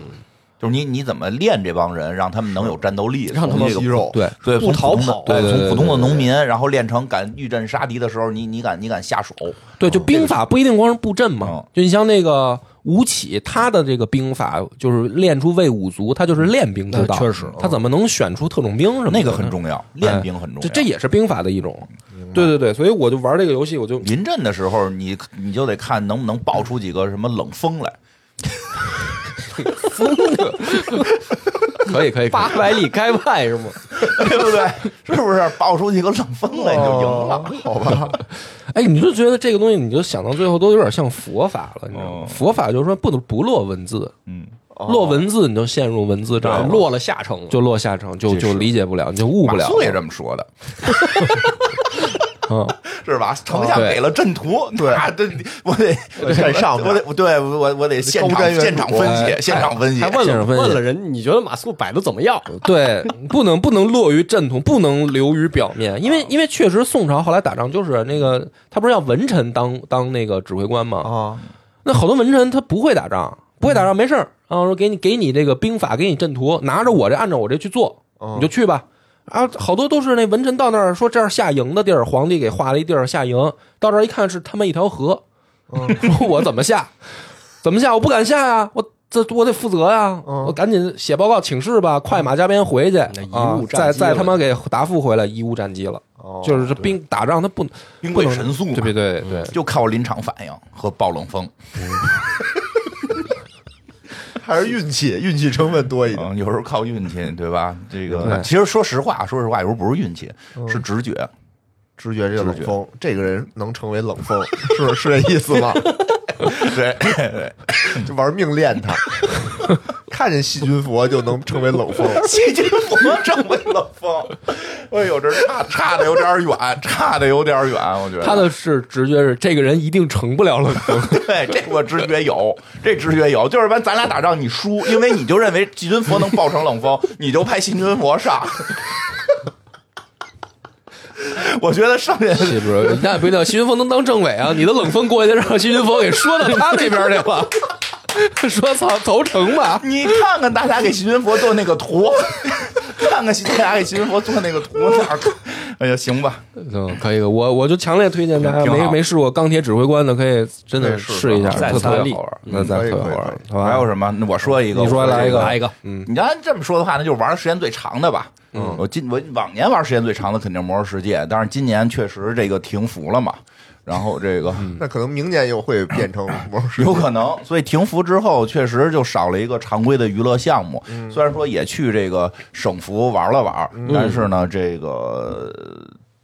Speaker 2: 就是你你怎么练这帮人，让他们能有战斗力，让
Speaker 3: 他们肌肉
Speaker 1: 对，
Speaker 2: 对
Speaker 5: 不逃跑
Speaker 2: 对
Speaker 1: 啊对对
Speaker 2: 从
Speaker 1: 对
Speaker 2: 普通的农民，然后练成敢遇阵杀敌的时候，你你敢你敢下手，
Speaker 1: 对，就兵法不一定光是布阵嘛
Speaker 2: 嗯，
Speaker 1: 就你像那个吴起，他的这个兵法就是练出魏武卒，他就是练兵之道，确实，他怎么能选出特种兵什么的
Speaker 2: 那个很重要，练兵很
Speaker 1: 嗯
Speaker 2: 重要。
Speaker 1: 这这也是兵法的一种，对对对，所以我就玩这个游戏，我就
Speaker 2: 临阵的时候，你你就得看能不能爆出几个什么冷锋来， [LAUGHS]
Speaker 1: 可以 [LAUGHS] 可以，可以
Speaker 5: 八百里开外是吗？
Speaker 2: 对不对？是不是爆出几个冷锋来你就赢
Speaker 5: 哦
Speaker 1: 哦
Speaker 2: 了？
Speaker 3: 好吧，
Speaker 5: [LAUGHS]
Speaker 1: 哎，你就觉得这个东西，你就想到最后都有点像佛法了，你知道吗？
Speaker 2: 哦
Speaker 1: 佛法就是说不能不落文字，
Speaker 2: 嗯，
Speaker 1: 落文字你就陷入文字障碍，
Speaker 5: 落了下乘了，
Speaker 1: 就落下乘，就
Speaker 2: 这是
Speaker 1: 就理解不了，你就悟不
Speaker 2: 马
Speaker 1: 了，
Speaker 2: 谡也这么说的，
Speaker 1: [LAUGHS] 嗯，
Speaker 2: [LAUGHS] 是吧？丞相
Speaker 1: 对
Speaker 2: 给了阵图， [LAUGHS] 对，这我得我
Speaker 3: 占
Speaker 2: 得
Speaker 3: 上面
Speaker 2: 我得对我我得现
Speaker 3: 高瞻
Speaker 2: 场现场
Speaker 3: 远瞩
Speaker 2: 分
Speaker 1: 哎
Speaker 2: 析，现场哎分析
Speaker 5: 还。问
Speaker 1: 先
Speaker 5: 了
Speaker 1: 生分析
Speaker 5: 问了人，你觉得马谡摆的怎么样？
Speaker 1: [LAUGHS] 对，不能不能落于阵图，不能流于表面，因为因为确实宋朝后来打仗就是那个，他不是要文臣当当那个指挥官吗？
Speaker 3: 啊，
Speaker 1: 那好多文臣他不会打仗，不会打仗没事儿啊，说给你给你这个兵法，给你阵图，拿着我这按照我这去做，
Speaker 3: 嗯
Speaker 1: 你就去吧。啊，好多都是那文臣到那儿说这儿下营的地儿，皇帝给划了一地儿下营，到这儿一看是他妈一条河，
Speaker 3: 嗯
Speaker 1: 说 [LAUGHS] 我怎么下，怎么下，我不敢下呀、我这我得负责呀、
Speaker 3: 嗯
Speaker 1: 我赶紧写报告请示吧，快马加鞭回去
Speaker 5: 那贻误
Speaker 1: 啊，
Speaker 5: 战
Speaker 1: 再
Speaker 5: 机
Speaker 1: 再
Speaker 5: 了
Speaker 1: 他妈给答复回来，贻误战机了，
Speaker 3: 哦
Speaker 1: 就是这兵打仗他不
Speaker 2: 兵贵神速嘛
Speaker 1: 对不对对，
Speaker 2: 就靠临场反应和爆冷锋，
Speaker 3: 还是运气，运气成分多一
Speaker 5: 啊
Speaker 3: 点。
Speaker 2: 嗯，有时候靠运气，对吧？这个
Speaker 1: 对嗯
Speaker 2: 其实说实话，说实话，有时候不是运气，是直觉。
Speaker 3: 直觉这个冷锋，这个人能成为冷锋，是不是
Speaker 5: [LAUGHS]
Speaker 3: 是这意思吧？
Speaker 2: 对，
Speaker 3: 就玩命练他， [LAUGHS] 看见细菌佛就能成为冷锋。
Speaker 2: 细菌佛成为了风。哎呦，这差差的有点远，差的有点远，我觉得。
Speaker 1: 他的是直觉是这个人一定成不了冷锋，
Speaker 2: [LAUGHS] 对这我直觉有，这直觉有，就是咱咱俩打仗你输，因为你就认为细菌佛能爆成冷风，你就派细菌佛上。我觉得剩下的
Speaker 1: 是不是？那也不一定，细菌佛能当政委啊！你的冷锋过去让细菌佛给说到他那边去了，说操投诚吧。
Speaker 2: 你看看大家给细菌佛做那个图， [LAUGHS] 看看大家给细菌佛做那个图哪儿？哎呀，行吧，
Speaker 1: 嗯，可以，我我就强烈推荐大家
Speaker 2: 挺好
Speaker 1: 没没试过钢铁指挥官的，可以真的
Speaker 3: 对试试
Speaker 1: 试一下，
Speaker 4: 再
Speaker 1: 特特
Speaker 4: 参
Speaker 1: 别
Speaker 4: 力
Speaker 1: 好玩，
Speaker 2: 嗯
Speaker 1: 那再
Speaker 3: 可以
Speaker 1: 特别
Speaker 3: 可以
Speaker 1: 好
Speaker 3: 可
Speaker 1: 玩，好吧？
Speaker 2: 还有什么？那我说一个，
Speaker 1: 你说
Speaker 2: 我
Speaker 1: 来一个
Speaker 4: 来一个，
Speaker 2: 你要按这么说的话，那就是玩时间最长的吧。嗯，我今我往年玩时间最长的肯定是《魔兽世界》，但是今年确实这个停服了嘛，然后这个、
Speaker 3: 那可能明年又会变成魔术师
Speaker 2: 有可能，所以停服之后确实就少了一个常规的娱乐项目。虽然说也去这个省服玩了玩，但是呢，这个呃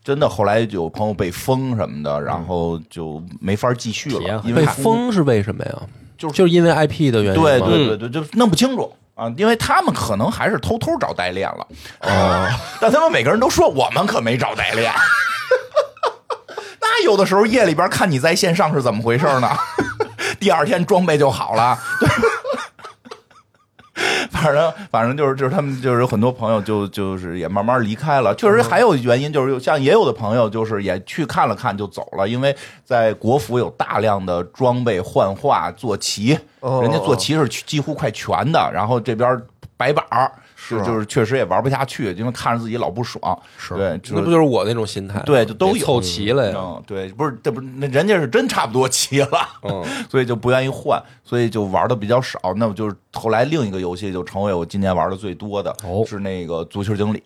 Speaker 2: 真的后来就有朋友被封什么的，然后就没法继续
Speaker 4: 体验
Speaker 2: 了，
Speaker 4: 很
Speaker 2: 因为
Speaker 1: 被
Speaker 2: 他
Speaker 1: 封是为什么呀？
Speaker 2: 就是
Speaker 1: 就是因为 IP 的原因吗
Speaker 2: 对对对对，就弄不清楚啊，因为他们可能还是偷偷找代练了。哦， [LAUGHS] 但他们每个人都说我们可没找代练。那有的时候夜里边看你在线上是怎么回事呢？ [LAUGHS] 第二天装备就好了。 [LAUGHS] 反正反正就是就是他们就是有很多朋友就就是也慢慢离开了，确实还有原因就是有像也有的朋友就是也去看了看就走了，因为在国服有大量的装备幻化坐骑，
Speaker 3: 哦
Speaker 2: 人家坐骑是几乎快全的，然后这边白板儿。是，就是确实也玩不下去，因为看着自己老不爽。是对，就
Speaker 1: 那不就是我那种心态？
Speaker 2: 对就都有
Speaker 1: 得凑齐了呀。
Speaker 2: 嗯，对，不是，这不，那人家是真差不多齐了，嗯， [LAUGHS] 所以就不愿意换，所以就玩的比较少。那么就是后来另一个游戏就成为我今年玩的最多的，
Speaker 4: 哦
Speaker 2: 是那个足球经理。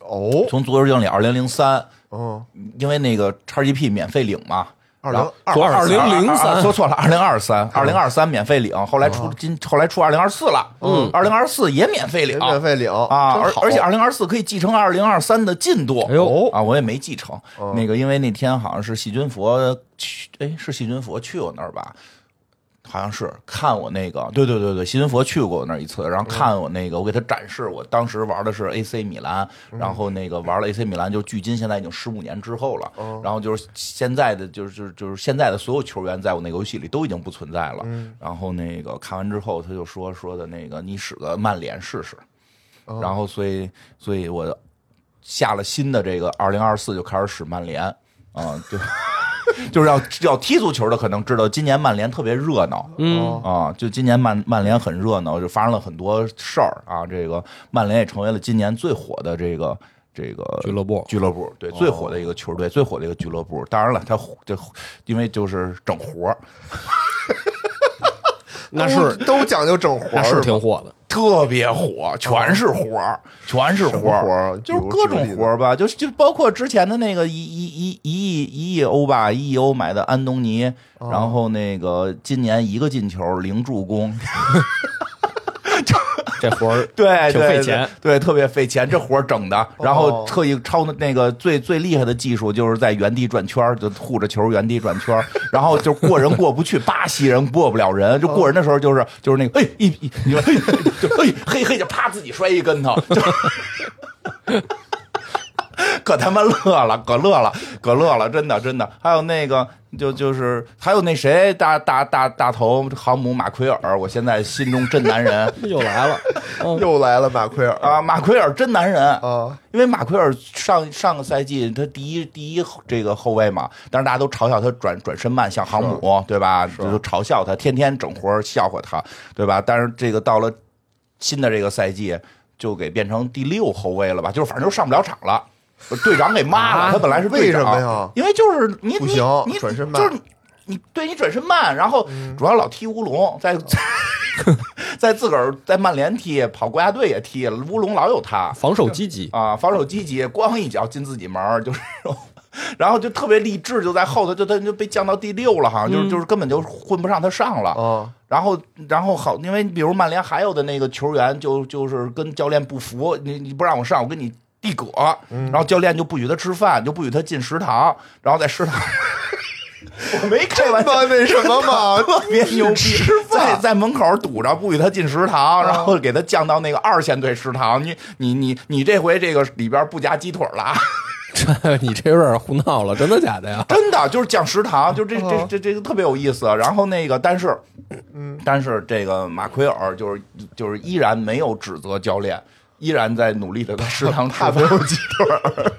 Speaker 3: 哦
Speaker 2: 从足球经理二零零三，
Speaker 3: 哦，
Speaker 2: 因为那个 XGP 免费领嘛。
Speaker 3: 二零二
Speaker 1: 左二零零
Speaker 2: 啊啊
Speaker 1: 三
Speaker 2: 说错了，二零二三，二零二三免费领，后来出今后来出二零二四了，嗯，二零二四也免费领，
Speaker 3: 免费领
Speaker 2: 啊，而
Speaker 3: 真好
Speaker 2: 而且二零二四可以继承二零二三的进度。哎
Speaker 4: 呦
Speaker 2: 啊，我也没继承、那个，因为那天好像是细菌佛去，哎，是细菌佛去我那儿吧。好像是看我那个，对对对对，细菌佛去过我那儿一次，然后看我那个，我给他展示，我当时玩的是 AC 米兰，然后那个玩了 AC 米兰，就距今现在已经十五年之后了，然后就是现在的就是就是就是现在的所有球员在我那个游戏里都已经不存在了，然后那个看完之后，他就说说的那个你使个曼联试试，
Speaker 3: 哦
Speaker 2: 然后所以所以我下了新的这个二零二四就开始使曼联啊、就 [LAUGHS] 就是要要踢足球的可能知道，今年曼联特别热闹，
Speaker 3: 嗯
Speaker 2: 啊，就今年曼曼联很热闹，就发生了很多事儿啊。这个曼联也成为了今年最火的这个这个
Speaker 4: 俱乐部
Speaker 2: 俱乐部
Speaker 3: 哦
Speaker 2: 对最火的一个球队，最火的一个俱乐部。当然了，他火这因为就是整活儿，
Speaker 4: 那是
Speaker 3: 都都讲究整活
Speaker 4: 那
Speaker 3: 儿
Speaker 4: 是
Speaker 3: 吧
Speaker 4: 挺火的，
Speaker 2: 特别火，全是活儿，全是活
Speaker 3: 什么活儿
Speaker 2: 儿，
Speaker 3: 啊
Speaker 2: 就是
Speaker 3: 比如
Speaker 2: 各
Speaker 3: 举个例
Speaker 2: 种
Speaker 3: 子
Speaker 2: 活儿吧，就是就包括之前的那个一一一一亿一亿欧吧，一亿欧买的安东尼，
Speaker 3: 哦
Speaker 2: 然后那个今年一个进球，零助攻，
Speaker 4: 这
Speaker 5: [LAUGHS]
Speaker 4: 活儿
Speaker 2: 对，
Speaker 4: 挺
Speaker 2: 对
Speaker 4: 费钱，
Speaker 2: 对，对特别费钱，这活儿整的，然后特意超那个最最厉害的技术就是在原地转圈儿，就护着球原地转圈儿，然后就过人过不去，巴西人过不了人，就过人的时候就是就是那个哎一一你说哎就哎嘿嘿就啪自己摔一跟头，就可他妈乐了，可乐了，可乐了，真的真的。还有那个，就就是还有那谁，大大大大头航母马奎尔，我现在心中真男人。
Speaker 4: 又来了，
Speaker 3: 又来了马奎尔
Speaker 2: 嗯啊，马奎尔真男人
Speaker 3: 啊！
Speaker 2: 因为马奎尔上上个赛季他第一第一这个后卫嘛，但是大家都嘲笑他转转身慢，像航母对吧？就嘲笑他，天天整活儿笑话他，对吧？但是这个到了新的这个赛季，就给变成第六后卫了吧？就是反正就上不了场了。队长给骂了，他本来是队长，
Speaker 3: 啊为什么呀
Speaker 2: 因为就是你
Speaker 3: 不
Speaker 2: 你
Speaker 3: 行
Speaker 2: 你
Speaker 3: 转身慢嗯
Speaker 2: 就是你你对你转身慢，然后主要老踢乌龙，在
Speaker 3: 哦
Speaker 2: [LAUGHS] 在自个儿在曼联踢，跑国家队也踢，乌龙老有他
Speaker 4: 防守积极，
Speaker 2: 啊，防守积极，咣一脚进自己门儿，就是这种。然后就特别励志，就在后头，就他就被降到第六了，好像就是就是根本就混不上他上了。
Speaker 3: 啊！
Speaker 2: 然后，然后好，因为比如曼联还有的那个球员就就是跟教练不服，你你不让我上，我跟你递葛，然后教练就不许他吃饭，就不许他进食堂，然后 [LAUGHS] 在食堂，我没开玩笑， [LAUGHS]
Speaker 3: 那什么嘛，
Speaker 2: 特别牛逼，在哦在门口堵着，不许他进食堂，然后给他降到那个二线队食堂。你你你你这回这个里边不夹鸡腿了啊，
Speaker 1: 这 [LAUGHS] 你这有点胡闹了，真的假的
Speaker 4: 啊
Speaker 1: 呀？
Speaker 2: 真的就是降食堂，就这
Speaker 4: 嗯
Speaker 2: 这这这个特别有意思。然后那个，但是，嗯，但是这个马奎尔就是就是依然没有指责教练，依然在努力的在食堂他
Speaker 4: [LAUGHS]
Speaker 2: 没有鸡腿儿。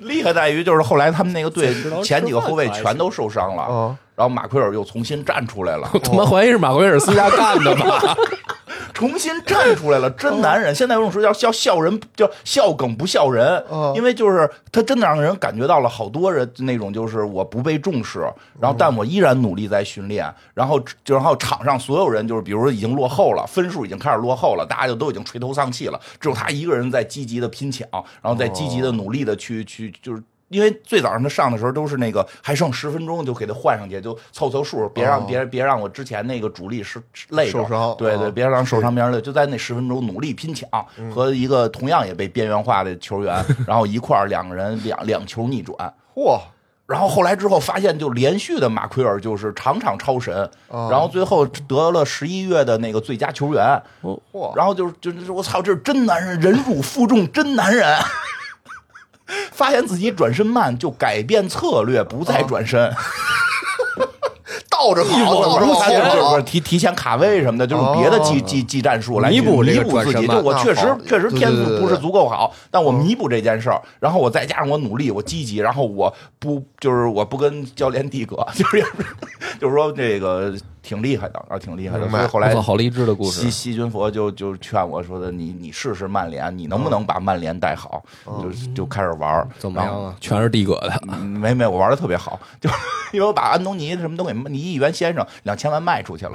Speaker 2: 厉害在于就是后来他们那个队
Speaker 4: 食堂吃
Speaker 2: 前几个后卫
Speaker 4: 饭可还嗯
Speaker 2: 全都受伤了，
Speaker 3: 哦
Speaker 2: 然后马奎尔又重新站出来了。
Speaker 1: 我他妈怀疑是马奎尔私下干的吧？
Speaker 2: 重新站出来了，真男人。现在有种说叫叫笑人，叫笑梗不笑人
Speaker 3: 哦，
Speaker 2: 因为就是他真的让人感觉到了好多人那种就是我不被重视，然后但我依然努力在训练，然后就然后场上所有人就是比如说已经落后了，分数已经开始落后了，大家就都已经垂头丧气了，只有他一个人在积极的拼抢，然后在积极的努力的去去就是。因为最早上他上的时候都是那个还剩十分钟就给他换上去，就凑凑数，别让别别让我之前那个主力是是累着
Speaker 3: 受伤
Speaker 2: 对对，
Speaker 3: 哦
Speaker 2: 别让啊嗯受伤别人累，就在那十分钟努力拼抢，和一个同样也被边缘化的球员，然后一块儿两个人两两球逆转。
Speaker 3: 嚯，
Speaker 2: 然后后来之后发现，就连续的马奎尔就是场场超神，
Speaker 3: 哦
Speaker 2: 然后最后得了十一月的那个最佳球员，
Speaker 3: 嚯
Speaker 2: 然后就是就是我操，这是真男人，忍辱负重，真男人。 [LAUGHS] 发现自己转身慢，就改变策略，不再转身。
Speaker 3: 倒 [LAUGHS] 着跑，
Speaker 2: 我
Speaker 3: 倒着
Speaker 2: 说
Speaker 3: 跑，
Speaker 2: 他就是
Speaker 3: 倒
Speaker 2: 不
Speaker 3: 着
Speaker 2: 是提提前卡位什么的，就是别的技技技战术来
Speaker 1: 弥补
Speaker 2: 弥
Speaker 1: 这个
Speaker 2: 补
Speaker 1: 转
Speaker 2: 自己。
Speaker 1: 身
Speaker 2: 就
Speaker 1: 吧
Speaker 2: 我
Speaker 3: 那
Speaker 2: 确实
Speaker 3: 好
Speaker 2: 确实
Speaker 3: 对
Speaker 2: 天
Speaker 3: 对
Speaker 2: 赋
Speaker 3: 对
Speaker 2: 不是
Speaker 3: 对
Speaker 2: 足够好，但我弥补这件事儿，然后我再加上我努力，我积极，然后我不就是我不跟教练递葛， [LAUGHS] 就是也不是就是说这个挺厉害的啊，挺厉害的。
Speaker 3: 明
Speaker 2: 所
Speaker 3: 白
Speaker 2: 以后
Speaker 1: 我
Speaker 2: 来
Speaker 1: 操，好励志的故
Speaker 2: 西
Speaker 1: 事！
Speaker 2: 西军佛就就劝我说的，你你试试曼联，你能不能把曼联带好？就就开始玩儿，
Speaker 4: 怎么
Speaker 2: 然后
Speaker 4: 样啊？
Speaker 1: 全是地葛的，
Speaker 2: 嗯没没，我玩的特别好，就 [LAUGHS] 因为我把安东尼什么都给你一元先生两千万卖出去了，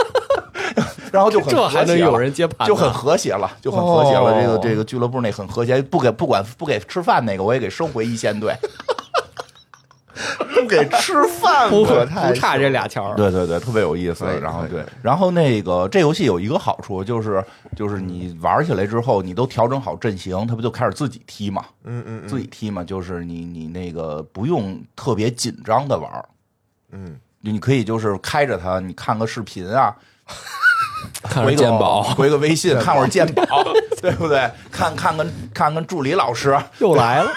Speaker 2: [LAUGHS] 然后就很
Speaker 4: 这还
Speaker 2: 和
Speaker 4: 能
Speaker 2: 谐
Speaker 4: 有
Speaker 2: 了。
Speaker 4: 人接盘呢？
Speaker 2: 就很和谐了，就很和谐了。
Speaker 3: 哦
Speaker 2: 这个这个俱乐部内很和谐，不给不管不给吃饭那个，我也给收回一线队。
Speaker 3: 不给吃饭，
Speaker 4: 不
Speaker 3: 可太
Speaker 4: 不差这俩条
Speaker 2: [LAUGHS]
Speaker 4: 儿。
Speaker 2: 对对对，特别有意思
Speaker 3: 可。以
Speaker 2: 然后
Speaker 3: 可以
Speaker 2: 对
Speaker 3: 可以，
Speaker 2: 然后那个这游戏有一个好处就是，就是你玩起来之后，你都调整好阵型，它不就开始自己踢嘛？
Speaker 3: 嗯嗯
Speaker 2: 自己踢嘛，就是你你那个不用特别紧张的玩儿，
Speaker 3: 嗯
Speaker 2: 你可以就是开着它，你看个视频啊，
Speaker 1: 看着
Speaker 2: 回个
Speaker 1: 鉴宝，
Speaker 2: 回个微信，看会儿鉴宝， [LAUGHS] 对不对？看看跟看跟助理老师，啊
Speaker 4: 又来
Speaker 5: [LAUGHS]
Speaker 4: 了，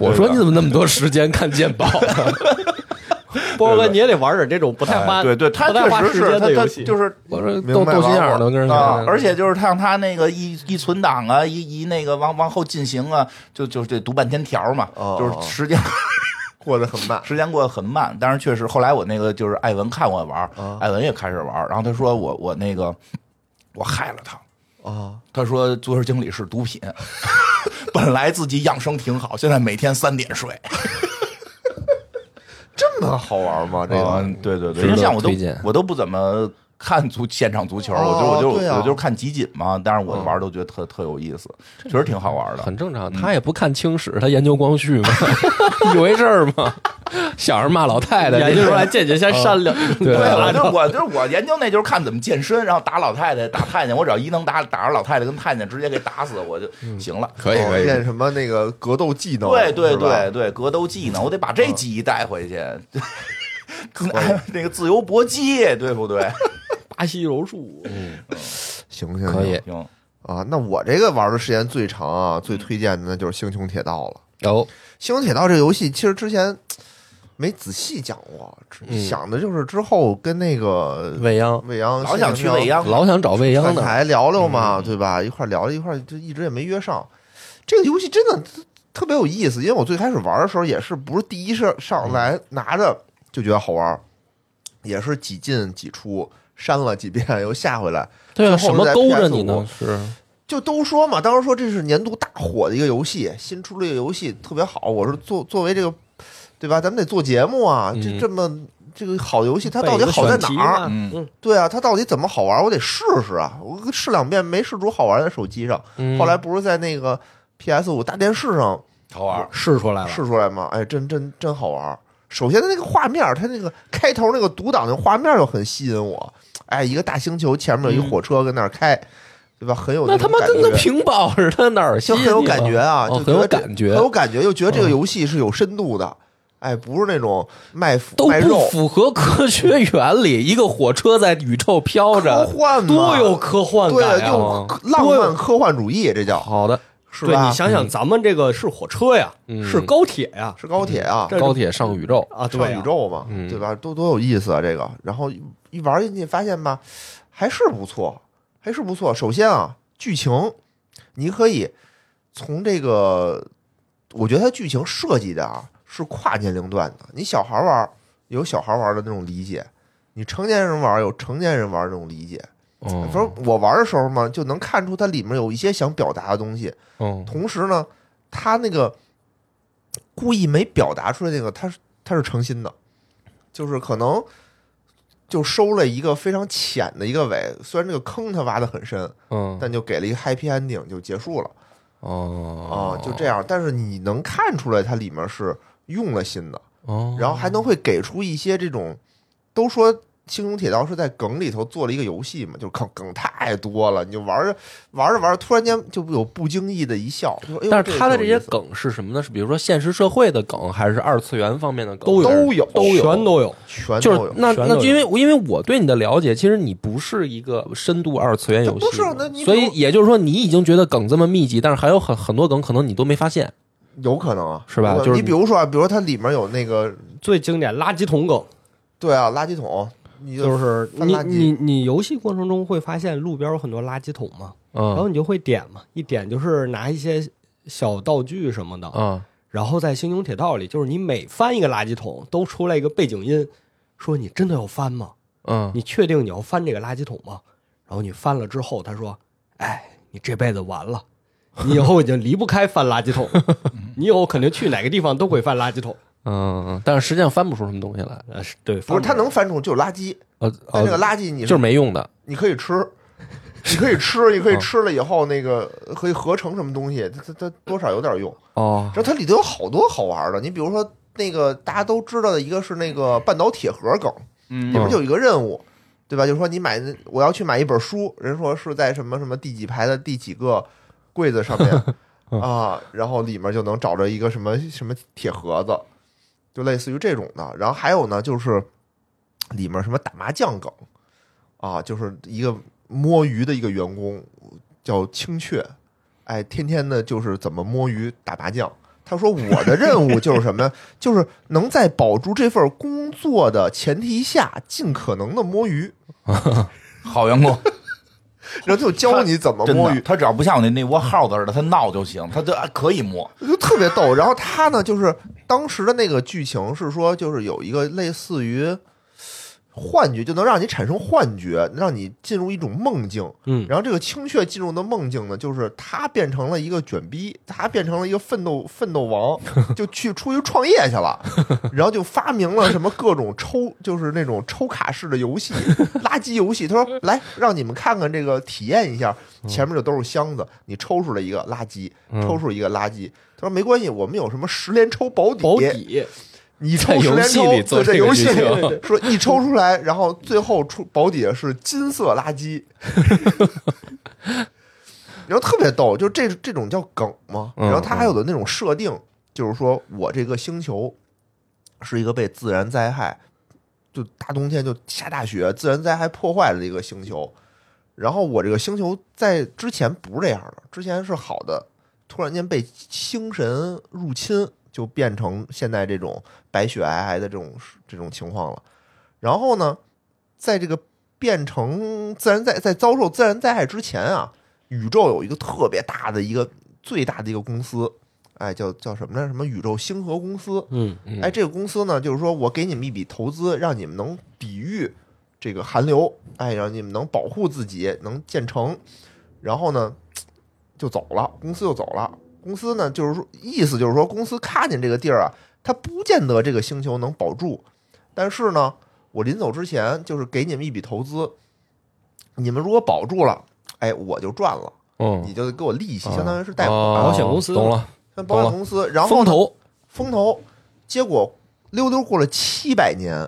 Speaker 1: 我说你怎么那么多时间看鉴啊宝？
Speaker 4: 波哥你也得玩点这种不太
Speaker 5: 哎
Speaker 4: 花，
Speaker 2: 对对，他
Speaker 4: 不太花
Speaker 2: 确实
Speaker 4: 时
Speaker 2: 是
Speaker 4: 间
Speaker 2: 他
Speaker 4: 的游
Speaker 2: 他
Speaker 4: 戏。
Speaker 2: 就是
Speaker 1: 我说
Speaker 3: 明
Speaker 1: 都
Speaker 3: 白
Speaker 1: 斗心
Speaker 3: 了
Speaker 1: 眼儿呢，跟人
Speaker 2: 啊
Speaker 1: 家，
Speaker 2: 而且就是像他那个一一存档啊，一一那个往往后进行啊，就就得读半天条嘛，
Speaker 3: 哦
Speaker 2: 就是时间，
Speaker 3: 过得很慢
Speaker 2: 时间过得很慢。但是确实，后来我那个就是艾文看我玩儿，
Speaker 3: 啊
Speaker 2: 艾文也开始玩儿，然后他说我我那个我害了他，
Speaker 3: 啊，
Speaker 2: 他说足球经理是毒品， [LAUGHS] 本来自己养生挺好，现在每天三点睡。 [LAUGHS]
Speaker 3: 这么好玩吗？这
Speaker 2: 嗯
Speaker 3: 个，
Speaker 2: 对对对，
Speaker 1: 值
Speaker 2: 因
Speaker 1: 得
Speaker 2: 为像我都
Speaker 1: 推荐
Speaker 2: 我都不怎么看足现场足球，
Speaker 3: 哦
Speaker 2: 我就我
Speaker 3: 对
Speaker 2: 就、
Speaker 3: 啊嗯
Speaker 2: 我就是看集锦嘛，但是我玩儿都觉得特、特有意思，确实挺好玩的。
Speaker 1: 很正常。他也不看清史，他研究光绪
Speaker 3: [LAUGHS]
Speaker 1: 嘛，以为这儿嘛。小时候骂老太太，
Speaker 4: 研究出来见解先善良，
Speaker 1: [LAUGHS] 对
Speaker 2: 对，
Speaker 4: 吧
Speaker 2: 我就我就是我研究那就是看怎么健身，然后打老太太、打太监，我只要一能打打着老太太跟太监，直接给打死我就行了。
Speaker 1: 可以
Speaker 3: 哦
Speaker 1: 可以，
Speaker 3: 练什么那个格斗技能？
Speaker 2: 对对
Speaker 3: 是吧嗯
Speaker 2: 对，对，格斗技能，我得把这技艺带回去。跟那个自由搏击，对不对？
Speaker 4: 巴西柔术，
Speaker 3: 行行行
Speaker 1: 嗯可
Speaker 5: 嗯
Speaker 1: 以
Speaker 2: 行，
Speaker 3: 啊。那我这个玩的时间最长啊，最推荐的那就是《星穹铁道》了。
Speaker 1: 有
Speaker 3: 《星穹铁道》这个游戏其实之前没仔细讲过，只
Speaker 1: 嗯
Speaker 3: 想的就是之后跟那个
Speaker 1: 未央，
Speaker 3: 未
Speaker 2: 嗯
Speaker 3: 央
Speaker 2: 老想去未
Speaker 3: 央
Speaker 2: 央，
Speaker 1: 老想找未央
Speaker 3: 串
Speaker 1: 的，
Speaker 3: 台聊聊嘛，对吧？一块儿聊了一块儿，就一直也没约上。这个游戏真的特别有意思，因为我最开始玩的时候也是不是第一上上来拿着就觉得好玩儿，也是几进几出，删了几遍 [LAUGHS] 又下回来，
Speaker 1: 对啊，什
Speaker 3: 最后
Speaker 1: 么
Speaker 3: 在
Speaker 1: 勾着
Speaker 3: PS5
Speaker 1: 你呢？是
Speaker 3: 就都说嘛，当时说这是年度大火的一个游戏，新出了一个游戏特别好。我说作作为这个，对吧？咱们得做节目啊，
Speaker 1: 嗯
Speaker 3: 这这么这个好游戏，它到底好在哪儿？
Speaker 2: 嗯
Speaker 4: 嗯，
Speaker 3: 对啊，它到底怎么好玩？我得试试啊！我试两遍没试出好玩在手机上，
Speaker 1: 嗯
Speaker 3: 后来不是在那个 PS 五大电视上
Speaker 2: 好玩儿。
Speaker 4: 试出
Speaker 1: 嗯
Speaker 4: 来了，
Speaker 3: 试出来吗？哎，真真真好玩！首先它那个画面，它那个开头那个独挡那画面就很吸引我。哎，一个大星球前面有一火车跟那儿开，对吧？很有
Speaker 1: 那他
Speaker 3: 种
Speaker 1: 妈
Speaker 3: 感
Speaker 1: 跟
Speaker 3: 觉
Speaker 1: 个屏保似的，哪儿
Speaker 3: 就很有感觉啊，
Speaker 1: 哦
Speaker 3: 就觉得
Speaker 1: 很有
Speaker 3: 这
Speaker 1: 感觉嗯
Speaker 3: 很有感觉，又觉得这个游戏是有深度的。哎，不是那种卖腐
Speaker 1: 都
Speaker 3: 卖
Speaker 1: 不
Speaker 3: 肉
Speaker 1: 符合科学原理。一个火车在宇宙飘
Speaker 3: 科
Speaker 1: 着，
Speaker 3: 幻嘛，
Speaker 1: 多有科幻
Speaker 3: 对，
Speaker 1: 感呀！哦
Speaker 3: 用科浪漫科幻主义，这叫
Speaker 1: 好的，
Speaker 3: 是
Speaker 5: 对
Speaker 3: 吧
Speaker 5: 你？
Speaker 4: 嗯
Speaker 5: 想想，咱们这个是火车呀，
Speaker 1: 嗯
Speaker 5: 是高铁呀，
Speaker 3: 是高铁
Speaker 5: 嗯
Speaker 3: 啊，
Speaker 1: 高铁上宇宙，
Speaker 5: 啊，对
Speaker 3: 上
Speaker 5: 呀
Speaker 3: 宇宙嘛，
Speaker 1: 嗯
Speaker 3: 对吧？多多有意思啊！这个，然后一一玩进去发现吧，还是不错，还是不错。首先啊，剧情你可以从这个，我觉得它剧情设计的啊是跨年龄段的。你小孩玩儿有小孩玩儿的那种理解，你成年人玩儿有成年人玩儿的那种理解。
Speaker 1: 嗯
Speaker 3: 反正我玩儿的时候嘛，就能看出它里面有一些想表达的东西，
Speaker 1: 嗯
Speaker 3: 同时呢，他那个故意没表达出来那个，他是他是诚心的，就是可能就收了一个非常浅的一个尾，虽然这个坑他挖的很深，
Speaker 1: 嗯
Speaker 3: 但就给了一个 happy ending 就结束了啊、
Speaker 1: 哦
Speaker 3: 就这样。但是你能看出来它里面是用了心的，
Speaker 1: 哦，
Speaker 3: 然后还能会给出一些这种，都说。青龙铁道是在梗里头做了一个游戏嘛，就梗梗太多了，你就玩着玩着玩着，突然间就有不经意的一笑，就说哎呦
Speaker 1: 但是他的
Speaker 3: 这
Speaker 1: 这
Speaker 3: 个挺有
Speaker 1: 些
Speaker 3: 意思
Speaker 1: 梗是什么呢？是比如说现实社会的梗，还是二次元方面的梗？
Speaker 5: 都有
Speaker 3: 都有
Speaker 5: 都有，全都有。
Speaker 3: 全
Speaker 1: 就
Speaker 3: 都
Speaker 1: 是
Speaker 3: 有。
Speaker 1: 那
Speaker 5: 全
Speaker 1: 那
Speaker 5: 都有
Speaker 1: 就因为因为我对你的了解，其实你不是一个深度二次元游戏
Speaker 3: 不是
Speaker 1: 的，
Speaker 3: 那你比如
Speaker 1: 所以也就是说你已经觉得梗这么密集，但是还有很很多梗可能你都没发现。
Speaker 3: 有可能啊，
Speaker 1: 是吧
Speaker 3: 有可能
Speaker 1: 就是
Speaker 3: 你比如说啊，比如它里面有那个
Speaker 5: 最经典垃圾桶梗
Speaker 3: 对啊，垃圾桶，你就
Speaker 5: 就是
Speaker 3: 翻
Speaker 5: 你
Speaker 3: 垃圾
Speaker 5: 你你游戏过程中会发现路边有很多垃圾桶嘛，然后
Speaker 3: 哦
Speaker 1: 嗯
Speaker 5: 你就会点嘛，一点就是拿一些小道具什么的，
Speaker 1: 啊
Speaker 5: 然后在《星穹铁道》里，就是你每翻一个垃圾桶，都出来一个背景音，说你真的要翻吗？
Speaker 1: 嗯
Speaker 5: 你确定你要翻这个垃圾桶吗？然后你翻了之后，他说：“哎，你这辈子完了，你以后已经离不开翻垃
Speaker 1: [LAUGHS]
Speaker 5: 圾桶了，你以后肯定去哪个地方都会翻垃圾桶。
Speaker 1: 嗯，但是实际上翻不出什么东西来。”
Speaker 5: 呃，是对，
Speaker 3: 不是它
Speaker 5: 翻了
Speaker 3: 能翻出就垃圾，
Speaker 1: 呃
Speaker 3: 但这个
Speaker 1: 呃，
Speaker 3: 垃圾你
Speaker 1: 就是哦没用的。
Speaker 3: 你可以吃，你可以吃，你可以吃了以后那个可以合成什么东西，它它它多少有点用。
Speaker 1: 哦
Speaker 3: 然后它里头有好多好玩的，你比如说那个大家都知道的一个是那个半岛铁盒梗，
Speaker 2: 嗯
Speaker 3: 里面就有一个任务，对吧？就是说你买那我要去买一本书，人说是在什么什么第几排的第几个柜子上面啊，然后里面就能找着一个什么什么铁盒子，就类似于这种的。然后还有呢，就是里面什么打麻将梗啊，就是一个摸鱼的一个员工叫青雀，哎，天天的就是怎么摸鱼打麻将。他说：“我的任务就是什么呀？就是能在保住这份工作的前提下，尽可能的摸鱼，
Speaker 2: 好员工，
Speaker 3: 然后就教你怎么
Speaker 2: 真
Speaker 3: 摸
Speaker 2: 的，
Speaker 3: 鱼，
Speaker 2: 他只要不像我那那窝耗子似的，他闹就行，他就啊可以摸。
Speaker 3: 就特别逗。然后他呢，就是当时的那个剧情是说，就是有一个类似于幻觉，就能让你产生幻觉，让你进入一种梦境。
Speaker 5: 嗯
Speaker 3: 然后这个青雀进入的梦境呢，就是他变成了一个卷逼，他变成了一个奋斗奋斗
Speaker 5: [LAUGHS]
Speaker 3: 王，就去出去创业去了，然后就发明了什么各种抽，就是那种抽卡式的
Speaker 5: [LAUGHS]
Speaker 3: 游戏，垃圾游戏。他说：“来，让你们看看这个，体验一下，
Speaker 5: 嗯
Speaker 3: 前面就都是箱子，你抽出来一个垃圾，抽出一个垃圾。”他说：“没关系，我们有什么十连抽保底，
Speaker 5: 保底，
Speaker 3: 你抽十连抽，
Speaker 1: 在游戏里做
Speaker 3: 对在
Speaker 1: 这个
Speaker 3: 游戏
Speaker 1: 事情
Speaker 3: 里说一抽出来，然后最后出保底的是金色垃圾，然后特别逗，就这这种叫梗嘛。
Speaker 1: 嗯
Speaker 3: 然后它还有的那种设定，就是说我这个星球是一个被自然灾害，就大冬天就下大雪，自然灾害破坏了一个星球。然后我这个星球在之前不是这样的，之前是好的，突然间被星神入侵，就变成现在这种白雪皑皑的这种这种情况了。然后呢，在这个变成自然灾在遭受自然灾害之前啊，宇宙有一个特别大的一个最大的一个公司，哎，叫叫什么来着？什么宇宙星河公司？
Speaker 5: 嗯，
Speaker 1: 嗯
Speaker 3: 哎，这个公司呢，就是说我给你们一笔投资，让你们能抵御这个寒流，哎，让你们能保护自己，能建成，然后呢，就走了，公司就走了。公司呢，就是说，意思就是说，公司看见这个地儿啊，它不见得这个星球能保住，但是呢，我临走之前就是给你们一笔投资，你们如果保住了，哎，我就赚了，你
Speaker 1: 嗯，
Speaker 3: 就给我利息，相当于是贷款，
Speaker 1: 哦
Speaker 5: 保险公司
Speaker 1: 懂了，
Speaker 3: 像保险公司，然后
Speaker 1: 风
Speaker 3: 呢
Speaker 1: 投
Speaker 3: 风投，结果溜溜过了七百年，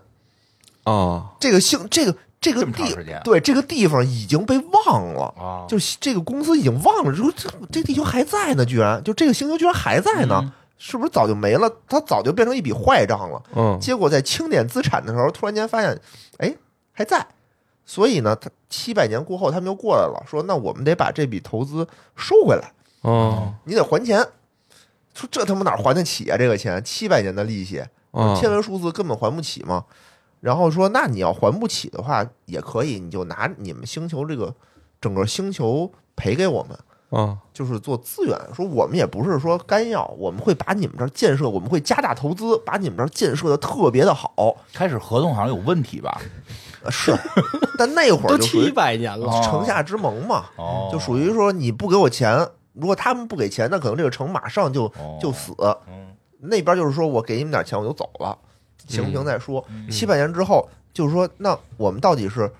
Speaker 1: 啊，
Speaker 3: 这个姓这个这个
Speaker 2: 这么长
Speaker 3: 地
Speaker 2: 时间
Speaker 3: 对这个地方已经被忘了，
Speaker 2: 啊
Speaker 3: 就是这个公司已经忘了，说这这地球还在呢，居然就这个星球居然还在呢，是不是早就没了？它早就变成一笔坏账了。
Speaker 1: 嗯
Speaker 3: 结果在清点资产的时候，突然间发现，哎，还在。所以呢，他七百年过后，他们又过来了，说那我们得把这笔投资收回来，
Speaker 1: 嗯
Speaker 3: 你得还钱。说这他妈哪还得起啊？这个钱七百年的利息，
Speaker 1: 嗯，
Speaker 3: 天文数字根本还不起嘛。然后说，那你要还不起的话，也可以，你就拿你们星球这个整个星球赔给我们，
Speaker 1: 嗯
Speaker 3: 就是做资源。说我们也不是说干要，我们会把你们这儿建设，我们会加大投资，把你们这儿建设的特别的好。
Speaker 2: 开始合同好像有问题吧？
Speaker 5: [LAUGHS]
Speaker 3: 呃是，但那会儿
Speaker 5: 都
Speaker 3: 就属于
Speaker 5: 七百年了，
Speaker 2: 哦
Speaker 3: 城下之盟嘛，
Speaker 2: 哦
Speaker 3: 就属于说你不给我钱，如果他们不给钱，那可能这个城马上就
Speaker 2: 哦
Speaker 3: 就死。
Speaker 2: 嗯
Speaker 3: 那边就是说我给你们点钱我就走了，行不行再说。
Speaker 2: 嗯
Speaker 3: 七百年之后，就是说那我们到底是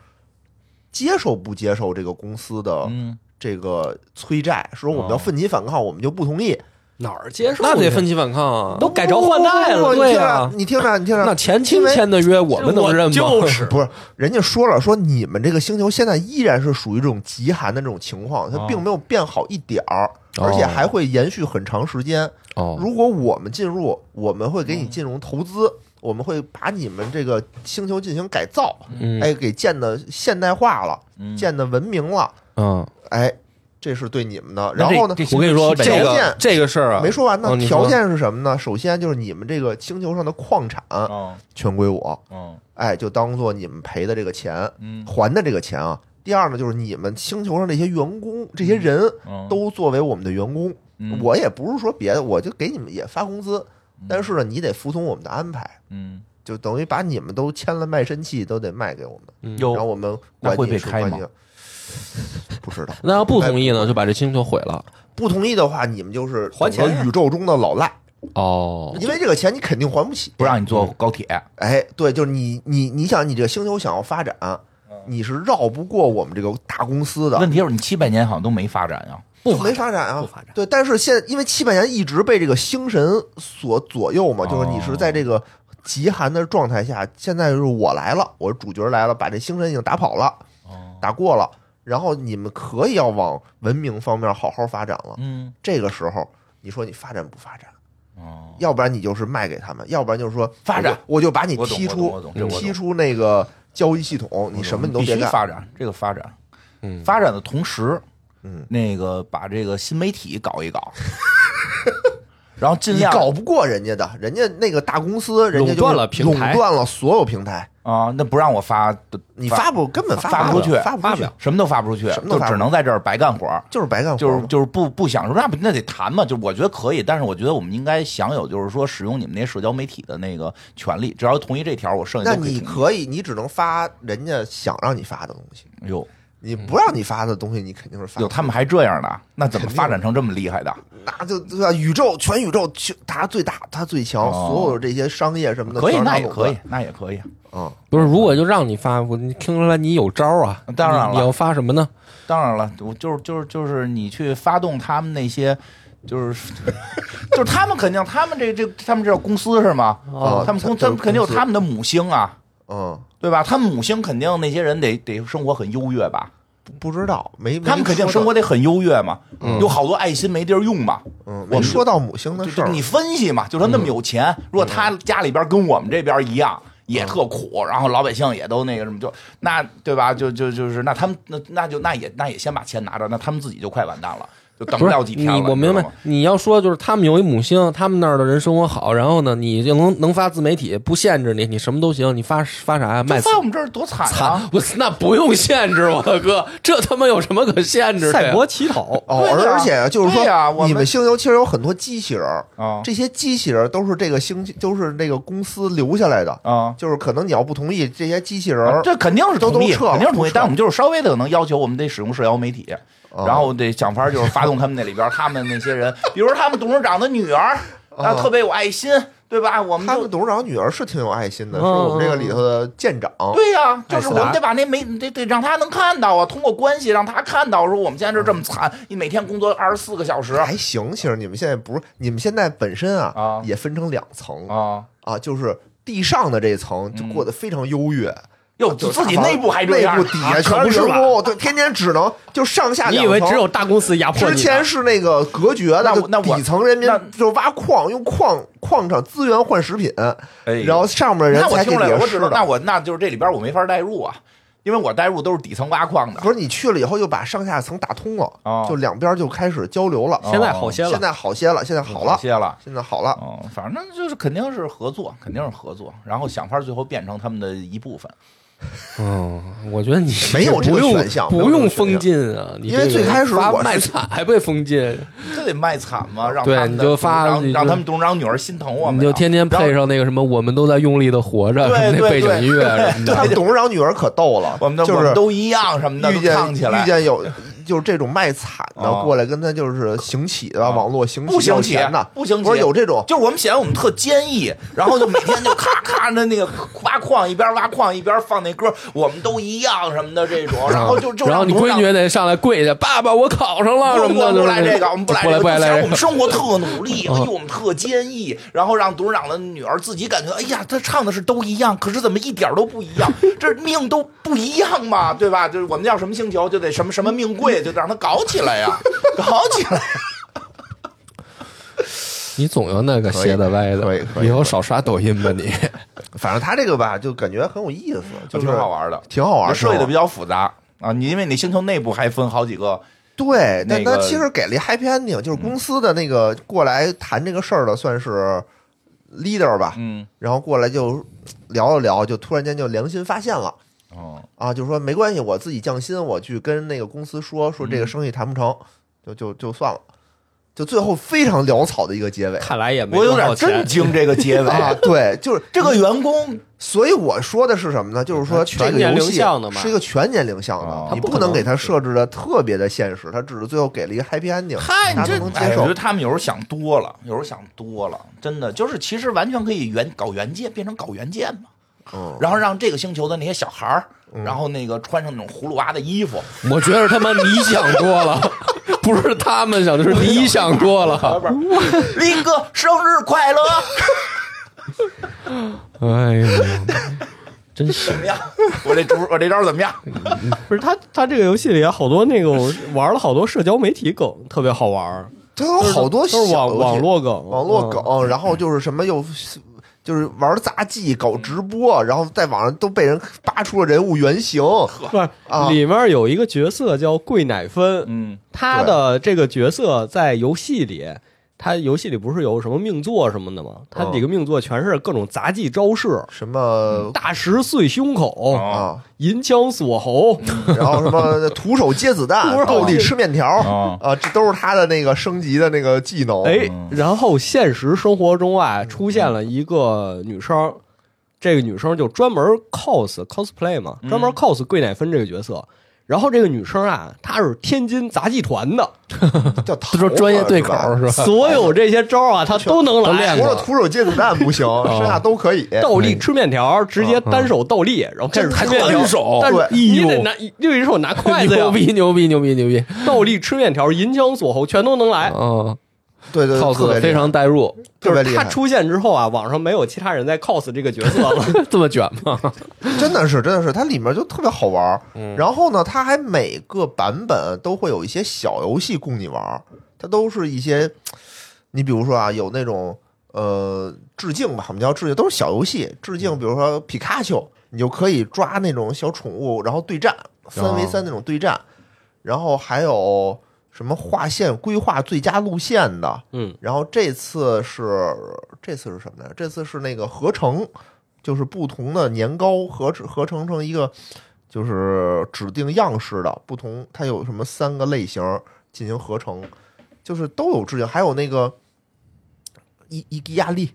Speaker 3: 接受不接受这个公司的
Speaker 2: 嗯，
Speaker 3: 这个催债？说我们要奋起反抗，我们就不同意。
Speaker 5: 哪儿接受去？
Speaker 1: 那得奋起反抗啊！
Speaker 5: 都改朝换代
Speaker 3: 不不
Speaker 5: 了，
Speaker 3: 不
Speaker 5: 对啊，
Speaker 3: 哦你听着，你听着，你听
Speaker 1: 那
Speaker 3: 着。
Speaker 1: 前清签的约，我们能认吗？ [LAUGHS]
Speaker 5: 就是
Speaker 3: 不是，人家说了，说你们这个星球现在依然是属于这种极寒的这种情况，它
Speaker 2: 哦
Speaker 3: 并没有变好一点儿，而且还会延续很长时间。
Speaker 1: 哦，
Speaker 3: 如果我们进入，我们会给你进入投资，我们会把你们这个星球进行改造，
Speaker 1: 嗯
Speaker 3: 哎，给建的现代化了，
Speaker 2: 嗯
Speaker 3: 建的文明了，
Speaker 1: 嗯，
Speaker 3: 哎，这是对你们的。
Speaker 2: 那
Speaker 3: 然
Speaker 2: 这
Speaker 3: 后呢，
Speaker 2: 这星
Speaker 1: 我跟你说，
Speaker 2: 期
Speaker 1: 这
Speaker 3: 条
Speaker 1: 个
Speaker 3: 件
Speaker 1: 这个事儿啊，
Speaker 3: 没说完呢
Speaker 1: 哦，你说
Speaker 3: 条件是什么呢？首先就是你们这个星球上的矿产
Speaker 1: 哦
Speaker 2: 嗯
Speaker 3: 全归我，
Speaker 2: 嗯
Speaker 3: 哎，就当做你们赔的这个钱，
Speaker 2: 嗯
Speaker 3: 还的这个钱啊。第二呢，就是你们星球上这些员工，这些人
Speaker 2: 嗯
Speaker 3: 都作为我们的员工，
Speaker 2: 嗯
Speaker 3: 我也不是说别的，我就给你们也发工资，但是呢，你得服从我们的安排。
Speaker 2: 嗯
Speaker 3: 就等于把你们都签了卖身契，都得卖给我们，
Speaker 2: 有
Speaker 3: 然后我们
Speaker 2: 那
Speaker 3: 管
Speaker 2: 会
Speaker 3: 你
Speaker 2: 被
Speaker 3: 是
Speaker 2: 开
Speaker 3: 管
Speaker 2: 吗
Speaker 3: 你，不知道。
Speaker 1: 那要不同意呢，就把这星球毁了。
Speaker 3: 不同意的话，你们就是
Speaker 5: 还钱
Speaker 3: 整个宇宙中的老赖，
Speaker 1: 哦，
Speaker 3: 因为这个钱你肯定还不起。
Speaker 2: 不让你坐高铁，
Speaker 3: 哎，对，就是你你你想你这个星球想要发展，你是绕不过我们这个大公司的，
Speaker 2: 问题是你七百年好像都没发展啊。
Speaker 3: 就没发展啊，
Speaker 5: 不发展
Speaker 3: 对，但是现在因为七百年一直被这个星神所左右嘛，
Speaker 2: 哦
Speaker 3: 就是你是在这个极寒的状态下，现在就是我来了，我是主角来了，把这星神已经打跑了，
Speaker 2: 哦，
Speaker 3: 打过了，然后你们可以要往文明方面好好发展了。
Speaker 2: 嗯
Speaker 3: 这个时候，你说你发展不发展？
Speaker 2: 哦，
Speaker 3: 要不然你就是卖给他们，要不然就是说
Speaker 2: 发展
Speaker 3: 我就，我就把你
Speaker 2: 我懂
Speaker 3: 踢
Speaker 2: 我
Speaker 3: 出
Speaker 2: 懂我懂这我懂
Speaker 3: 踢出那个交易系统，你什么你都
Speaker 2: 必
Speaker 3: 别
Speaker 2: 须
Speaker 3: 干。
Speaker 2: 发展，这个发展，
Speaker 1: 嗯
Speaker 2: 发展的同时，
Speaker 3: 嗯，
Speaker 2: 那个把这个新媒体搞一搞， [LAUGHS] 然后尽
Speaker 3: 你
Speaker 2: 量
Speaker 3: 搞不过人家的，人家那个大公司，人家就
Speaker 5: 垄断了平台
Speaker 3: 垄断了所有平台，
Speaker 2: 啊，那不让我发，
Speaker 3: 你发不根本
Speaker 2: 发
Speaker 3: 不
Speaker 2: 不出去
Speaker 3: 发不
Speaker 5: 发不了
Speaker 2: 什么都发不出去，
Speaker 3: 什么都
Speaker 2: 就
Speaker 3: 发不
Speaker 2: 只能在这儿白干活儿。
Speaker 3: 就是白干活
Speaker 2: 就
Speaker 3: 嘛。
Speaker 2: 是就是不不享受，那不那得谈嘛？就我觉得可以，但是我觉得我们应该享有，就是说使用你们那社交媒体的那个权利。只要同意这条，我剩下
Speaker 3: 那
Speaker 2: 都可以
Speaker 3: 你
Speaker 2: 同意。
Speaker 3: 可以，你只能发人家想让你发的东西，
Speaker 2: 哟，
Speaker 3: 你不让你发的东西，你肯定是发不
Speaker 2: 有
Speaker 3: 了。
Speaker 2: 他们还这样的，那怎么发展成这么厉害的？
Speaker 3: 那就对吧？宇宙全宇宙全他最大，他最强，
Speaker 2: 哦
Speaker 3: 所有这些商业什么的，
Speaker 2: 可以，
Speaker 3: 全是他
Speaker 2: 那也
Speaker 3: 垄
Speaker 2: 可
Speaker 3: 断
Speaker 2: 以，那也可以。
Speaker 3: 嗯，
Speaker 1: 不是，如果就让你发，我你听出来你有招儿啊？
Speaker 2: 当然了
Speaker 1: 你你要发什么呢？
Speaker 2: 当然了，我就是就是就是你去发动他们那些，就是 [LAUGHS] 就是他们肯定他们这这他们这叫公司是吗？
Speaker 3: 哦
Speaker 2: 他们公
Speaker 3: 他
Speaker 2: 他
Speaker 3: 们
Speaker 2: 们肯定有
Speaker 3: 公司
Speaker 2: 他们的母星啊，
Speaker 3: 嗯，
Speaker 2: 对吧？他们母星肯定那些人得得生活很优越吧？
Speaker 3: 不不知道，没
Speaker 2: 他们肯定生活
Speaker 3: 的，
Speaker 2: 得很优越嘛，有好多爱心没地儿用嘛。
Speaker 3: 嗯，
Speaker 2: 我
Speaker 3: 没
Speaker 2: 们
Speaker 3: 说到母星的
Speaker 2: 就
Speaker 3: 事
Speaker 2: 就
Speaker 3: 儿，
Speaker 2: 你分析嘛，就说那么有钱，如果他家里边跟我们这边一样。也特苦，然后老百姓也都那个什么，就那对吧？就就就是那他们那那就那也那也先把钱拿着，那他们自己就快完蛋了，就等
Speaker 1: 不
Speaker 2: 不
Speaker 1: 是
Speaker 2: 了几
Speaker 1: 你
Speaker 2: 天
Speaker 1: 我
Speaker 2: 了。，你知
Speaker 1: 明白
Speaker 2: 道吗。
Speaker 1: 你要说就是他们有一母星，他们那儿的人生活好，然后呢，你就能能发自媒体，不限制你，你什么都行，你发发啥呀？卖
Speaker 2: 在我们这儿多惨啊！
Speaker 1: 惨， [LAUGHS] 我那不用限制，我的哥，这他妈有什么可限制的呀？
Speaker 5: 赛博乞讨，
Speaker 3: 哦，
Speaker 2: 对呀
Speaker 3: 而而且就是说
Speaker 2: 对呀我，们
Speaker 3: 你们星球其实有很多机器人儿，
Speaker 2: 啊
Speaker 3: 这些机器人儿都是这个星，都是那个公司留下来的，
Speaker 2: 啊，
Speaker 3: 就是可能你要不同意，这些机器人儿
Speaker 2: 这肯定是
Speaker 3: 都
Speaker 2: 同意，
Speaker 3: 都撤了
Speaker 2: 肯定是同意
Speaker 3: 都撤了。
Speaker 2: 但我们就是稍微的可能要求我们得使用社交媒体，
Speaker 3: 哦
Speaker 2: 然后得想法儿就是发动他们那里边儿他们那些人，比如说他们董事长的女儿，啊，特别有爱心，对吧？我们
Speaker 3: 他
Speaker 2: 就
Speaker 3: 们董事长女儿是挺有爱心的，是
Speaker 1: 嗯
Speaker 3: 我们这个里头的舰长。
Speaker 2: 对呀、就是
Speaker 5: 斯
Speaker 2: 我
Speaker 5: 达
Speaker 2: 们得把那没得得让他能看到啊，通过关系让他看到，说我们现在是这么惨，你每天工作二十四个小时
Speaker 3: 还行，其实你们现在不是，你们现在本身啊，
Speaker 2: 啊
Speaker 3: 也分成两层
Speaker 2: 啊，
Speaker 3: 啊，就是地上的这层就
Speaker 2: 嗯
Speaker 3: 过得非常优越，
Speaker 2: 哟，自己内部还这
Speaker 3: 内
Speaker 2: 样，啊
Speaker 3: 部底下全是员工，对，天天只能就上下
Speaker 4: 你
Speaker 3: 两
Speaker 4: 以为只
Speaker 3: 层
Speaker 4: 有大公司压迫
Speaker 3: 之
Speaker 4: 你？
Speaker 3: 前是那个隔绝的
Speaker 2: 那我，那我
Speaker 3: 底层人民
Speaker 2: 那
Speaker 3: 就是挖矿，用矿矿场资源换食品，
Speaker 2: 哎
Speaker 3: 然后上面人
Speaker 2: 那我
Speaker 3: 才给
Speaker 2: 听出来
Speaker 3: 你
Speaker 2: 了，我
Speaker 3: 吃
Speaker 2: 知道，那
Speaker 3: 的。
Speaker 2: 我那就是这里边我没法代入啊，因为我代入都是底层挖矿的。
Speaker 3: 可是你去了以后，又把上下层打通了，
Speaker 2: 哦
Speaker 3: 就两边就开始交流了。
Speaker 2: 哦
Speaker 4: 现在好些了
Speaker 3: 现，在好些了，现在好了，
Speaker 2: 谢了。
Speaker 3: 现在好了。
Speaker 2: 哦，反正就是肯定是合作，肯定是合作，然后想法最后变成他们的一部分。
Speaker 1: 嗯，我觉得你
Speaker 3: 没有这个
Speaker 1: 不用
Speaker 3: 选项没有
Speaker 1: 不
Speaker 3: 这个
Speaker 1: 用
Speaker 3: 选项
Speaker 1: 封禁啊！你
Speaker 3: 因为
Speaker 1: 这个
Speaker 3: 最开始
Speaker 1: 发
Speaker 3: 我是
Speaker 1: 卖惨还被封禁，
Speaker 2: 这得卖惨嘛，让
Speaker 1: 对
Speaker 2: 他们
Speaker 1: 你
Speaker 2: 的
Speaker 1: 就
Speaker 2: 董事
Speaker 1: 发
Speaker 2: 长
Speaker 1: 你就
Speaker 2: 让他们董事长女儿心疼我们
Speaker 1: 你
Speaker 2: 啊，
Speaker 1: 就天天配
Speaker 2: 然后
Speaker 1: 上那个什么“我们都在用力的活着”
Speaker 2: 对
Speaker 1: 什么那
Speaker 2: 对
Speaker 1: 背景音乐什么
Speaker 3: 他
Speaker 1: 的。
Speaker 3: 们董事长女儿可逗了，
Speaker 2: 我们的
Speaker 3: 就
Speaker 2: 我们
Speaker 3: 是
Speaker 2: 都一样什么的，
Speaker 3: 遇
Speaker 2: 都烫
Speaker 3: 见
Speaker 2: 起来
Speaker 3: 遇见有就是这种卖惨
Speaker 2: 哦
Speaker 3: 的过来跟他就是行乞的，网络行乞
Speaker 2: 不行
Speaker 3: 要
Speaker 2: 起
Speaker 3: 钱的，
Speaker 2: 不行起，
Speaker 3: 不是有这种
Speaker 2: 就是我们显得我们特坚毅，然后就每天就咔咔的那个挖矿，一边挖矿一边放那歌，我们都一样什么的这种，然后就 [LAUGHS] 就
Speaker 1: 嗯然后
Speaker 2: 让
Speaker 1: 你
Speaker 2: 董事
Speaker 1: 闺
Speaker 2: 长
Speaker 1: 女也得上来跪下，爸爸，我考上了
Speaker 2: 不
Speaker 1: 什
Speaker 2: 不
Speaker 1: 么的，
Speaker 2: 不
Speaker 1: 就是
Speaker 2: 来这个，我们不来
Speaker 1: 不来
Speaker 2: 这
Speaker 1: 不来
Speaker 2: 个。
Speaker 1: 不
Speaker 2: 就
Speaker 1: 来嗯这 [LAUGHS] 个
Speaker 2: 显得我们生活特努力，哎呦，我们特坚毅。然后让董事长的女儿自己感觉，哎呀，她唱的是都一样，可是怎么一点儿都不一样？这命都不一样嘛，对吧？就是我们要什么星球，就得什么什么命贵，就得让他搞起来呀，搞起来。
Speaker 1: [LAUGHS] 你总有那个斜的歪
Speaker 3: 可以可以可
Speaker 1: 的，
Speaker 3: 以
Speaker 1: 以后少刷抖音吧你。
Speaker 3: 反正他这个吧，就感觉很有意思，就是
Speaker 2: 挺好玩的，
Speaker 3: 挺好玩儿，
Speaker 2: 设计的比
Speaker 3: 较
Speaker 2: 较复杂啊。你因为你星球内部还分好几个，
Speaker 3: 对。但
Speaker 2: 那个嗯
Speaker 3: 他其实给了一 happy ending，就是公司的那个过来谈这个事儿的，算是 leader 吧，
Speaker 2: 嗯，
Speaker 3: 然后过来就聊了聊，就突然间就良心发现了
Speaker 2: 哦，
Speaker 3: 啊，就说没关系，我自己降薪，我去跟那个公司说说
Speaker 2: 嗯
Speaker 3: 这个生意谈不成，就就就算了，就最后非常潦草的一个结尾。
Speaker 4: 看来也没
Speaker 2: 我有
Speaker 4: 多
Speaker 2: 点
Speaker 4: 少
Speaker 2: 震
Speaker 4: 钱。
Speaker 2: 惊这个结尾。
Speaker 3: 啊，对，就是
Speaker 2: 这个员工
Speaker 3: 所以我说的是什么呢？就是说这
Speaker 4: 全
Speaker 3: 个
Speaker 4: 年
Speaker 3: 游
Speaker 4: 龄
Speaker 3: 戏
Speaker 4: 向的嘛
Speaker 3: 是一个全年龄向
Speaker 2: 哦
Speaker 3: 的，你
Speaker 2: 它不
Speaker 3: 不能给它设置的特别的现实，它只是最后给了一个 happy ending，
Speaker 2: 嗨，
Speaker 3: 大
Speaker 2: 你
Speaker 3: 家
Speaker 2: 这
Speaker 3: 都能
Speaker 2: 哎
Speaker 3: 接
Speaker 2: 我觉
Speaker 3: 受
Speaker 2: 得。他们有时候想多了，有时候想多了，真的就是其实完全可以原搞原件，变成搞原件嘛。
Speaker 3: 嗯，
Speaker 2: 然后让这个星球的那些小孩儿，然后那个穿上那种葫芦娃的衣服，
Speaker 1: 我觉得他妈你想多了，不是他们想，就是你想多了。
Speaker 2: 林哥生日 [LAUGHS] 快乐，
Speaker 1: 哎呀，真是
Speaker 2: 怎么样？我这主我这招怎么样？
Speaker 4: [LAUGHS] 不是他，他这个游戏里好多那种玩了好多社交媒体梗，特别好玩儿。
Speaker 3: 它有好多
Speaker 4: 都是
Speaker 3: 小
Speaker 4: 网
Speaker 3: 游戏
Speaker 4: 网络梗，
Speaker 3: 网络梗，然后就是什么又就是玩杂技、搞直播，然后在网上都被人扒出了人物原型。
Speaker 4: 嗯。不是
Speaker 3: 啊
Speaker 4: 里面有一个角色叫桂乃芬，
Speaker 2: 嗯，
Speaker 4: 他的这个角色在游戏里，他游戏里不是有什么命座什么的吗？他
Speaker 3: 嗯
Speaker 4: 几个命座全是各种杂技招
Speaker 1: 哦
Speaker 4: 式，
Speaker 3: 什么
Speaker 4: 大石碎胸口，
Speaker 2: 哦
Speaker 3: 啊，
Speaker 4: 银枪锁
Speaker 1: [LAUGHS]
Speaker 4: 喉，
Speaker 3: 然后什么徒手接子弹
Speaker 4: 徒手、
Speaker 3: 倒地吃面条
Speaker 2: 哦
Speaker 3: 啊，这都是他的那个升级的那个技
Speaker 1: 哦
Speaker 3: 能。
Speaker 4: 哎，然后现实生活中啊，出现了一个女生，这个女生就专门 cos cosplay 嘛，
Speaker 1: 嗯
Speaker 4: 专门 cos 桂乃芬这个角色。然后这个女生啊，她是天津杂技团的，
Speaker 3: 叫
Speaker 1: 他说专业对口
Speaker 3: 桃花是吧
Speaker 1: 是吧？
Speaker 4: 所有这些招啊，她都
Speaker 1: [LAUGHS]
Speaker 4: 能
Speaker 1: 都练
Speaker 4: 来
Speaker 3: 除。了
Speaker 1: 过
Speaker 3: 徒手接子弹不行，剩下都可以。
Speaker 4: 倒立吃面条，直
Speaker 1: 嗯
Speaker 4: 接单手倒立，然后开始吃面条。
Speaker 1: 单手
Speaker 4: 但是
Speaker 3: 对
Speaker 4: 你
Speaker 1: 哎
Speaker 4: 得
Speaker 1: 呦
Speaker 4: 拿另一手拿筷子呀
Speaker 1: [LAUGHS] 牛，逼牛逼牛逼牛逼！
Speaker 4: 倒立吃面条，银枪锁喉，全都能来。
Speaker 1: 嗯
Speaker 3: 对对，对特别
Speaker 1: ，cos
Speaker 3: 厉害
Speaker 1: 非常代入，
Speaker 3: 特
Speaker 4: 就
Speaker 3: 别
Speaker 4: 是
Speaker 3: 厉
Speaker 4: 她
Speaker 3: 害，
Speaker 4: 出现之后啊，网上没有其他人在 cos 这个角色
Speaker 1: [LAUGHS]
Speaker 4: 了。
Speaker 1: 这么卷吗？
Speaker 3: 真的是真的是，它里面就特别好玩儿。然后呢，它还每个版本都会有一些小游戏供你玩儿，它都是一些，你比如说啊，有那种呃致敬吧，我们叫致敬，都是小游戏致敬，比如说皮卡丘，你就可以抓那种小宠物，然后对战三 v 三那种对战，然后还有什么划线规划最佳路线的，
Speaker 4: 嗯，
Speaker 3: 然后这次是这次是什么来着？这次是那个合成，就是不同的年糕合制合成成一个就是指定样式的不同，它有什么三个类型进行合成，就是都有致敬，还有那个伊伊基亚利，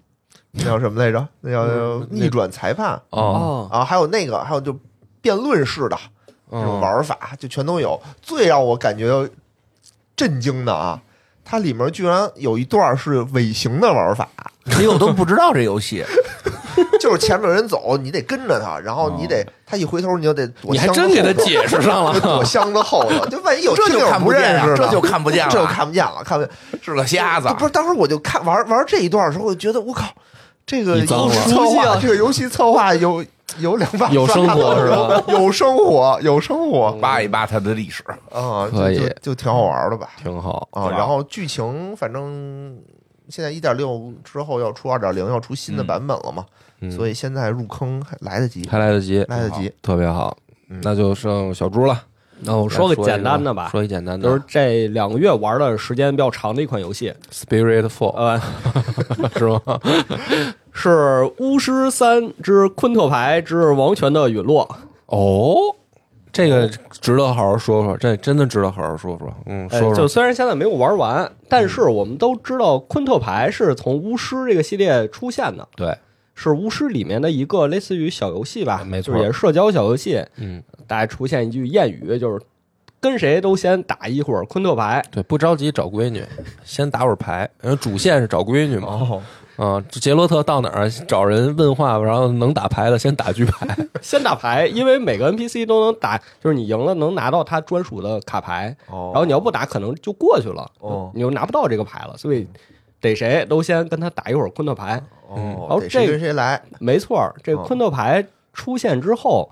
Speaker 3: 那叫什么来着？那叫逆转裁判
Speaker 1: 哦，
Speaker 3: 啊，还有那个，还有就辩论式的
Speaker 2: 嗯
Speaker 3: 这种玩法，就全都有。最让我感觉震惊的啊，它里面居然有一段是尾行的玩法， [LAUGHS]
Speaker 2: 哎呦，我都不知道这游戏，
Speaker 3: 就是前面有人走，你得跟着他，然后你
Speaker 2: 哦
Speaker 3: 得他一回头你就得躲
Speaker 1: 你还
Speaker 3: 箱子
Speaker 1: 真给他
Speaker 3: 后头
Speaker 1: 解释上
Speaker 3: 就
Speaker 1: 了。
Speaker 3: [LAUGHS] 躲箱子后头，就万一有
Speaker 2: 这
Speaker 3: 听
Speaker 2: 就
Speaker 3: 友
Speaker 2: 看
Speaker 3: 不
Speaker 2: 不见
Speaker 3: 认
Speaker 2: 呀
Speaker 3: 识呢，
Speaker 2: 这就看不见了
Speaker 3: 这就看不见了，看不见。
Speaker 2: [LAUGHS] 是个瞎子
Speaker 3: 哎
Speaker 2: 啊
Speaker 3: 就。不是，当时我就看玩玩这一段的时候，我觉得我靠，这个
Speaker 1: 你脏
Speaker 3: 游戏
Speaker 1: 了 [LAUGHS]
Speaker 3: 策
Speaker 4: 熟悉
Speaker 3: 划，
Speaker 4: 啊
Speaker 3: 这个游戏策划有有两把
Speaker 1: 有生活是吧
Speaker 3: 吧？ [LAUGHS] 有生活，有生活
Speaker 2: 扒一扒它的历史，
Speaker 3: 啊，就
Speaker 1: 可以
Speaker 3: 就就挺好玩的吧？
Speaker 1: 挺好。
Speaker 3: 啊，然后剧情反正现在一点六之后要出二点零，要出新的版本了嘛，
Speaker 1: 嗯
Speaker 3: 所以现在入坑还来得及，
Speaker 1: 还来得及，
Speaker 3: 来得及。
Speaker 1: 特别好。
Speaker 3: 嗯
Speaker 1: 那就剩小猪了，
Speaker 4: 那我
Speaker 1: 我
Speaker 4: 说个简单的吧，
Speaker 1: 说一简单的，
Speaker 4: 哦就是这两个月玩的时间比较长的一款游戏，
Speaker 1: Spirit
Speaker 4: [LAUGHS]
Speaker 1: Fall
Speaker 4: 呃，
Speaker 1: 是吗？
Speaker 4: 是《巫师三之昆特牌之王权的陨落》。
Speaker 1: 哦，这个值得好好说说，这真的值得好好说说。嗯，
Speaker 4: 呃
Speaker 1: 说
Speaker 4: 就
Speaker 1: 说
Speaker 4: 虽然现在没有玩完，但是我们都知道昆特牌是从巫师这个系列出现的，
Speaker 1: 对，
Speaker 4: 是巫师里面的一个类似于小游戏吧，
Speaker 1: 没错
Speaker 4: 就是也是社交小游戏。
Speaker 1: 嗯，
Speaker 4: 大家出现一句谚语，就是跟谁都先打一会儿昆特牌。
Speaker 1: 对，不着急找闺女，先打会儿牌。然后主线是找闺女嘛，
Speaker 4: 哦，
Speaker 1: 啊，杰洛特到哪儿找人问话，然后能打牌的先打局
Speaker 4: [LAUGHS]
Speaker 1: 牌。
Speaker 4: 先打牌，因为每个 NPC 都能打，就是你赢了能拿到他专属的卡牌，
Speaker 3: 哦
Speaker 4: 然后你要不打可能就过去了，
Speaker 3: 哦
Speaker 4: 你就拿不到这个牌了，所以得谁都先跟他打一会儿昆特牌。
Speaker 1: 嗯
Speaker 4: 然
Speaker 3: 哦
Speaker 4: 后
Speaker 3: 得
Speaker 4: 这
Speaker 3: 谁跟谁来？
Speaker 4: 没错儿，这
Speaker 3: 哦
Speaker 4: 昆特牌出现之后，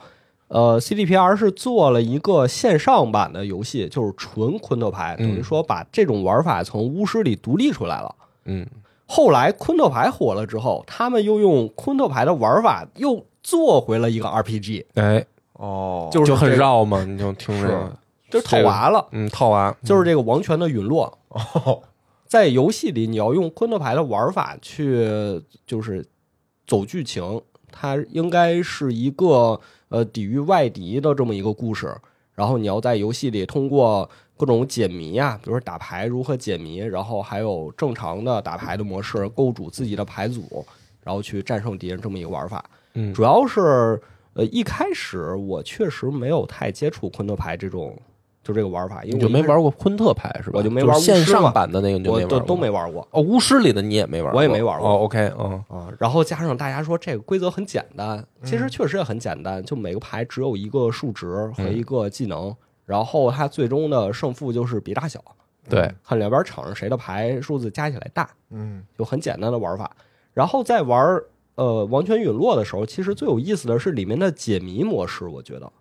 Speaker 4: 呃，CDPR 是做了一个线上版的游戏，就是纯昆特牌，等于说把这种玩法从巫师里独立出来了。
Speaker 1: 嗯，
Speaker 4: 后来昆特牌火了之后，他们又用昆特牌的玩法又做回了一个 RPG，
Speaker 1: 哎，
Speaker 3: 哦
Speaker 4: 就是
Speaker 1: 就很
Speaker 4: 这个，
Speaker 1: 绕嘛，你就听这个，
Speaker 4: 就是套娃了，
Speaker 1: 嗯，套娃
Speaker 4: 就是这个王权的陨落。
Speaker 3: 哦，
Speaker 4: [LAUGHS] 在游戏里，你要用昆特牌的玩法去，就是走剧情，它应该是一个呃抵御外敌的这么一个故事。然后你要在游戏里通过各种解谜啊，比如说打牌如何解谜，然后还有正常的打牌的模式，构筑自己的牌组，然后去战胜敌人这么一个玩法。
Speaker 1: 嗯
Speaker 4: 主要是呃一开始我确实没有太接触昆特牌这种就这个玩法，因为
Speaker 1: 你
Speaker 4: 我
Speaker 1: 就没
Speaker 4: 一开始
Speaker 1: 玩过昆特牌是吧？
Speaker 4: 我就没玩巫师
Speaker 1: 是线
Speaker 4: 嘛
Speaker 1: 上版的那个，你就
Speaker 4: 我
Speaker 1: 没玩
Speaker 4: 都
Speaker 1: 过
Speaker 4: 都没玩过
Speaker 1: 哦，巫师里的你也没玩过，
Speaker 4: 我也没玩过
Speaker 1: 哦，OK，嗯，
Speaker 4: 啊。然后加上大家说这个规则很简单，其实确实也很简单，就每个牌只有一个数值和
Speaker 1: 嗯
Speaker 4: 一个技能，然后它最终的胜负就是比大小，
Speaker 1: 对，
Speaker 4: 看两边场上谁的牌数字加起来大，
Speaker 3: 嗯
Speaker 4: 就很简单的玩法。然后在玩呃王权陨落的时候，其实最有意思的是里面的解谜模式，我觉得。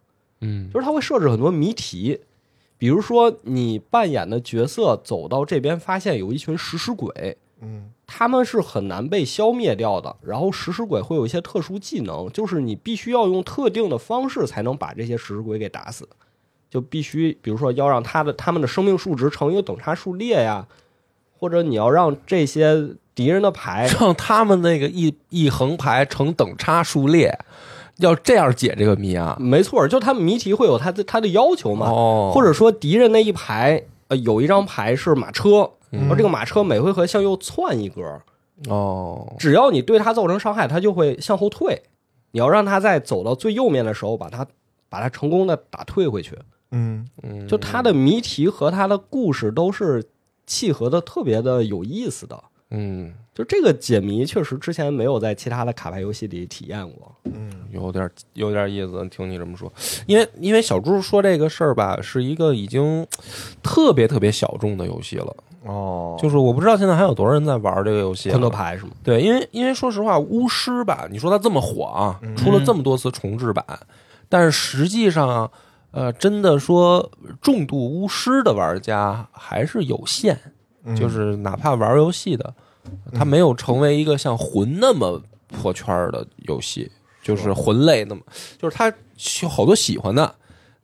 Speaker 1: 嗯，
Speaker 4: 就是它会设置很多谜题，比如说你扮演的角色走到这边，发现有一群食尸鬼，
Speaker 3: 嗯，
Speaker 4: 他们是很难被消灭掉的。然后食尸鬼会有一些特殊技能，就是你必须要用特定的方式才能把这些食尸鬼给打死，就必须比如说要让他的他们的生命数值乘一个等差数列呀，或者你要让这些敌人的牌
Speaker 1: 让他们那个一一横排成等差数列，要这样解这个谜啊，
Speaker 4: 没错，就他们谜题会有他的他的要求嘛，
Speaker 1: 哦
Speaker 4: 嗯或者说敌人那一排，呃，有一张牌是马车，
Speaker 1: 嗯
Speaker 4: 然后这个马车每回合向右窜一格，
Speaker 1: 哦，
Speaker 4: 只要你对它造成伤害，它就会向后退。你要让它在走到最右面的时候，把它把它成功的打退回去。
Speaker 3: 嗯
Speaker 1: 嗯
Speaker 4: 就它的谜题和它的故事都是契合的，特别的有意思的。
Speaker 1: 嗯，
Speaker 4: 就这个解谜，确实之前没有在其他的卡牌游戏里体验过。
Speaker 3: 嗯
Speaker 1: 有点有点意思，听你这么说，因为因为小猪说这个事儿吧，是一个已经特别特别小众的游戏了，
Speaker 3: 哦，
Speaker 1: 就是我不知道现在还有多少人在玩这个游戏啊、
Speaker 4: 昆特牌是吗？
Speaker 1: 对，因为因为说实话，巫师吧，你说它这么火啊，出了这么多次重制版，但是实际上啊，呃，真的说重度巫师的玩家还是有限，就是哪怕玩游戏的，它没有成为一个像魂那么破圈儿的游戏，就是魂类那么，就是它有好多喜欢的。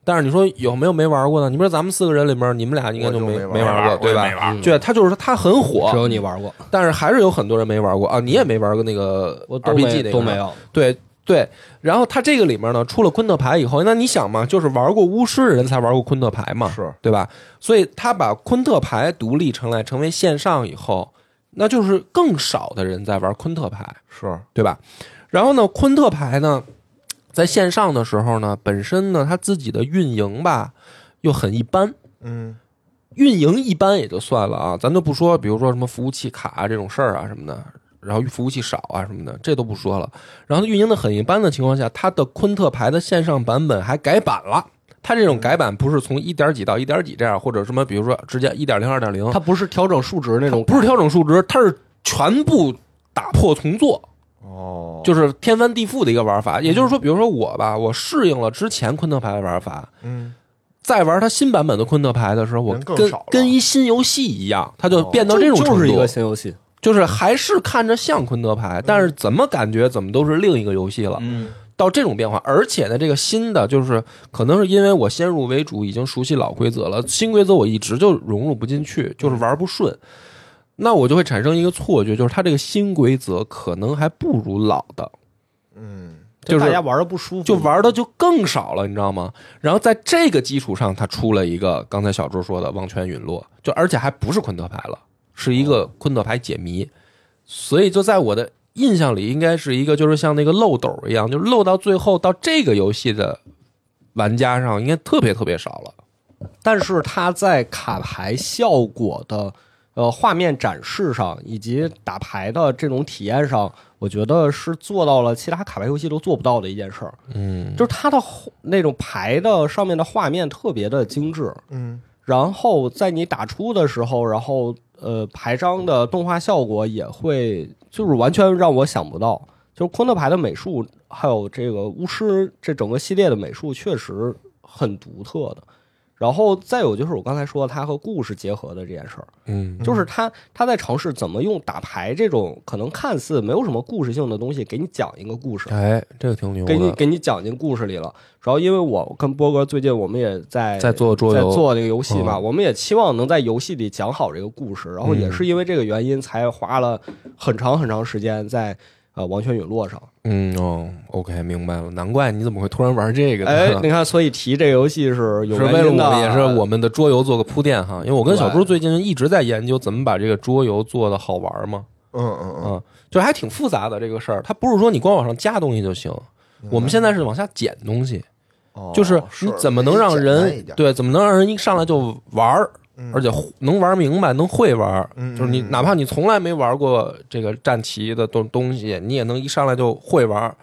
Speaker 1: 但是你说有没有没玩过呢？你不是咱们四个人里面，你们俩应该
Speaker 3: 我就
Speaker 1: 没
Speaker 3: 没玩
Speaker 1: 没玩过，对
Speaker 2: 我也没
Speaker 1: 吧？
Speaker 2: 玩
Speaker 1: 对，它就是说它很火，
Speaker 4: 只有你玩过，
Speaker 1: 但是还是有很多人没玩过啊，你也没玩过那个
Speaker 4: 嗯我都
Speaker 1: RPG 那
Speaker 4: 没
Speaker 1: 个
Speaker 4: 都没
Speaker 1: 是吧，
Speaker 4: 有。
Speaker 1: 对对。然后它这个里面呢，出了昆特牌以后，那你想嘛，就是玩过巫师的人才玩过昆特牌嘛，
Speaker 3: 是
Speaker 1: 对吧？所以他把昆特牌独立成来，成为线上以后，那就是更少的人在玩昆特牌，
Speaker 3: 是
Speaker 1: 对吧？然后呢，昆特牌呢，在线上的时候呢，本身呢，它自己的运营吧又很一般，
Speaker 3: 嗯
Speaker 1: 运营一般也就算了啊，咱都不说，比如说什么服务器卡啊这种事儿啊什么的，然后服务器少啊什么的，这都不说了。然后运营的很一般的情况下，它的昆特牌的线上版本还改版了。它这种改版不是从一点几到一点几这样，或者什么，比如说直接一点零、二点零，
Speaker 4: 它不是调整数值那种，
Speaker 1: 不是调整数值，它是全部打破重做。
Speaker 3: 哦，
Speaker 1: 就是天翻地覆的一个玩法。也就是说，比如说我吧，我适应了之前昆特牌的玩法，
Speaker 3: 嗯，
Speaker 1: 再玩它新版本的昆特牌的时候，我
Speaker 3: 人更
Speaker 1: 跟
Speaker 3: 少了
Speaker 1: 跟一新游戏一样，它就
Speaker 3: 哦
Speaker 1: 呃变到这种程
Speaker 4: 就
Speaker 1: 度，
Speaker 4: 是一个新游戏，
Speaker 1: 就是还是看着像昆特牌，但是怎么感觉怎么都是另一个游戏了。
Speaker 2: 嗯
Speaker 1: 到这种变化，而且呢，这个新的就是可能是因为我先入为主，已经熟悉老规则了，新规则我一直就融入不进去，就是玩不顺。那我就会产生一个错觉，就是它这个新规则可能还不如老的，
Speaker 3: 嗯，
Speaker 1: 就是
Speaker 4: 大家玩的不舒服，
Speaker 1: 就玩的就更少了，你知道吗？然后在这个基础上，它出了一个刚才小周说的“忘川陨落”，就而且还不是昆特牌了，是一
Speaker 4: 哦
Speaker 1: 个昆特牌解谜。所以就在我的印象里，应该是一个就是像那个漏斗一样，就是漏到最后到这个游戏的玩家上，应该特别特别少了。
Speaker 4: 但是它在卡牌效果的呃画面展示上，以及打牌的这种体验上，我觉得是做到了其他卡牌游戏都做不到的一件事儿。
Speaker 1: 嗯，
Speaker 4: 就是它的后那种牌的上面的画面特别的精致，
Speaker 3: 嗯，
Speaker 4: 然后在你打出的时候，然后呃牌张的动画效果也会就是完全让我想不到。就是昆特牌的美术，还有这个巫师这整个系列的美术确实很独特的。然后再有就是我刚才说它和故事结合的这件事儿，
Speaker 1: 嗯，
Speaker 4: 就是他他在尝试怎么用打牌这种可能看似没有什么故事性的东西，给你讲一个故事。
Speaker 1: 哎，这个挺牛
Speaker 4: 给你
Speaker 1: 的，
Speaker 4: 给你讲进故事里了。然后因为我跟波哥最近我们也在
Speaker 1: 在做桌
Speaker 4: 在
Speaker 1: 游，
Speaker 4: 做这个游戏嘛，
Speaker 1: 嗯
Speaker 4: 我们也期望能在游戏里讲好这个故事。然后也是因为这个原因，才花了很长很长时间在呃《王权陨落》上。
Speaker 1: 嗯哦，OK，明白了，难怪你怎么会突然玩这个呢？
Speaker 4: 哎，你看，所以提这个游戏是有
Speaker 1: 是
Speaker 4: 原
Speaker 1: 为了我
Speaker 4: 因的啊
Speaker 1: 们，也是我们的桌游做个铺垫哈，因为我跟小朱最近一直在研究怎么把这个桌游做的好玩嘛，
Speaker 3: 嗯嗯嗯，
Speaker 1: 啊，就还挺复杂的这个事儿，它不是说你光往上加东西就行，我们现在是往下减东西，
Speaker 3: 哦
Speaker 1: 就是你怎么能让人，对，怎么能让人一上来就玩儿，
Speaker 3: 嗯
Speaker 1: 而且能玩明白，能会玩儿，
Speaker 3: 嗯
Speaker 1: 就是你
Speaker 3: 嗯嗯
Speaker 1: 哪怕你从来没玩过这个战棋的东东西，你也能一上来就会玩儿。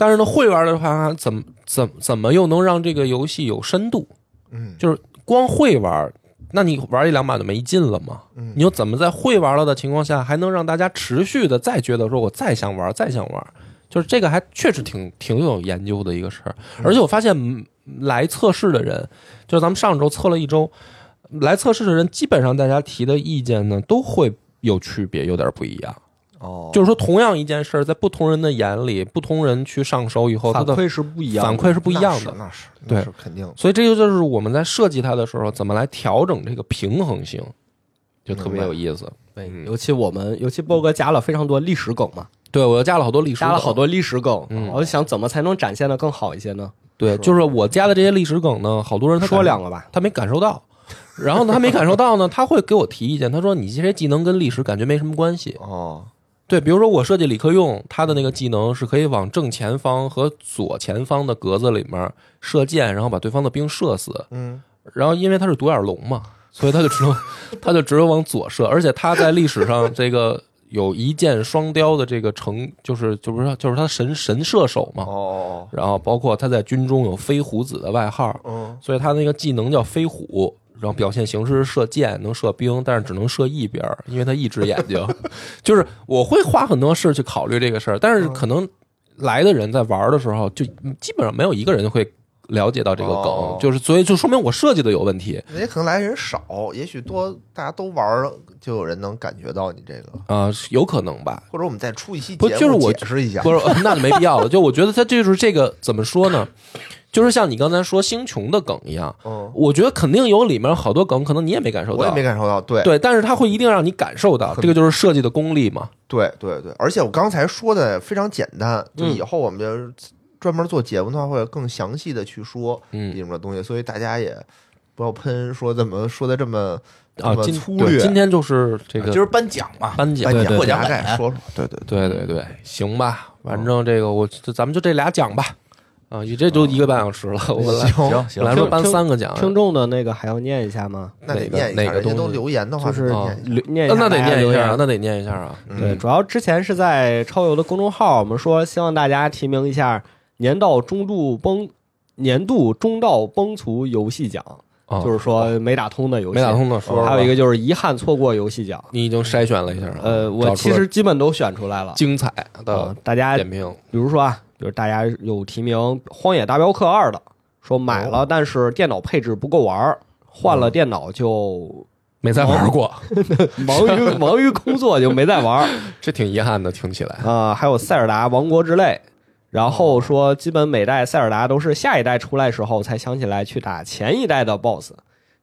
Speaker 1: 但是呢，会玩儿的话，怎么怎么怎么又能让这个游戏有深度？
Speaker 3: 嗯
Speaker 1: 就是光会玩儿，那你玩一两把就没劲了嘛。
Speaker 3: 嗯
Speaker 1: 你又怎么在会玩了的情况下，还能让大家持续的再觉得说我再想玩，再想玩？就是这个还确实挺挺有研究的一个事儿。而且我发现嗯来测试的人，就是咱们上周测了一周，来测试的人基本上大家提的意见呢都会有区别，有点不一样。
Speaker 3: 哦，
Speaker 1: 就是说，同样一件事儿，在不同人的眼里，不同人去上手以后，他
Speaker 4: 反
Speaker 1: 的
Speaker 4: 馈是不一样的
Speaker 1: 反馈是不一样的。
Speaker 3: 那是那是
Speaker 1: 对
Speaker 3: 那是肯定的，
Speaker 1: 所以这就就是我们在设计它的时候，怎么来调整这个平衡性，就特别有意思。
Speaker 4: 对，尤其我们，尤其波哥加了非常多历史梗嘛，
Speaker 1: 对，我又加了好多历史，
Speaker 4: 加了好。多历史梗，
Speaker 1: 嗯
Speaker 4: 我想怎么才能展现的更好一些呢？
Speaker 1: 对，就是我加的这些历史梗呢，好多人他
Speaker 4: 说两
Speaker 1: 个，
Speaker 4: 个吧，
Speaker 1: 他没感受到。然后呢，他没感受到呢，他会给我提意见。他说：“你这些技能跟历史感觉没什么关系。
Speaker 3: 哦，”
Speaker 1: 对，比如说我设计李克用，他的那个技能是可以往正前方和左前方的格子里面射箭，然后把对方的兵射死。
Speaker 3: 嗯，
Speaker 1: 然后因为他是独眼龙嘛，所以他就
Speaker 3: [LAUGHS]
Speaker 1: 只能他就只有往左射，而且他在历史上这个有一箭双雕的这个成，就是就不是就是他神神射手
Speaker 3: 哦
Speaker 1: 嘛。
Speaker 3: 哦
Speaker 1: 然后包括他在军中有飞虎子的外号，
Speaker 3: 哦，
Speaker 1: 所以他那个技能叫飞虎，然后表现形式是射箭，能射兵，但是只能射一边儿，因为他一只眼睛。
Speaker 3: [LAUGHS]
Speaker 1: 就是我会花很多事去考虑这个事儿，但是
Speaker 3: 嗯
Speaker 1: 可能来的人在玩的时候，就基本上没有一个人会了解到这个梗，
Speaker 3: 哦
Speaker 1: 就是所以就说明我设计的有问题。
Speaker 3: 嗯，也可能来人少，也许多大家都玩儿，就有人能感觉到你这个，
Speaker 1: 啊，是有可能吧，
Speaker 3: 或者我们再出一期
Speaker 1: 不
Speaker 3: 节目
Speaker 1: 就是我
Speaker 3: 解释一下，
Speaker 1: 不是， [LAUGHS] 那就没必要了。就我觉得他就是这个怎么说呢，就是像你刚才说星穹的梗一样，
Speaker 3: 嗯，
Speaker 1: 我觉得肯定有里面好多梗，可能你也没感受
Speaker 3: 我也
Speaker 1: 到
Speaker 3: 没，感受到，对
Speaker 1: 对，但是他会一定让你感受到，
Speaker 3: 很
Speaker 1: 这个就是设计的功力嘛。
Speaker 3: 对对对，而且我刚才说的非常简单，就
Speaker 1: 嗯
Speaker 3: 以后我们就专门做节目的话，会更详细的去说
Speaker 1: 嗯
Speaker 3: 里面的东西，所以大家也不要喷说怎么说的这么
Speaker 1: 啊
Speaker 3: 这，么
Speaker 1: 今
Speaker 3: 粗
Speaker 1: 对
Speaker 3: 略，
Speaker 1: 今天就是这
Speaker 4: 啊
Speaker 1: 个
Speaker 2: 今儿颁奖嘛，
Speaker 1: 颁奖
Speaker 3: 颁，
Speaker 2: 对
Speaker 3: 奖
Speaker 2: 对
Speaker 3: 获奖
Speaker 2: 对
Speaker 3: 感说说，对对对，
Speaker 1: 对对对，行吧，
Speaker 4: 哦
Speaker 1: 反正这个我就咱们就这俩奖吧，啊，也这就一个半小时了，我本来
Speaker 2: 行
Speaker 1: 本来嗯
Speaker 2: 行，
Speaker 1: 说颁三个啊奖，
Speaker 4: 哦听众的那个还要念一下吗？
Speaker 3: 那得
Speaker 1: 哪个
Speaker 3: 念一
Speaker 1: 哪
Speaker 3: 下，
Speaker 1: 个
Speaker 3: 人家
Speaker 1: 东
Speaker 3: 都
Speaker 1: 西
Speaker 3: 留言的话，哦
Speaker 4: 就是
Speaker 3: 得念一下
Speaker 4: 留念一下，
Speaker 1: 那得念一
Speaker 4: 下
Speaker 1: 下，那得念一下啊，
Speaker 4: 对，主要之前是在超游的公众号，我们说希望大家提名一下年度中度崩年度中道崩殂游戏奖。
Speaker 1: 啊
Speaker 4: 就是说没打通的游戏，
Speaker 1: 没打通的说说吧，
Speaker 4: 哦还有一个就是遗憾错过游戏奖。
Speaker 1: 你已经筛选了一下了，
Speaker 4: 呃，我
Speaker 1: 找出
Speaker 4: 其
Speaker 1: 了
Speaker 4: 实基本都选出来了。
Speaker 1: 精彩的
Speaker 4: 呃，大家
Speaker 1: 点评，
Speaker 4: 比如说啊，就是大家有提名《荒野大镖客二》的，说买
Speaker 1: 哦
Speaker 4: 了，但是电脑配置不够玩儿，换了电脑
Speaker 1: 哦
Speaker 4: 就
Speaker 1: 没再玩
Speaker 4: 哦
Speaker 1: 过，
Speaker 4: 忙于
Speaker 1: [LAUGHS]
Speaker 4: 忙于工作就没再玩儿
Speaker 1: 这挺遗憾的，听起来。
Speaker 4: 啊、还有《塞尔达王国之泪》，然后说基本每代塞尔达都是下一代出来时候才想起来去打前一代的 BOSS。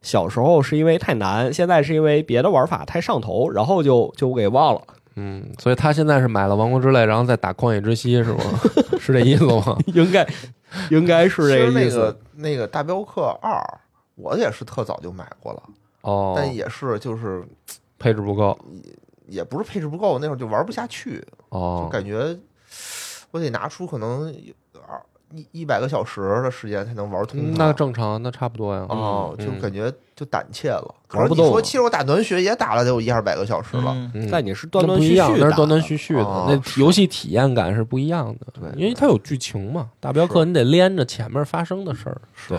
Speaker 4: 小时候是因为太难，现在是因为别的玩法太上头，然后就就给
Speaker 1: [LAUGHS]
Speaker 4: 忘了。
Speaker 1: 嗯，所以他现在是买了《王国之泪》，然后再打《旷野之息》，是吗？
Speaker 4: [LAUGHS]
Speaker 1: 是这意思吗？
Speaker 4: 应该应该是这
Speaker 3: 其实
Speaker 4: 意
Speaker 3: 那
Speaker 4: 思。
Speaker 3: 个那个大镖客二，我也是特早就买过了，
Speaker 1: 哦，
Speaker 3: 但也嗯是就是
Speaker 1: 配置不够
Speaker 3: 也不是配置不够，那会儿就玩不下去，就
Speaker 1: 哦，
Speaker 3: 感觉我得拿出可能二一一百个小时的时间才能玩通它。
Speaker 1: 嗯那正常，那差不多呀。
Speaker 3: 哦，就
Speaker 1: 嗯
Speaker 3: 感觉就胆怯了。可
Speaker 4: 玩
Speaker 3: 是
Speaker 4: 不
Speaker 3: 你
Speaker 4: 动
Speaker 3: 说，
Speaker 4: 了
Speaker 3: 其实我打短雪也打了得有一二百个小时了。
Speaker 2: 嗯
Speaker 1: 嗯，
Speaker 4: 但你是断断
Speaker 1: 那不
Speaker 4: 续
Speaker 1: 一
Speaker 4: 续
Speaker 1: 样，那
Speaker 4: 打
Speaker 1: 是
Speaker 4: 的
Speaker 1: 断断续续的，啊
Speaker 3: 哦
Speaker 1: 那游戏体验感是不一样的。
Speaker 3: 对
Speaker 1: 因为它有剧情嘛，大镖客你得连着前面发生的事儿。
Speaker 3: 是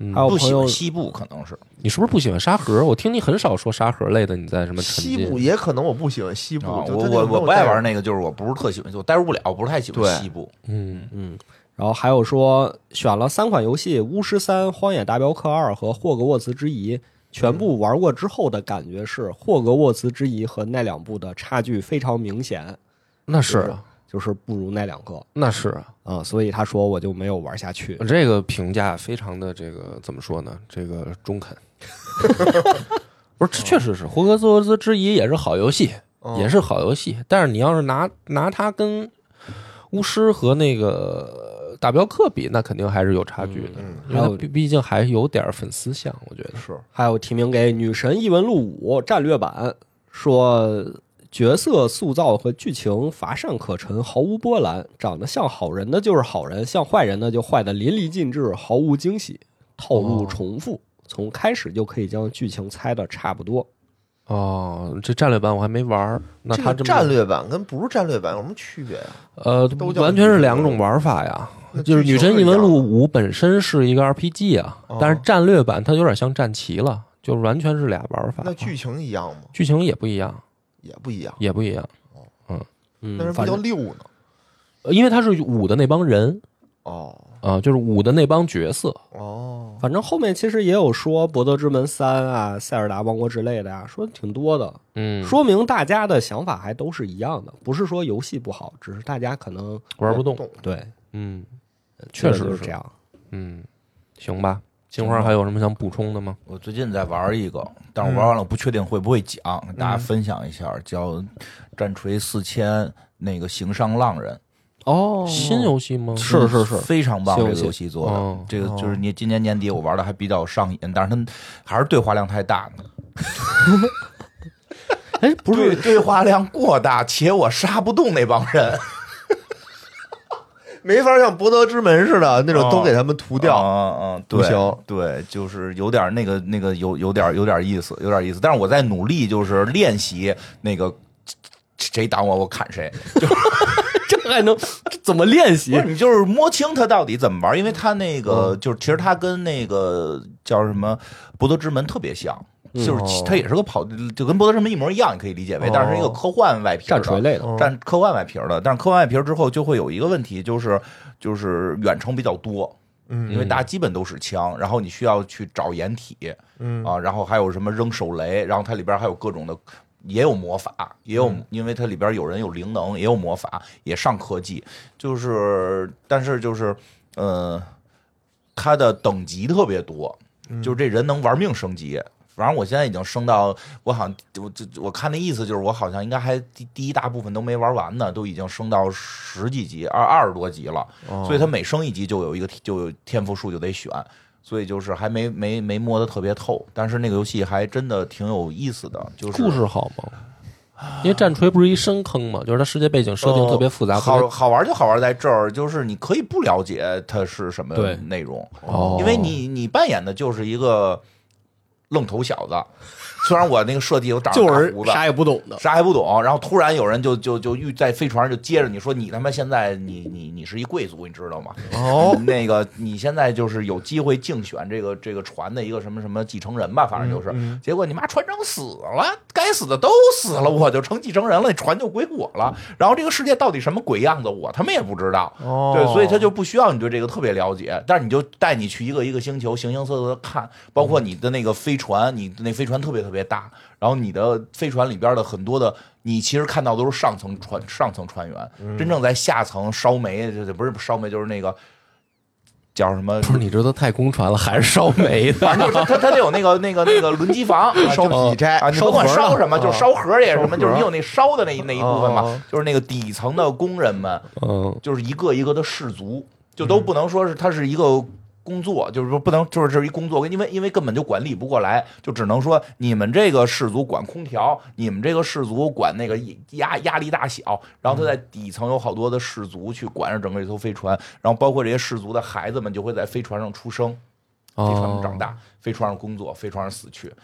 Speaker 1: 嗯
Speaker 4: 还有
Speaker 2: 不
Speaker 4: 朋
Speaker 2: 喜
Speaker 4: 友
Speaker 2: 欢西部可能是
Speaker 1: 你是不是不喜欢沙盒？我听你很少说沙盒类的，你在什么沉
Speaker 3: 西部
Speaker 1: 浸？
Speaker 3: 也可能我不喜欢西部，
Speaker 2: 啊，
Speaker 3: 就
Speaker 2: 我
Speaker 3: 它那
Speaker 2: 我
Speaker 3: 个没有
Speaker 2: 我不爱
Speaker 3: 代入
Speaker 2: 玩那个，就是我不是特喜欢，我代入不了，我不是太喜
Speaker 3: 对
Speaker 2: 欢西部。
Speaker 1: 嗯，
Speaker 4: 嗯，然后还有说选了三款游戏《巫师三》《荒野大镖客二》和《霍格沃茨之遗》，全部玩过之后的感觉是，《霍格沃茨之遗》和那两部的差距非常明显，
Speaker 1: 那是啊，
Speaker 4: 就是不如那两个
Speaker 1: 那是啊，
Speaker 4: 啊、所以他说我就没有玩下去。
Speaker 1: 呃这个评价非常的这个怎么说呢？这个中
Speaker 3: [LAUGHS]
Speaker 1: 肯。不是，这确实是《霍格沃兹之遗》也是好游戏，
Speaker 3: 嗯
Speaker 1: 也是好游戏。但是你要是拿拿它跟巫师和那个呃大镖客比，那肯定还是有差距的，
Speaker 3: 嗯
Speaker 1: 因为它
Speaker 4: 还有
Speaker 1: 毕毕竟还有点粉丝向，我觉得。
Speaker 3: 是
Speaker 4: 还有提名给《女神异闻录五》战略版，说角色塑造和剧情乏善可陈，毫无波澜，长得像好人的就是好人，像坏人的就坏的淋漓尽致，毫无惊喜，套路重复，从开始就可以将剧情猜的差不多。
Speaker 1: 哦，这战略版我还没玩儿，那
Speaker 3: 这
Speaker 1: 它
Speaker 3: 个
Speaker 1: 这么
Speaker 3: 战略版跟不是战略版有什么区别啊？
Speaker 1: 呃
Speaker 3: 都，叫
Speaker 1: 完全是两种玩法呀。
Speaker 3: 那
Speaker 1: 就是《
Speaker 3: 剧
Speaker 1: 女
Speaker 3: 情
Speaker 1: 神
Speaker 3: 是
Speaker 1: 异
Speaker 3: 一
Speaker 1: 闻
Speaker 3: 样
Speaker 1: 录五》本身是一个 RPG 啊，
Speaker 3: 哦
Speaker 1: 但是战略版它有点像战棋了，就完全是俩玩法。
Speaker 3: 那剧情一样吗？
Speaker 1: 剧情也不一样，
Speaker 3: 也不一样，
Speaker 1: 也不一样，
Speaker 4: 嗯
Speaker 3: 但是，不
Speaker 4: 反
Speaker 3: 叫
Speaker 4: 正
Speaker 3: 六呢？
Speaker 1: 呃因为它是五的那帮人
Speaker 3: 哦
Speaker 1: 啊、就是五的那帮角色。
Speaker 3: 哦，
Speaker 4: 反正后面其实也有说《博德之门三》啊，《塞尔达王国》之类的呀、说挺多的。
Speaker 1: 嗯，
Speaker 4: 说明大家的想法还都是一样的，不是说游戏不好，只是大家可能
Speaker 1: 玩不动。
Speaker 4: 对，
Speaker 1: 嗯确
Speaker 4: 确
Speaker 1: 实
Speaker 4: 实
Speaker 1: 是
Speaker 4: 这样。
Speaker 1: 嗯，行吧。金花还有什么想补充的吗？
Speaker 2: 我最近在玩一个，但是我玩完了我不确定会不会讲，跟大家分享一下，叫《战锤四千》那个《行商浪人
Speaker 1: 哦，新游戏吗？》，
Speaker 4: 是是是
Speaker 2: 非常棒
Speaker 4: 新
Speaker 2: 这
Speaker 4: 游
Speaker 2: 个
Speaker 4: 戏
Speaker 2: 游戏做的。
Speaker 1: 哦
Speaker 2: 这个就是你今年年底我玩的还比较上瘾，但是它还是对话量太大了，
Speaker 4: 哎，不
Speaker 2: 对
Speaker 4: 是
Speaker 2: 对话量过大，且我杀不动那帮人，
Speaker 3: 没法像博德之门似的那种都
Speaker 2: 哦
Speaker 3: 给他们涂
Speaker 2: 不
Speaker 3: 掉。
Speaker 2: 嗯嗯，对，
Speaker 3: 不行
Speaker 2: 对，就是有点那个那个有有点有点意思，有点意思。但是我在努力，就是练习那个谁挡我，我砍谁。
Speaker 4: 这还能这怎么练
Speaker 2: 不
Speaker 4: 习
Speaker 2: 是？你就是摸清他到底怎么玩，因为他那
Speaker 4: 嗯
Speaker 2: 个、就是其实他跟那个叫什么《博德之门》特别像，
Speaker 4: 嗯
Speaker 2: 就是其他也是个跑，就跟《博德之门》一模一样，你可以理解为，但是是一个科幻外皮
Speaker 4: 哦战锤
Speaker 2: 类。
Speaker 4: 类的，
Speaker 3: 嗯
Speaker 2: 占科幻外皮儿的，但是科幻外皮儿之后就会有一个问题，就是就是远程比较多，
Speaker 3: 嗯
Speaker 2: 因为大家基本都是枪，然后你需要去找掩体，
Speaker 3: 嗯
Speaker 2: 啊，然后还有什么扔手雷，然后它里边还有各种的，也有魔法，也有，
Speaker 3: 嗯
Speaker 2: 因为它里边有人有灵能，也有魔法，也上科技，就是，但是就是，呃，它的等级特别多，
Speaker 1: 嗯
Speaker 2: 就是这人能玩命升级。反正我现在已经升到，我好像我这我看那意思就是我好像应该还第第一大部分都没玩完呢，都已经升到十几级，二二十多级了。
Speaker 1: 哦
Speaker 2: 所以它每升一级就有一个就有天赋树就得选，所以就是还没没没摸得特别透。但是那个游戏还真的挺有意思的，就是
Speaker 1: 故事好吗？因为战锤不是一深坑嘛，就是它世界背景设
Speaker 3: 哦
Speaker 1: 定特别复杂，
Speaker 2: 呃好好玩就好玩在这儿，就是你可以不了解它是什么
Speaker 4: 对
Speaker 2: 内容，
Speaker 1: 哦
Speaker 2: 因为你你扮演的就是一愣头小子，虽然我那个设计我长着
Speaker 5: 就
Speaker 2: 大
Speaker 5: 是
Speaker 2: 胡子，
Speaker 5: 啥也不懂的，
Speaker 2: 啥也不懂，然后突然有人就就就遇在飞船上就接着你说你他妈现在你你你是一贵族，你知道吗？哦， [LAUGHS] 那个你现在就是有机会竞选这个这个船的一个什么什么继承人吧，反正就是。
Speaker 5: 嗯
Speaker 2: 结果你妈船长死了，该死的都死了，我就成继承人了，船就归我了。然后这个世界到底什么鬼样子，我他妈也不知道。
Speaker 3: 哦
Speaker 2: 对，所以他就不需要你对这个特别了解，但是你就带你去一个一个星球，形形色色的看，包括你的那个飞船，你的那飞船特别特别大，然后你的飞船里边的很多的，你其实看到都是上层船上层船员，真正在下层烧煤，就是不是烧煤，就是那个叫什么。
Speaker 1: 不是你这都太空船了，还是烧煤的？
Speaker 2: 反正就是他，他得有那个那个那个轮机房，啊
Speaker 3: 烧
Speaker 2: 就是
Speaker 3: 劈柴
Speaker 2: 啊，你
Speaker 3: 烧
Speaker 2: 甭管
Speaker 3: 盒儿
Speaker 2: 烧
Speaker 3: 的
Speaker 2: 什么，就是烧盒儿也是什么，就是你有那烧的那那一部分
Speaker 3: 哦哦
Speaker 2: 嘛
Speaker 3: 哦，
Speaker 2: 就是那个底层的工人们，
Speaker 1: 嗯，
Speaker 2: 就是一个一个的氏族，就都不能说是它是一个工作，就是说不能就是这是一工作，因为因为根本就管理不过来，就只能说你们这个氏族管空调，你们这个氏族管那个压压力大小，然后他在底层有好多的氏族去管着整个这艘飞船，然后包括这些氏族的孩子们就会在飞船上出生，飞船上长
Speaker 1: 哦。
Speaker 2: 大，飞船上工作，飞船上死去，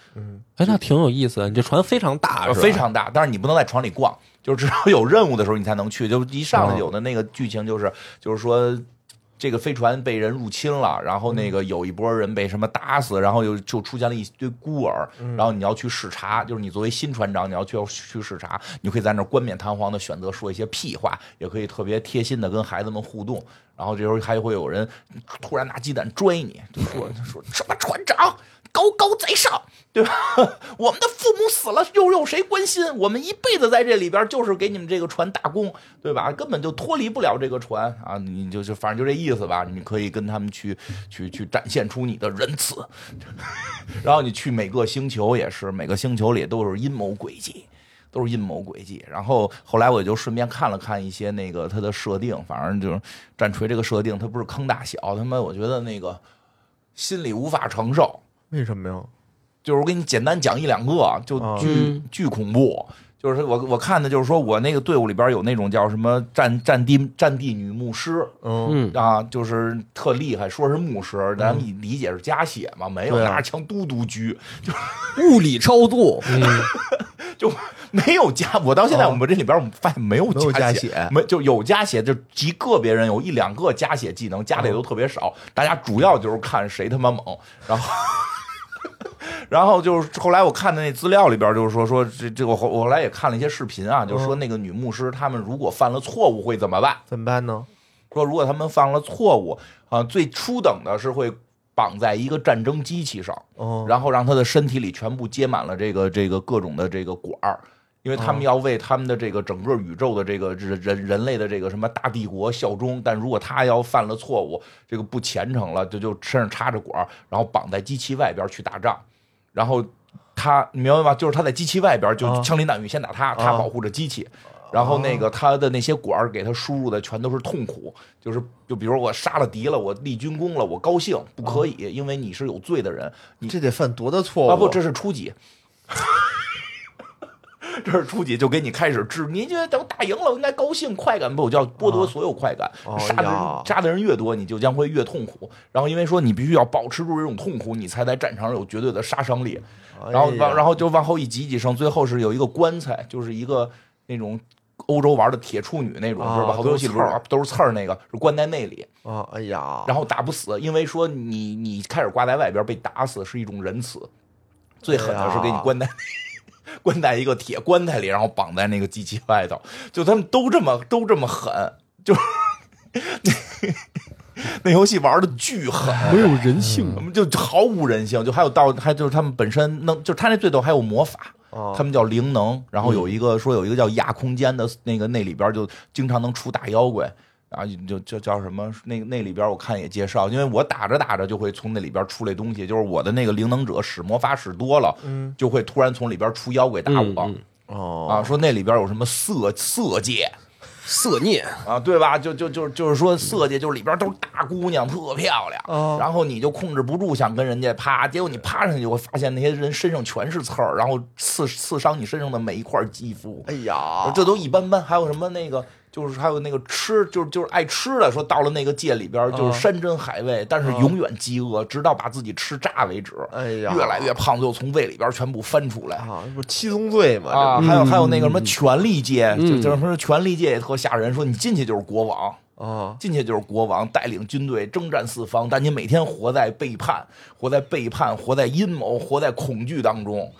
Speaker 1: 哎，那挺有意思的。你这船哦非常大，是吧？
Speaker 2: 呃非常大，但是你不能在船里逛， [LAUGHS] 就是只有有任务的时候你才能去。就一上来
Speaker 1: 嗯
Speaker 2: 有的那个剧情就是，就是说。这个飞船被人入侵了，然后那个有一波人被什么打死，然后又就出现了一堆孤儿，
Speaker 1: 嗯
Speaker 2: 然后你要去视察，就是你作为新船长，你要去要去视察，你可以在那儿冠冕堂皇的选择说一些屁话，也可以特别贴心的跟孩子们互动，然后这时候还会有人突然拿鸡蛋拽你，就说就说什么船长高高在上，对吧？ [LAUGHS] 我们的父母死了，又有谁关心？我们一辈子在这里边，就是给你们这个船打工，对吧？根本就脱离不了这个船啊！你就就反正就这意思吧。你可以跟他们去去去展现出你的仁慈， [LAUGHS] 然后你去每个星球也是，每个星球里都是阴谋诡计。都是阴谋诡计，然后后来我就顺便看了看一些那个它的设定，反正就是战锤这个设定，它不是坑大小，他妈我觉得那个心里无法承受，
Speaker 3: 为什么呀？
Speaker 2: 就是我给你简单讲一两个，就
Speaker 3: 啊
Speaker 2: 巨、巨恐怖。就是我我看的，就是说我那个队伍里边有那种叫什么战战地战地女牧师
Speaker 3: 嗯，
Speaker 2: 啊，就是特厉害，说是牧师，咱们理解是加血嘛，没有
Speaker 3: 对啊
Speaker 2: 拿着枪嘟嘟狙，
Speaker 5: 物理超度，
Speaker 2: 就没有加。我到现在我们这里边我们发现没有
Speaker 3: 哦没有加
Speaker 2: 血，
Speaker 3: 血
Speaker 2: 没就有加血，就极个别人有一两个加血技能，加的也都特别
Speaker 3: 哦
Speaker 2: 少。大家主要就是看谁他妈猛，然后。 [LAUGHS] 然后就是后来我看的那资料里边，就是说说这这我后我后来也看了一些视频
Speaker 3: 嗯
Speaker 2: 啊，就是说那个女牧师她们如果犯了错误会怎么办？
Speaker 3: 怎么办呢？
Speaker 2: 说如果他们犯了错误啊，最初等的是会绑在一个战争机器上，
Speaker 3: 哦
Speaker 2: 然后让他的身体里全部接满了这个这个各种的这个管儿，因为他们要为他们的这个整个宇宙的这个人人人类的这个什么大帝国效忠。但如果他要犯了错误，这个不虔诚了，就就身上插着管儿，然后绑在机器外边去打仗，然后。他，你明白吗？就是他在机器外边，就
Speaker 3: 啊
Speaker 2: 枪林弹雨先打他，他保护着机器，然后那个他的那些管儿给他输入的全都是痛苦，就是就比如我杀了敌了，我立军功了，我高兴，不可以，因为你是有罪的人，你
Speaker 3: 这得犯多大错误？
Speaker 2: 啊不，这是初级。 [LAUGHS] 这是初级，就给你开始治。你觉得等打赢了，我应该高兴快感不？我就要剥夺所有快感。
Speaker 3: 哦
Speaker 2: 杀的
Speaker 3: 呀
Speaker 2: 人杀的人越多，你就将会越痛苦。然后因为说你必须要保持住这种痛苦，你才在战场上有绝对的杀伤力。
Speaker 3: 哎
Speaker 2: 然后往然后就往后一挤一挤剩，最后是有一个棺材，就是一个那
Speaker 3: 哦
Speaker 2: 种欧洲玩的铁处女那种，
Speaker 3: 啊
Speaker 2: 是吧？好多游戏里边
Speaker 3: 都是刺儿
Speaker 2: 都是刺儿那个，是关在那里，
Speaker 3: 后啊，哎呀，
Speaker 2: 然后打不死，因为说你你开始挂在外边被打死是一种仁慈，最狠的是给你
Speaker 5: 哎
Speaker 2: 关在。 [LAUGHS] 关在一个铁棺材里，然后绑在那个机器外头，就他们都这么都这么狠，就是 [LAUGHS] 那那游戏玩的巨狠，
Speaker 5: 没有人性
Speaker 2: 我们就毫无人性，就还有到还就是他们本身能，就是他那最逗还有魔法，
Speaker 3: 哦
Speaker 2: 他们叫灵能，然后有一个说有一个叫亚空间的那个那里边就经常能出大妖怪。然后就就叫什么那那里边我看也介绍，因为我打着打着就会从那里边出来东西，就是我的那个灵能者使魔法使多了，就会突然从里边出妖怪打我、
Speaker 3: 哦，
Speaker 2: 啊，说那里边有什么色色戒，
Speaker 5: 色孽，
Speaker 2: 啊，对吧？就就就就是说，色戒就是里边都是大姑娘，特漂亮。
Speaker 3: 哦
Speaker 2: 然后你就控制不住想跟人家趴，结果你趴上去，就会发现那些人身上全是刺儿，然后刺刺伤你身上的每一块肌肤。
Speaker 3: 哎呀，
Speaker 2: 这都一般般。还有什么那个就是还有那个吃，就是就是爱吃的，说到了那个界里边
Speaker 3: 哦
Speaker 2: 儿就是山珍海味，但是永远饥饿，直到把自己吃炸为止。
Speaker 3: 哎呀，
Speaker 2: 越来越胖，最后从胃里边全部翻出来。
Speaker 3: 啊，不是七宗罪嘛？
Speaker 2: 啊，
Speaker 3: 这
Speaker 2: 还有还有那个什么权力界，就就是说权力界也特吓人，说你进去就是国王，
Speaker 3: 不啊，
Speaker 2: 进去就是国王，带领军队征战四方，但你每天活在背叛、活在背叛、活在阴谋、活在恐惧当中。 [LAUGHS]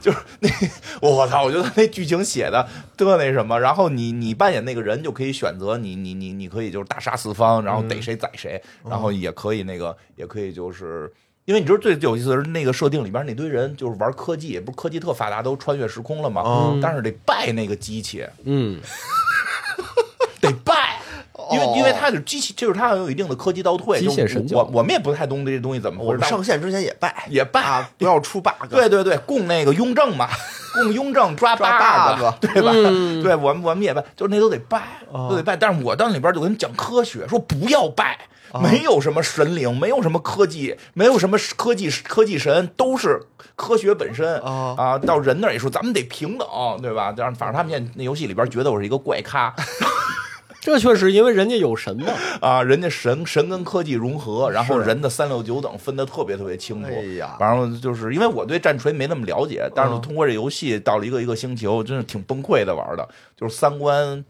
Speaker 2: 就是那，我操！我觉得那剧情写的特那什么，然后你你扮演那个人就可以选择你你你你可以就是大杀四方，然后逮谁宰谁，
Speaker 3: 嗯
Speaker 2: 然后也可以那个也可以就是。因为你知道最有意思的是那个设定里边那堆人就是玩科技，也不是科技特发达，都穿越时空了嘛，
Speaker 3: 嗯
Speaker 2: 但是得拜那个机器，
Speaker 5: 嗯，
Speaker 2: 得拜，因为、
Speaker 3: 哦
Speaker 2: 因为它是机器，就是它有一定的科技倒退，
Speaker 5: 机械
Speaker 2: 就是
Speaker 5: 神教
Speaker 2: 我我们也不太懂这东西怎么
Speaker 3: 我
Speaker 2: 回
Speaker 3: 们
Speaker 2: 事，
Speaker 3: 上线之前也拜，
Speaker 2: 也拜。
Speaker 3: 啊，不要出 bug。
Speaker 2: 对对对，供那个雍正
Speaker 3: [LAUGHS]
Speaker 2: 嘛，供雍正抓
Speaker 3: 抓
Speaker 2: bug，
Speaker 3: bug 哦
Speaker 2: 对吧？
Speaker 5: 嗯
Speaker 2: [LAUGHS] 对，我们我们也拜，就是那都得拜，都得拜。但是我到里边就跟他们讲科学，说不要拜，
Speaker 3: 哦
Speaker 2: 没有什么神灵，没有什么科技，没有什么科技科技神，都是科学本身
Speaker 3: 哦
Speaker 2: 啊。到人那儿也说咱们得平等，对吧？但是反正他们现在那游戏里边觉得我是一个怪咖，
Speaker 5: 这确实因为人家有神嘛，
Speaker 2: 啊，人家神神跟科技融合，然后人的三六九等分得特别特别清楚。
Speaker 3: 哎呀
Speaker 2: 然后就是因为我对战锤没那么了解，但
Speaker 5: 嗯
Speaker 2: 是通过这游戏到了一个一个星球，真是挺崩溃的玩的，就是三观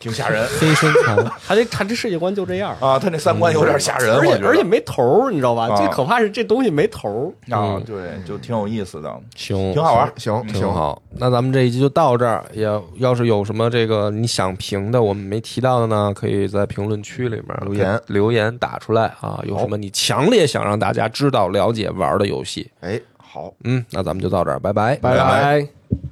Speaker 2: 挺
Speaker 5: [LAUGHS]
Speaker 2: 吓人
Speaker 1: 黑身材，
Speaker 5: 还得他这世界观就这样，
Speaker 2: 啊，他那三观有点吓人，
Speaker 5: 而
Speaker 2: 我觉
Speaker 5: 且
Speaker 2: 得
Speaker 5: 而且没头儿，你知道吧？
Speaker 2: 啊
Speaker 5: 最可怕是这东西没头儿，
Speaker 2: 啊，对，就挺有意思的，
Speaker 1: 行，
Speaker 2: 挺好玩。
Speaker 3: 嗯行
Speaker 1: 挺，好。那咱们这一集就到这儿，也要是有什么这个你想评的，我们没提到的呢，可以在评论区里面留言留言打出来啊。有什么你强烈想让大家知道、了解、玩的游戏？
Speaker 3: 哎，好。
Speaker 1: 嗯，那咱们就到这儿，拜拜，
Speaker 5: 拜
Speaker 2: 拜
Speaker 5: 拜。